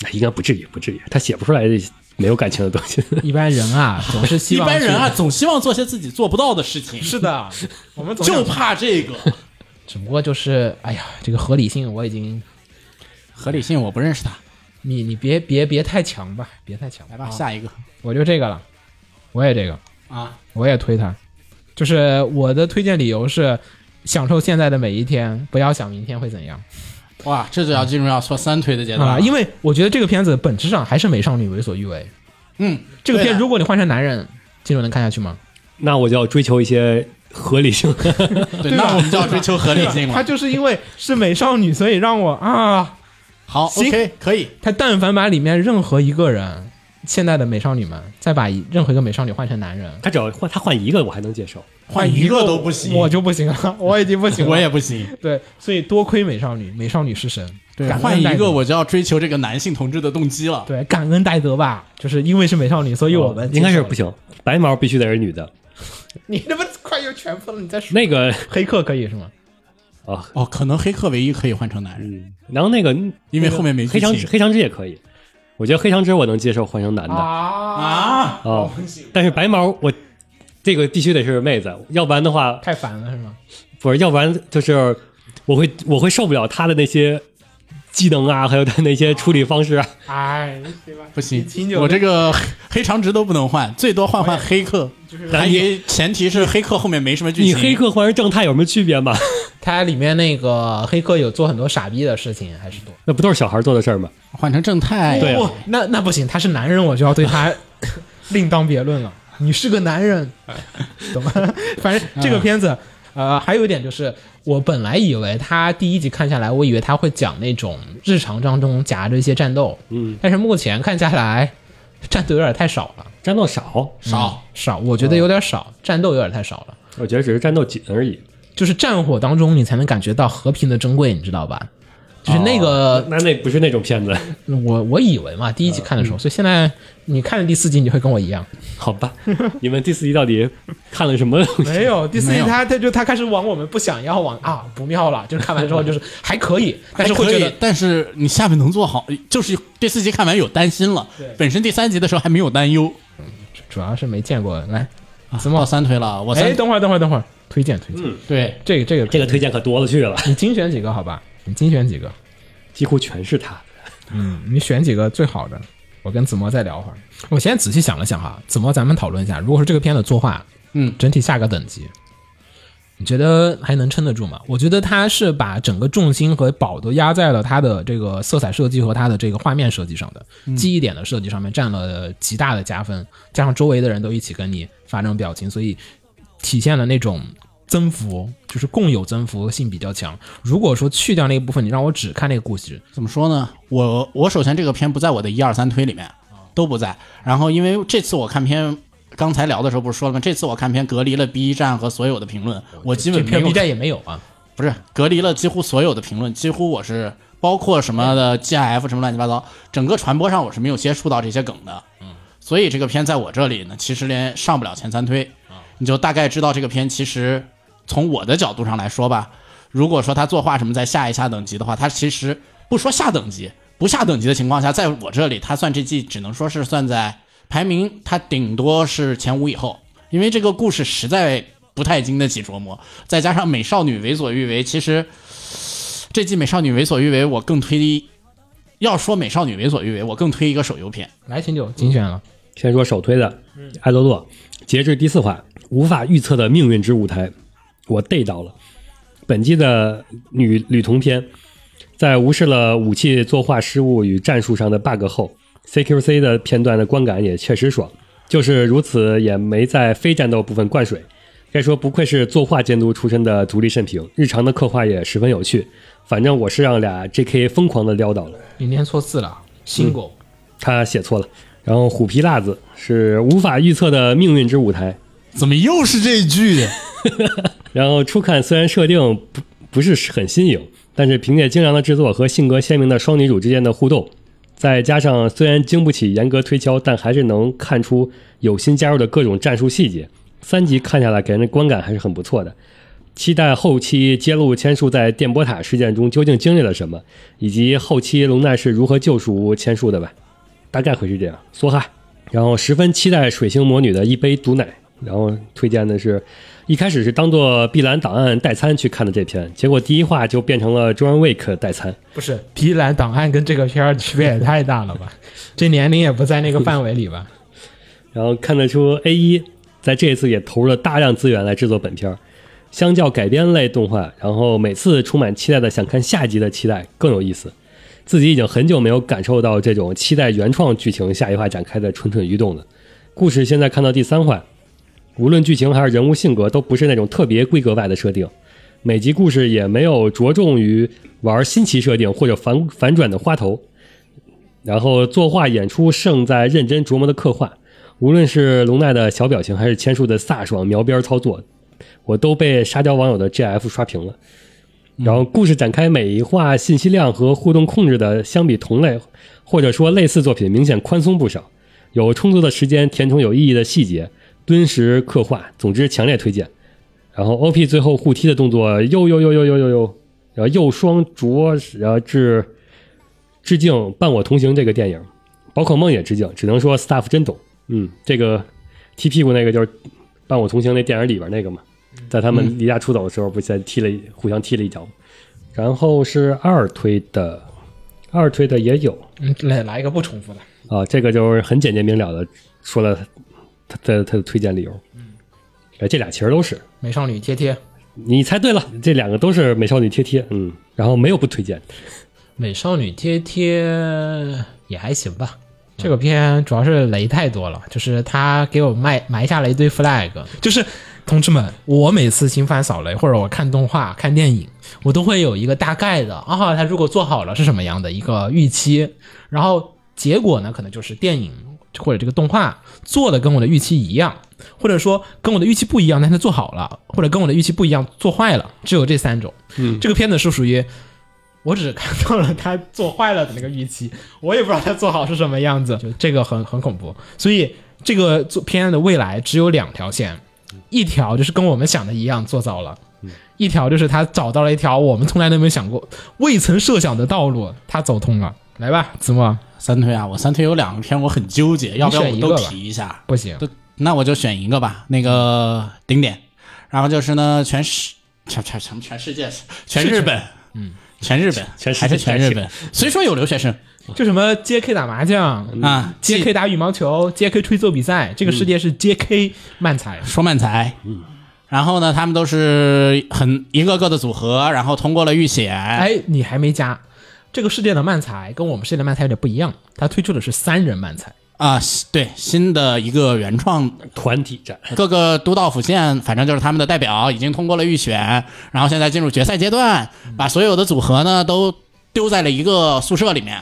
[SPEAKER 4] 那应该不至于，不至于，他写不出来没有感情的东西。
[SPEAKER 5] 一般人啊，总是希
[SPEAKER 7] 一
[SPEAKER 5] 望
[SPEAKER 7] 般人啊，
[SPEAKER 5] 去
[SPEAKER 7] 总希望做些自己做不到的事 情，
[SPEAKER 5] 是的，我们总
[SPEAKER 7] 就
[SPEAKER 5] 想
[SPEAKER 7] 怕 这个
[SPEAKER 5] 只不过就是，哎呀，这个合理性我已经，
[SPEAKER 7] 合理性。我不认识他，
[SPEAKER 5] 你你别别别太强吧，别太强。
[SPEAKER 7] 来吧，
[SPEAKER 5] 啊
[SPEAKER 7] 下一个
[SPEAKER 5] 我就这个了，我也这个，
[SPEAKER 7] 啊，
[SPEAKER 5] 我也推它。就是我的推荐理由是，享受现在的每一天，不要想明天会怎样
[SPEAKER 7] 哇，这就要进入要说三推的阶段
[SPEAKER 5] 啊！
[SPEAKER 7] 了。
[SPEAKER 5] 因为我觉得这个片子本质上还是美少女为所欲为。
[SPEAKER 7] 嗯，
[SPEAKER 5] 这个
[SPEAKER 7] 对
[SPEAKER 5] 片
[SPEAKER 7] 的
[SPEAKER 5] 如果你换成男人，这种能看下去吗？
[SPEAKER 4] 那我就要追求一些合理性。
[SPEAKER 7] 对，那我们就要追求合理 性
[SPEAKER 5] 他
[SPEAKER 7] 了。
[SPEAKER 5] 就是因为是美少女，所以让我啊，
[SPEAKER 7] 好
[SPEAKER 5] 行
[SPEAKER 7] ，OK，可以。
[SPEAKER 5] 他但凡把里面任何一个人，现在的美少女们，再把一任何一个美少女换成男人，
[SPEAKER 4] 他只要换他换一个，我还能接受。
[SPEAKER 7] 换一个都不行，
[SPEAKER 5] 我就不行了，我已经不行了，
[SPEAKER 7] 我也不行。
[SPEAKER 5] 对，所以多亏美少女，美少女是神，对啊感
[SPEAKER 7] 换
[SPEAKER 5] 恩戴
[SPEAKER 7] 一
[SPEAKER 5] 德
[SPEAKER 7] 个我就要追求这个男性同志的动机了。
[SPEAKER 5] 对感恩戴德吧，就是因为是美少女，所以我们
[SPEAKER 4] 哦应该
[SPEAKER 5] 接
[SPEAKER 4] 是
[SPEAKER 5] 受了
[SPEAKER 4] 不。行，白毛必须得是女的。
[SPEAKER 5] 你他妈快又全喷了，你再说
[SPEAKER 4] 那个
[SPEAKER 5] 黑客可以是吗？
[SPEAKER 4] 啊，
[SPEAKER 7] 哦，可能黑客唯一可以换成男人，
[SPEAKER 4] 嗯，然后那个
[SPEAKER 7] 因为后面没剧
[SPEAKER 4] 黑长
[SPEAKER 7] 情
[SPEAKER 4] 直黑长直也可以，我觉得黑长直我能接受换成男的啊、
[SPEAKER 5] 啊，
[SPEAKER 4] 但是白毛我这个必须得是妹子，要不然的话
[SPEAKER 5] 太烦了是吗？
[SPEAKER 4] 不是，要不然就是我会我会受不了他的那些技能啊，还有他那些处理方式啊。
[SPEAKER 5] 哎，对吧？
[SPEAKER 7] 不行
[SPEAKER 5] 清，酒
[SPEAKER 7] 我这个黑黑长直都不能换，最多换换黑客，还也前提是黑客后面没什么剧
[SPEAKER 4] 你
[SPEAKER 7] 情。
[SPEAKER 4] 黑客换成正太有什么区别吗？
[SPEAKER 5] 它里面那个黑客有做很多傻逼的事情，还是多。
[SPEAKER 4] 那不都是小孩做的事儿吗？
[SPEAKER 7] 换成正太，
[SPEAKER 4] 对啊
[SPEAKER 5] 不，哎那那不行，他是男人，我就要对 他另当别论了。你是个男 人，懂吗？反正这个片子，呃，还有一点就是，我本来以为他第一集看下来，我以为他会讲那种日常当中夹着一些战斗，嗯，但是目前看下来，战斗有点太少了，
[SPEAKER 4] 战斗少，
[SPEAKER 5] 嗯
[SPEAKER 7] 少
[SPEAKER 5] 少，我觉得有点少，战斗有点太少了。
[SPEAKER 4] 我觉得只是战斗紧而已。
[SPEAKER 5] 就是战火当中，你才能感觉到和平的珍贵，你知道吧？就是那个
[SPEAKER 4] 呃那那不是那种片子，
[SPEAKER 5] 我我以为嘛，第一集看的时候，所以现在你看了第四集，你就会跟我一样。
[SPEAKER 4] 好吧？你们第四集到底看了什么东 西？
[SPEAKER 5] 没有第四
[SPEAKER 7] 没
[SPEAKER 5] 集
[SPEAKER 7] 有
[SPEAKER 5] 他他就他开始往我们不想要往啊不妙了，就是看完之后就是还可 以，但是
[SPEAKER 7] 还
[SPEAKER 5] 会
[SPEAKER 7] 哎
[SPEAKER 5] 觉
[SPEAKER 7] 可以
[SPEAKER 5] 得，
[SPEAKER 7] 但是你下面能做好，就是这四集看完有担心了，本身第三集的时候还没有担忧。
[SPEAKER 5] 主要是没见过。来，
[SPEAKER 7] 怎么三推了？我
[SPEAKER 5] 哎，
[SPEAKER 7] 三
[SPEAKER 5] 等会儿等会儿等会儿，推荐推荐，
[SPEAKER 7] 对
[SPEAKER 5] 这个这个
[SPEAKER 4] 这个推荐可多了去了，
[SPEAKER 5] 你精选几个好吧？你精选几个，
[SPEAKER 4] 几乎全是他。
[SPEAKER 5] 嗯，你选几个最好的。我跟子墨再聊会儿。我现在仔细想了想哈，子墨，咱们讨论一下，如果是这个片的作画，
[SPEAKER 7] 嗯
[SPEAKER 5] 整体下个等级，你觉得还能撑得住吗？我觉得他是把整个重心和宝都压在了他的这个色彩设计和他的这个画面设计上的、记忆点的设计上面占了极大的加分，加上周围的人都一起跟你发生表情，所以体现了那种增幅，就是共有增幅性比较强。如果说去掉那一部分，你让我只看那个故事，
[SPEAKER 7] 怎么说呢？我我首先这个片不在我的一二三推里面，
[SPEAKER 5] 哦
[SPEAKER 7] 都不在。然后因为这次我看片，刚才聊的时候不是说了吗？这次我看片隔离了 B 站和所有的评论，我基
[SPEAKER 5] 哦这
[SPEAKER 7] 本没
[SPEAKER 5] 片
[SPEAKER 7] 有
[SPEAKER 5] B 站也没有啊。
[SPEAKER 7] 不是隔离了几乎所有的评论，几乎我是包括什么的 GIF 什么乱七八糟，整个传播上我是没有接触到这些梗的。嗯，所以这个片在我这里呢，其实连上不了前三推。你就大概知道这个片其实从我的角度上来说吧，如果说他作画什么在下一下等级的话，他其实不说下等级，不下等级的情况下，在我这里他算这季只能说是算在排名，他顶多是前五以后，因为这个故事实在不太经得起琢磨，再加上美少女为所欲为，其实这季美少女为所欲为，我更推。要说美少女为所欲为，我更推一个手游片。
[SPEAKER 5] 来，秦九精选了。
[SPEAKER 4] 先说首推的《爱洛洛》，截至第四话，无法预测的命运之舞台，我逮到了。本季的女女童篇，在无视了武器作画失误与战术上的 bug 后，CQC 的片段的观感也确实爽，就是如此也没在非战斗部分灌水。该说不愧是作画监督出身的独立甚平，日常的刻画也十分有趣。反正我是让俩 JK 疯狂的撩到了。
[SPEAKER 5] 你念错字了，新狗。
[SPEAKER 4] 他写错了。然后虎皮辣子是无法预测的命运之舞台，
[SPEAKER 8] 怎么又是这一句？
[SPEAKER 4] 然后初看虽然设定不不是很新颖，但是凭借精良的制作和性格鲜明的双女主之间的互动，再加上虽然经不起严格推敲，但还是能看出有心加入的各种战术细节。三集看下来，给人的观感还是很不错的。期待后期揭露千树在电波塔事件中究竟经历了什么，以及后期龙奈是如何救赎千树的吧。大概会是这样，梭哈。然后十分期待水星魔女的一杯毒奶。然后推荐的是，一开始是当做碧蓝档案代餐去看的这篇，结果第一话就变成了 John Wick 代餐。
[SPEAKER 5] 不是《皮兰档案》跟这个片儿区别也太大了 吧？这年龄也不在那个范围里吧？
[SPEAKER 4] 然后看得出 A 一在这一次也投入了大量资源来制作本片儿，相较改编类动画，然后每次充满期待的想看下集的期待更有意思。自己已经很久没有感受到这种期待原创剧情下一话展开的蠢蠢欲动了。故事现在看到第三话，无论剧情还是人物性格，都不是那种特别规格外的设定。每集故事也没有着重于玩新奇设定或者反反转的花头，然后作画演出胜在认真琢磨的刻画。无论是龙奈的小表情，还是千树的飒爽描边操作，我都被沙雕网友的 GF 刷屏了。然后故事展开每一话信息量和互动控制的相比同类或者说类似作品明显宽松不少，有充足的时间填充有意义的细节，敦实刻画。总之强烈推荐。然后 OP 最后护踢的动作，又又又又又又又，然后右双啄，然后致致敬《伴我同行》这个电影，宝可梦也致敬，只能说 staff 真懂。嗯，这个踢屁股那个就是《伴我同行》那电影里边那个嘛，
[SPEAKER 5] 嗯
[SPEAKER 4] 在他们离家出走的时候，不先踢了一互相踢了一脚吗？然后是二推的，二推的也有
[SPEAKER 5] 嗯，来来一个不重复的。
[SPEAKER 4] 啊，这个就是很简洁明了的说了他他他的推荐理由。
[SPEAKER 5] 嗯
[SPEAKER 4] 哎，这俩其实都是，
[SPEAKER 5] 美少女贴贴，
[SPEAKER 4] 你猜对了，这两个都是美少女贴贴，嗯，然后没有不推荐，
[SPEAKER 5] 美少女贴贴也还行吧。这个片主要是雷太多了，就是他给我埋埋下了一堆 flag，就是同志们，我每次新番扫雷或者我看动画、看电影，我都会有一个大概的啊，他如果做好了是什么样的一个预期，然后结果呢，可能就是电影或者这个动画做的跟我的预期一样，或者说跟我的预期不一样，但是做好了，或者跟我的预期不一样做坏了，只有这三种。嗯，这个片子是属于我只看到了他做坏了的那个预期，我也不知道他做好是什么样子，就这个很很恐怖。所以这个做片的未来只有两条线，一条就是跟我们想的一样做糟了，
[SPEAKER 7] 嗯
[SPEAKER 5] 一条就是他找到了一条我们从来都没有想过、未曾设想的道路，他走通了。来吧，子墨，
[SPEAKER 7] 三推啊，我三推有两个片我很纠结，要不要
[SPEAKER 5] 选
[SPEAKER 7] 我
[SPEAKER 5] 一个
[SPEAKER 7] 都
[SPEAKER 5] 吧
[SPEAKER 7] 提一下？
[SPEAKER 5] 不行，
[SPEAKER 7] 都那我就选一个吧，那个顶点。然后就是呢，全世全全全全世界，全日本，嗯，全日本，
[SPEAKER 4] 全世界
[SPEAKER 7] 还是全日本。虽说有留学生
[SPEAKER 5] 就什么 J.K. 打麻将
[SPEAKER 7] 啊，嗯既
[SPEAKER 5] J.K. 打羽毛球，J.K. 吹奏比赛，这个世界是 J.K. 漫才。
[SPEAKER 7] 说漫才，嗯，然后呢，他们都是很一个个的组合，然后通过了预选，哎，
[SPEAKER 5] 哎，你还没加，这个世界的漫才跟我们世界的漫才有点不一样，它推出的是三人漫才。
[SPEAKER 7] 啊，对，新的一个原创
[SPEAKER 4] 团体战，
[SPEAKER 7] 各个都道府县，反正就是他们的代表已经通过了预选，然后现在进入决赛阶段，把所有的组合呢都丢在了一个宿舍里面，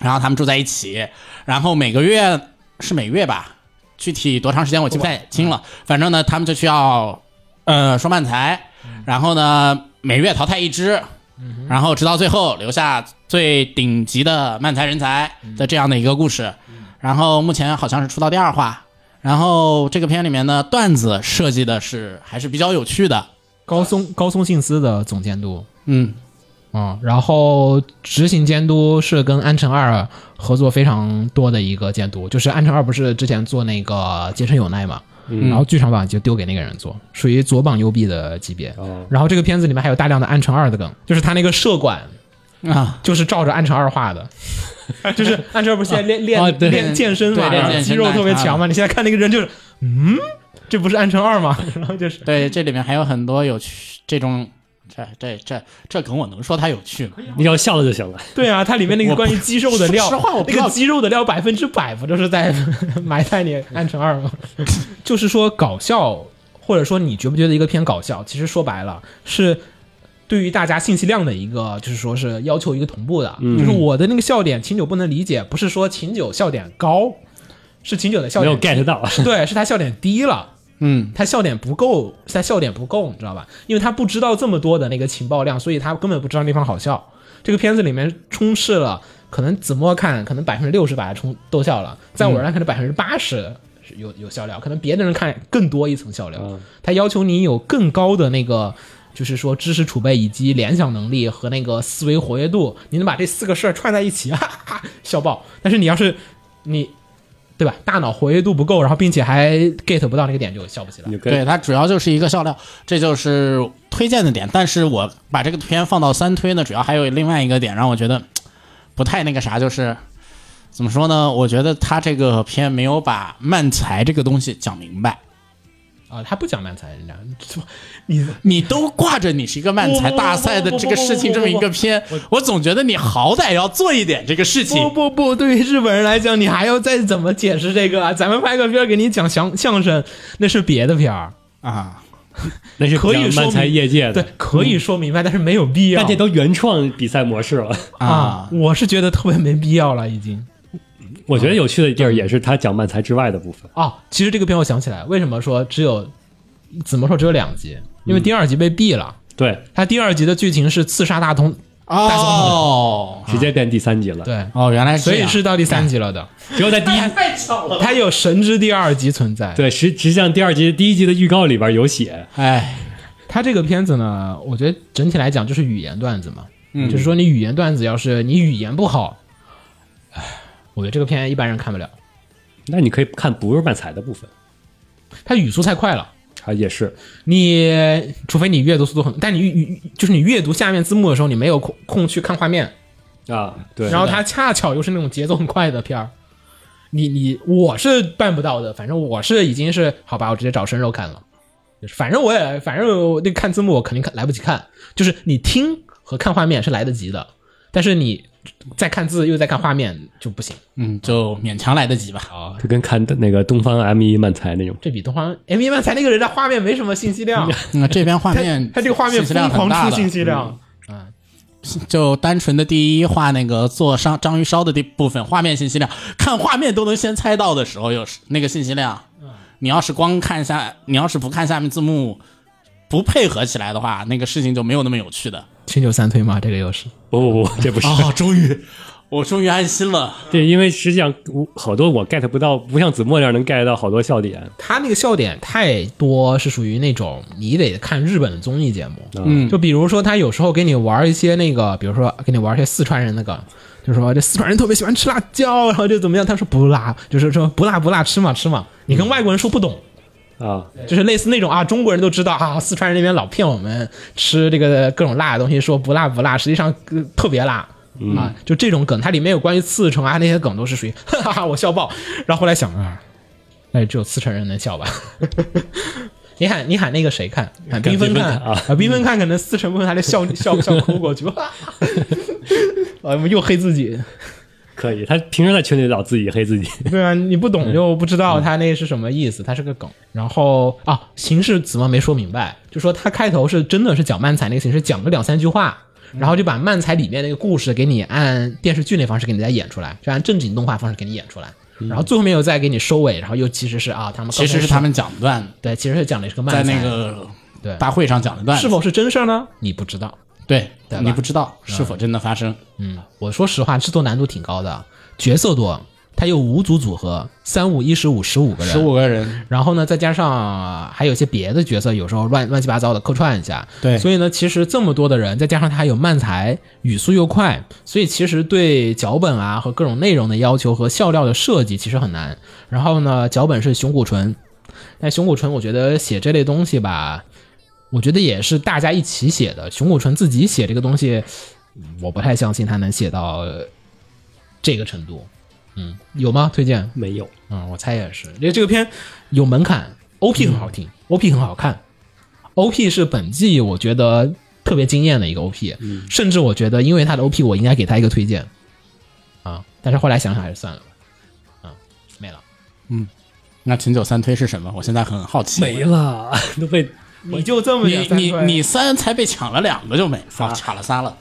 [SPEAKER 7] 然后他们住在一起，然后每个月是每月吧，具体多长时间我记不太清了，反正呢他们就需要呃说漫才，然后呢每月淘汰一支。然后直到最后留下最顶级的漫才人才的这样的一个故事，然后目前好像是出到第二话，然后这个片里面呢，段子设计的是还是比较有趣的，
[SPEAKER 5] 高松高松信司的总监督
[SPEAKER 7] 嗯，
[SPEAKER 5] 啊、然后执行监督是跟安城二合作非常多的一个监督，就是安城二不是之前做那个杰森有奈嘛，然后剧场版就丢给那个人做，属于左膀右臂的级别。
[SPEAKER 4] 哦
[SPEAKER 5] 然后这个片子里面还有大量的安城二的梗，就是他那个社管
[SPEAKER 7] 啊，
[SPEAKER 5] 就是照着安城二画的，就是安城二不是现在练练、
[SPEAKER 7] 啊对
[SPEAKER 5] 练健身嘛，
[SPEAKER 7] 对练
[SPEAKER 5] 然后
[SPEAKER 7] 健身
[SPEAKER 5] 肌肉特别
[SPEAKER 7] 啊
[SPEAKER 5] 强嘛，你现在看那个人就是，嗯，这不是安城二吗？ 然后就是。
[SPEAKER 7] 对，这里面还有很多有趣这种，这这这这梗我能说它有趣吗？
[SPEAKER 4] 你只要笑了就行了。
[SPEAKER 5] 对啊，它里面那个关于鸡肉的料，
[SPEAKER 7] 说实话我不知
[SPEAKER 5] 那
[SPEAKER 7] 道
[SPEAKER 5] 个鸡肉的料百分之百不就是在 埋汰你安城二吗？ 就是说搞笑，或者说你觉不觉得一个片搞笑，其实说白了是。对于大家信息量的一个，就是说是要求一个同步的，
[SPEAKER 7] 嗯
[SPEAKER 5] 就是我的那个笑点，秦九不能理解，不是说秦九笑点高，是秦九的笑
[SPEAKER 4] 没
[SPEAKER 5] 点
[SPEAKER 4] 有 get 到，
[SPEAKER 5] 对，是他笑点低了。
[SPEAKER 7] 嗯，
[SPEAKER 5] 他笑点不够，他笑点不够，你知道吧？因为他不知道这么多的那个情报量，所以他根本不知道那地方好笑。这个片子里面充斥了，可能子墨看可能百分之六十把它充逗笑了，在我这儿可能百分之八十有有笑料，可能别的人看更多一层笑料。他要求你有更高的那个。就是说，知识储备以及联想能力和那个思维活跃度，你能把这四个事儿串在一起， 哈哈哈，笑爆。但是你要是你，对吧？大脑活跃度不够，然后并且还 get 不到那个点，就笑不起来
[SPEAKER 4] 你。就跟
[SPEAKER 7] 对，它主要就是一个笑料，这就是推荐的点。但是我把这个片放到三推呢，主要还有另外一个点让我觉得嘖不太那个啥，就是怎么说呢？我觉得他这个片没有把漫才这个东西讲明白。
[SPEAKER 5] 啊，他不讲漫才，人家这 你
[SPEAKER 7] 你都挂着你是一个漫才大赛的这个事情这么一个片，我总觉得你好歹要做一点这个事
[SPEAKER 5] 不
[SPEAKER 7] 情。
[SPEAKER 5] 不不，对于日本人来讲，你还要再怎么解释这个啊？咱们拍个片儿给你讲相相声，那是别的片儿，
[SPEAKER 7] 啊，
[SPEAKER 4] 那是
[SPEAKER 5] 可以
[SPEAKER 4] 比较
[SPEAKER 5] 说
[SPEAKER 4] 漫才
[SPEAKER 5] 明
[SPEAKER 4] 业界的嗯
[SPEAKER 5] 对，，可以说明白，但是没有必要。
[SPEAKER 4] 但这都原创比赛模式了。
[SPEAKER 5] 啊，我是觉得特别没必要了，已经。
[SPEAKER 4] 我觉得有趣的地儿也是他讲漫才之外的部分。
[SPEAKER 5] 啊，其实这个片我想起来，为什么说只有怎么说只有两集？因为第二集被毙了。
[SPEAKER 4] 对，
[SPEAKER 5] 他第二集的剧情是刺杀大同，
[SPEAKER 7] 哦
[SPEAKER 4] 直接变第三集了。，
[SPEAKER 5] 对，
[SPEAKER 7] 哦，原来是
[SPEAKER 5] 所
[SPEAKER 7] 这
[SPEAKER 5] 以
[SPEAKER 7] 样
[SPEAKER 5] 是到第三集了的。
[SPEAKER 4] 只有在第一，
[SPEAKER 5] 它有神之第二集存在。
[SPEAKER 4] 对，实实际上第二集第一集的预告里边有写，
[SPEAKER 7] 哎，
[SPEAKER 5] 它这个片子呢，我觉得整体来讲就是语言段子嘛，就是说你语言段子要是你语言不好，唉我觉得这个片一般人看不了。
[SPEAKER 4] 那你可以看不是漫才的部分
[SPEAKER 5] 它语速太快了，
[SPEAKER 4] 啊，也是
[SPEAKER 5] 你除非你阅读速度很，但你语语就是你阅读下面字幕的时候，你没有空空去看画面，
[SPEAKER 4] 啊，对。
[SPEAKER 5] 然后它恰巧又是那种节奏很快的片儿。你你我是办不到的，反正我是已经是好吧，我直接找生肉看了。就是反正我也反正我那看字幕我肯定看来不及看，就是你听和看画面是来得及的，但是你再看字又再看画面就不行
[SPEAKER 7] 嗯，就勉强来得及吧。
[SPEAKER 5] 啊。
[SPEAKER 4] 就跟看那个东方 M E 一漫才那种，
[SPEAKER 5] 这比东方 M 一漫才那个人的画面没什么信息量，
[SPEAKER 7] 那这边画嗯 面，
[SPEAKER 5] 他这个画面
[SPEAKER 7] 信息量
[SPEAKER 5] 疯狂
[SPEAKER 7] 很大
[SPEAKER 5] 出
[SPEAKER 7] 的嗯
[SPEAKER 5] 信息量，
[SPEAKER 7] 就单纯的第一画那个做章章鱼烧的这部分画面信息量，看画面都能先猜到的时候，有时那个信息量。
[SPEAKER 5] 嗯
[SPEAKER 7] 你要是光看下，你要是不看下面字幕，不配合起来的话，那个事情就没有那么有趣的。
[SPEAKER 5] 新九三推吗？这个又是
[SPEAKER 4] 不不不，这不是，
[SPEAKER 7] 哦，终于，我终于安心了。
[SPEAKER 4] 对，因为实际上我好多我 get 不到，不像子墨那样能 get 到好多笑点。
[SPEAKER 5] 他那个笑点太多，是属于那种你得看日本的综艺节目，
[SPEAKER 7] 嗯
[SPEAKER 5] 就比如说他有时候给你玩一些那个，比如说给你玩一些四川人那个，就是说这四川人特别喜欢吃辣椒，然后就怎么样，他说不辣，就是说不辣不辣，吃嘛吃嘛，你跟外国人说不懂。
[SPEAKER 4] 啊，
[SPEAKER 5] 就是类似那种啊，中国人都知道啊，四川人那边老骗我们吃这个各种辣的东西，说不辣不辣，实际上、呃特别辣。啊，就这种梗，它里面有关于刺城啊那些梗都是属于，哈哈哈，我笑爆。然后后来想啊，那也只有四川人能笑吧？ 你喊你喊那个谁看？喊缤纷
[SPEAKER 4] 缤纷
[SPEAKER 5] 看
[SPEAKER 4] 看啊
[SPEAKER 5] 缤纷看可能四川部分还得笑笑笑哭过去， 哇我们又黑自己。
[SPEAKER 4] 可以，他平时在群里老自己黑自己。
[SPEAKER 5] 对啊，你不
[SPEAKER 7] 嗯
[SPEAKER 5] 懂就不知道他那是什么意思，他是个梗。然后啊，形式怎么没说明白？就说他开头是真的是讲漫才那个形式，讲个两三句话，
[SPEAKER 7] 嗯
[SPEAKER 5] 然后就把漫才里面那个故事给你按电视剧那方式给你再演出来，就按正经动画方式给你演出来。然后最后面又再给你收尾，然后又其实是啊，他们
[SPEAKER 7] 嗯其实是他们讲的段子，
[SPEAKER 5] 对，其实是讲的是个漫
[SPEAKER 7] 在
[SPEAKER 5] 才，
[SPEAKER 7] 那个
[SPEAKER 5] 对
[SPEAKER 7] 大会上讲的段子，
[SPEAKER 5] 是否是真事儿呢？你不知道。
[SPEAKER 7] 对
[SPEAKER 5] 对吧
[SPEAKER 7] 你不知道是否真的发生。
[SPEAKER 5] 嗯，我说实话，制作难度挺高的，角色多，它有五组组合，三五一十五十五个人，
[SPEAKER 7] 十五个人，
[SPEAKER 5] 然后呢，再加上呃还有一些别的角色，有时候乱乱七八糟的客串一下。
[SPEAKER 7] 对
[SPEAKER 5] 所以呢，其实这么多的人，再加上他还有慢才，语速又快，所以其实对脚本啊和各种内容的要求和笑料的设计其实很难。然后呢，脚本是熊谷纯，但熊谷纯我觉得写这类东西吧，我觉得也是大家一起写的。熊谷纯自己写这个东西，我不太相信他能写到呃这个程度。嗯，有吗？推荐？
[SPEAKER 4] 没有，
[SPEAKER 5] 嗯，我猜也是，因为这个片有门槛，OP 很好听、o p 很好看，OP 是本季我觉得特别惊艳的一个 OP，、甚至我觉得因为它的 OP，我应该给他一个推荐啊，但是后来想想还是算了吧，啊，没了，
[SPEAKER 7] 那秦九三推是什么？我现在很好奇。
[SPEAKER 4] 了， 都被
[SPEAKER 5] 你就这么
[SPEAKER 7] 你你你三才被抢了两个就没，哦，
[SPEAKER 5] 啊
[SPEAKER 7] 抢了仨了。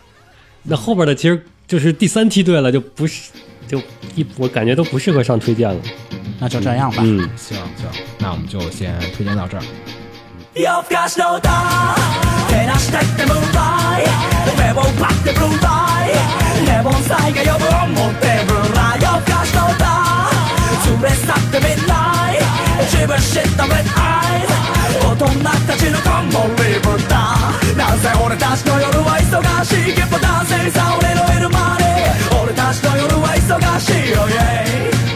[SPEAKER 4] 那后边的其实就是第三梯队了，就不是就一我感觉都不适合上推荐了。
[SPEAKER 7] 那就这样吧。
[SPEAKER 4] 嗯，
[SPEAKER 5] 行行，那我们就先推荐到这儿。
[SPEAKER 8] You've got no die. Then I take the moonlight. The rebel black, the blue light. Never say that you're wrong, but they're right. You've got no die. To rest up the midnight. Driven shit the red eyes. 大人たちの感もリブだなぜ俺たちの夜は忙しいけど男性さ俺のいるまで俺たちの夜は忙しい oh yeah,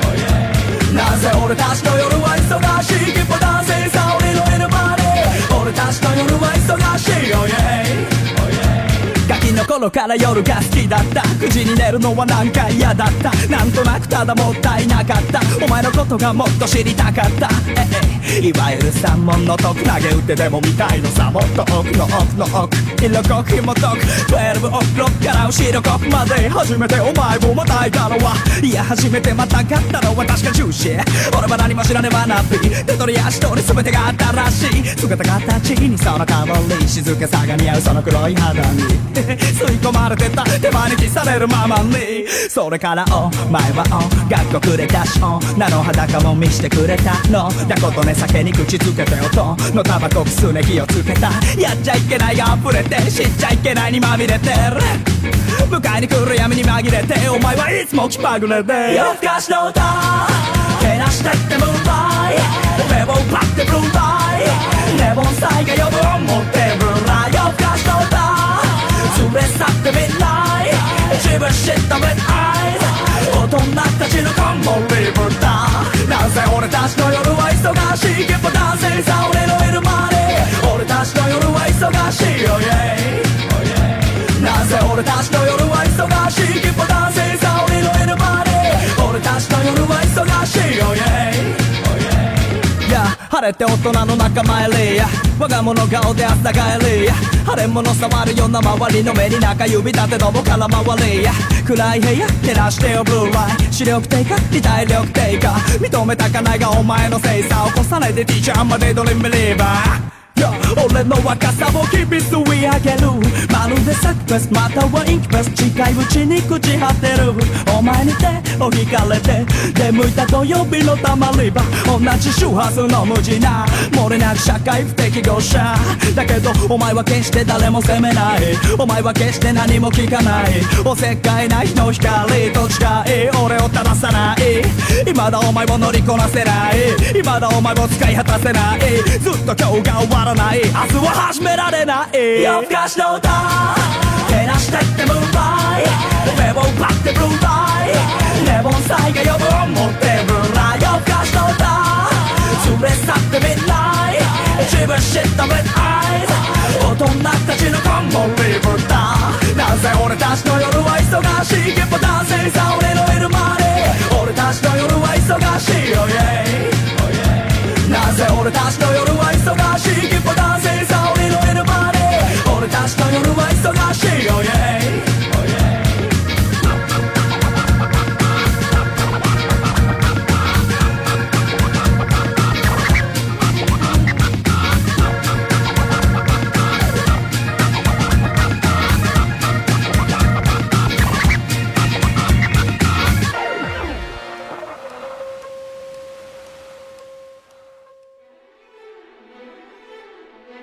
[SPEAKER 8] oh yeah なぜ俺たちの夜は忙しい一歩男性さ俺のいるまで俺たちの夜は忙しい Oh yeah, oh yeah ガキの頃から夜が好きだった9時に寝るのはなんか嫌だったなんとなくただもったいなかったお前のことがもっと知りたかったええいわゆる三文の徳投げ打ってでも見たいのさもっと奥の奥の奥色濃く紐解く12オクロッから後ろコまで初めてお前をまたいたのはいや初めてまた勝ったのは確か中止俺は何も知らねばなび手取り足取り全てが新しい姿形にその香り静けさが似合うその黒い肌に 吸い込まれてた手招きされるままにそれからお前はお学校くれたし女の裸も見してくれたのだことね酒に口つけて音のタバコくすね気をつけたやっちゃいけないあふれて知っちゃいけないにまみれてる迎えに来る闇に紛れてお前はいつも気まぐれで夜更かしの歌けなしてってもうまい俺を奪ってブルーライレモンサイが呼ぶ思ってブルーライ夜更かしの歌連れ去ってみない自分知っため愛大人たちのコンボリブだなぜ俺たちの夜は忙しいけど男性さ俺のいるまで俺たちの夜は忙しい Oh yeah, oh yeah なぜ俺たちの夜は忙しい一歩男性さ降りの N バーで俺たちの夜は忙しい Oh yeah, oh yeah いや晴れて大人の仲間入りや我が物顔で朝帰りや腫れ物触るような周りの目に中指立てどもから回りや暗い部屋照らしてよブルーライ視力低下理体力低下認めたかないがお前のせいさ起こさないでティーチャーまでドリームリーバー俺の若さを日々吸い上げるまるでサクセスまたはインクベス近いうちに朽ち果てるお前に手を引かれて眠いた土曜日のたまり場同じ周波数の無地な漏れなく社会不適合者だけどお前は決して誰も責めないお前は決して何も聞かないおせっかいな日の光と違い俺を正さない未だお前を乗りこなせない未だお前を使い果たせないずっと今日が終わらない明日は始められない夜更かしの歌照らしてってムーンライ俺を奪ってブルーライレモンサイが呼ぶ思ってブルーライ夜更かしの歌連れ去ってみない自分知った red eyes 大人たちのコンボリブだなぜ俺たちの夜は忙しいけど男性さ俺のいるまで俺たちの夜は忙しい Oh yeah, oh yeah なぜ俺たちの夜は忙しい一歩男性さ降りの N まで俺たちの夜は忙しい Oh yeah, oh yeah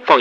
[SPEAKER 9] 放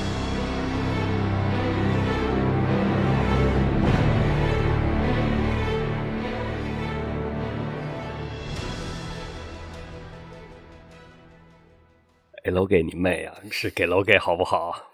[SPEAKER 4] 给楼给你妹啊！是给楼给好不好？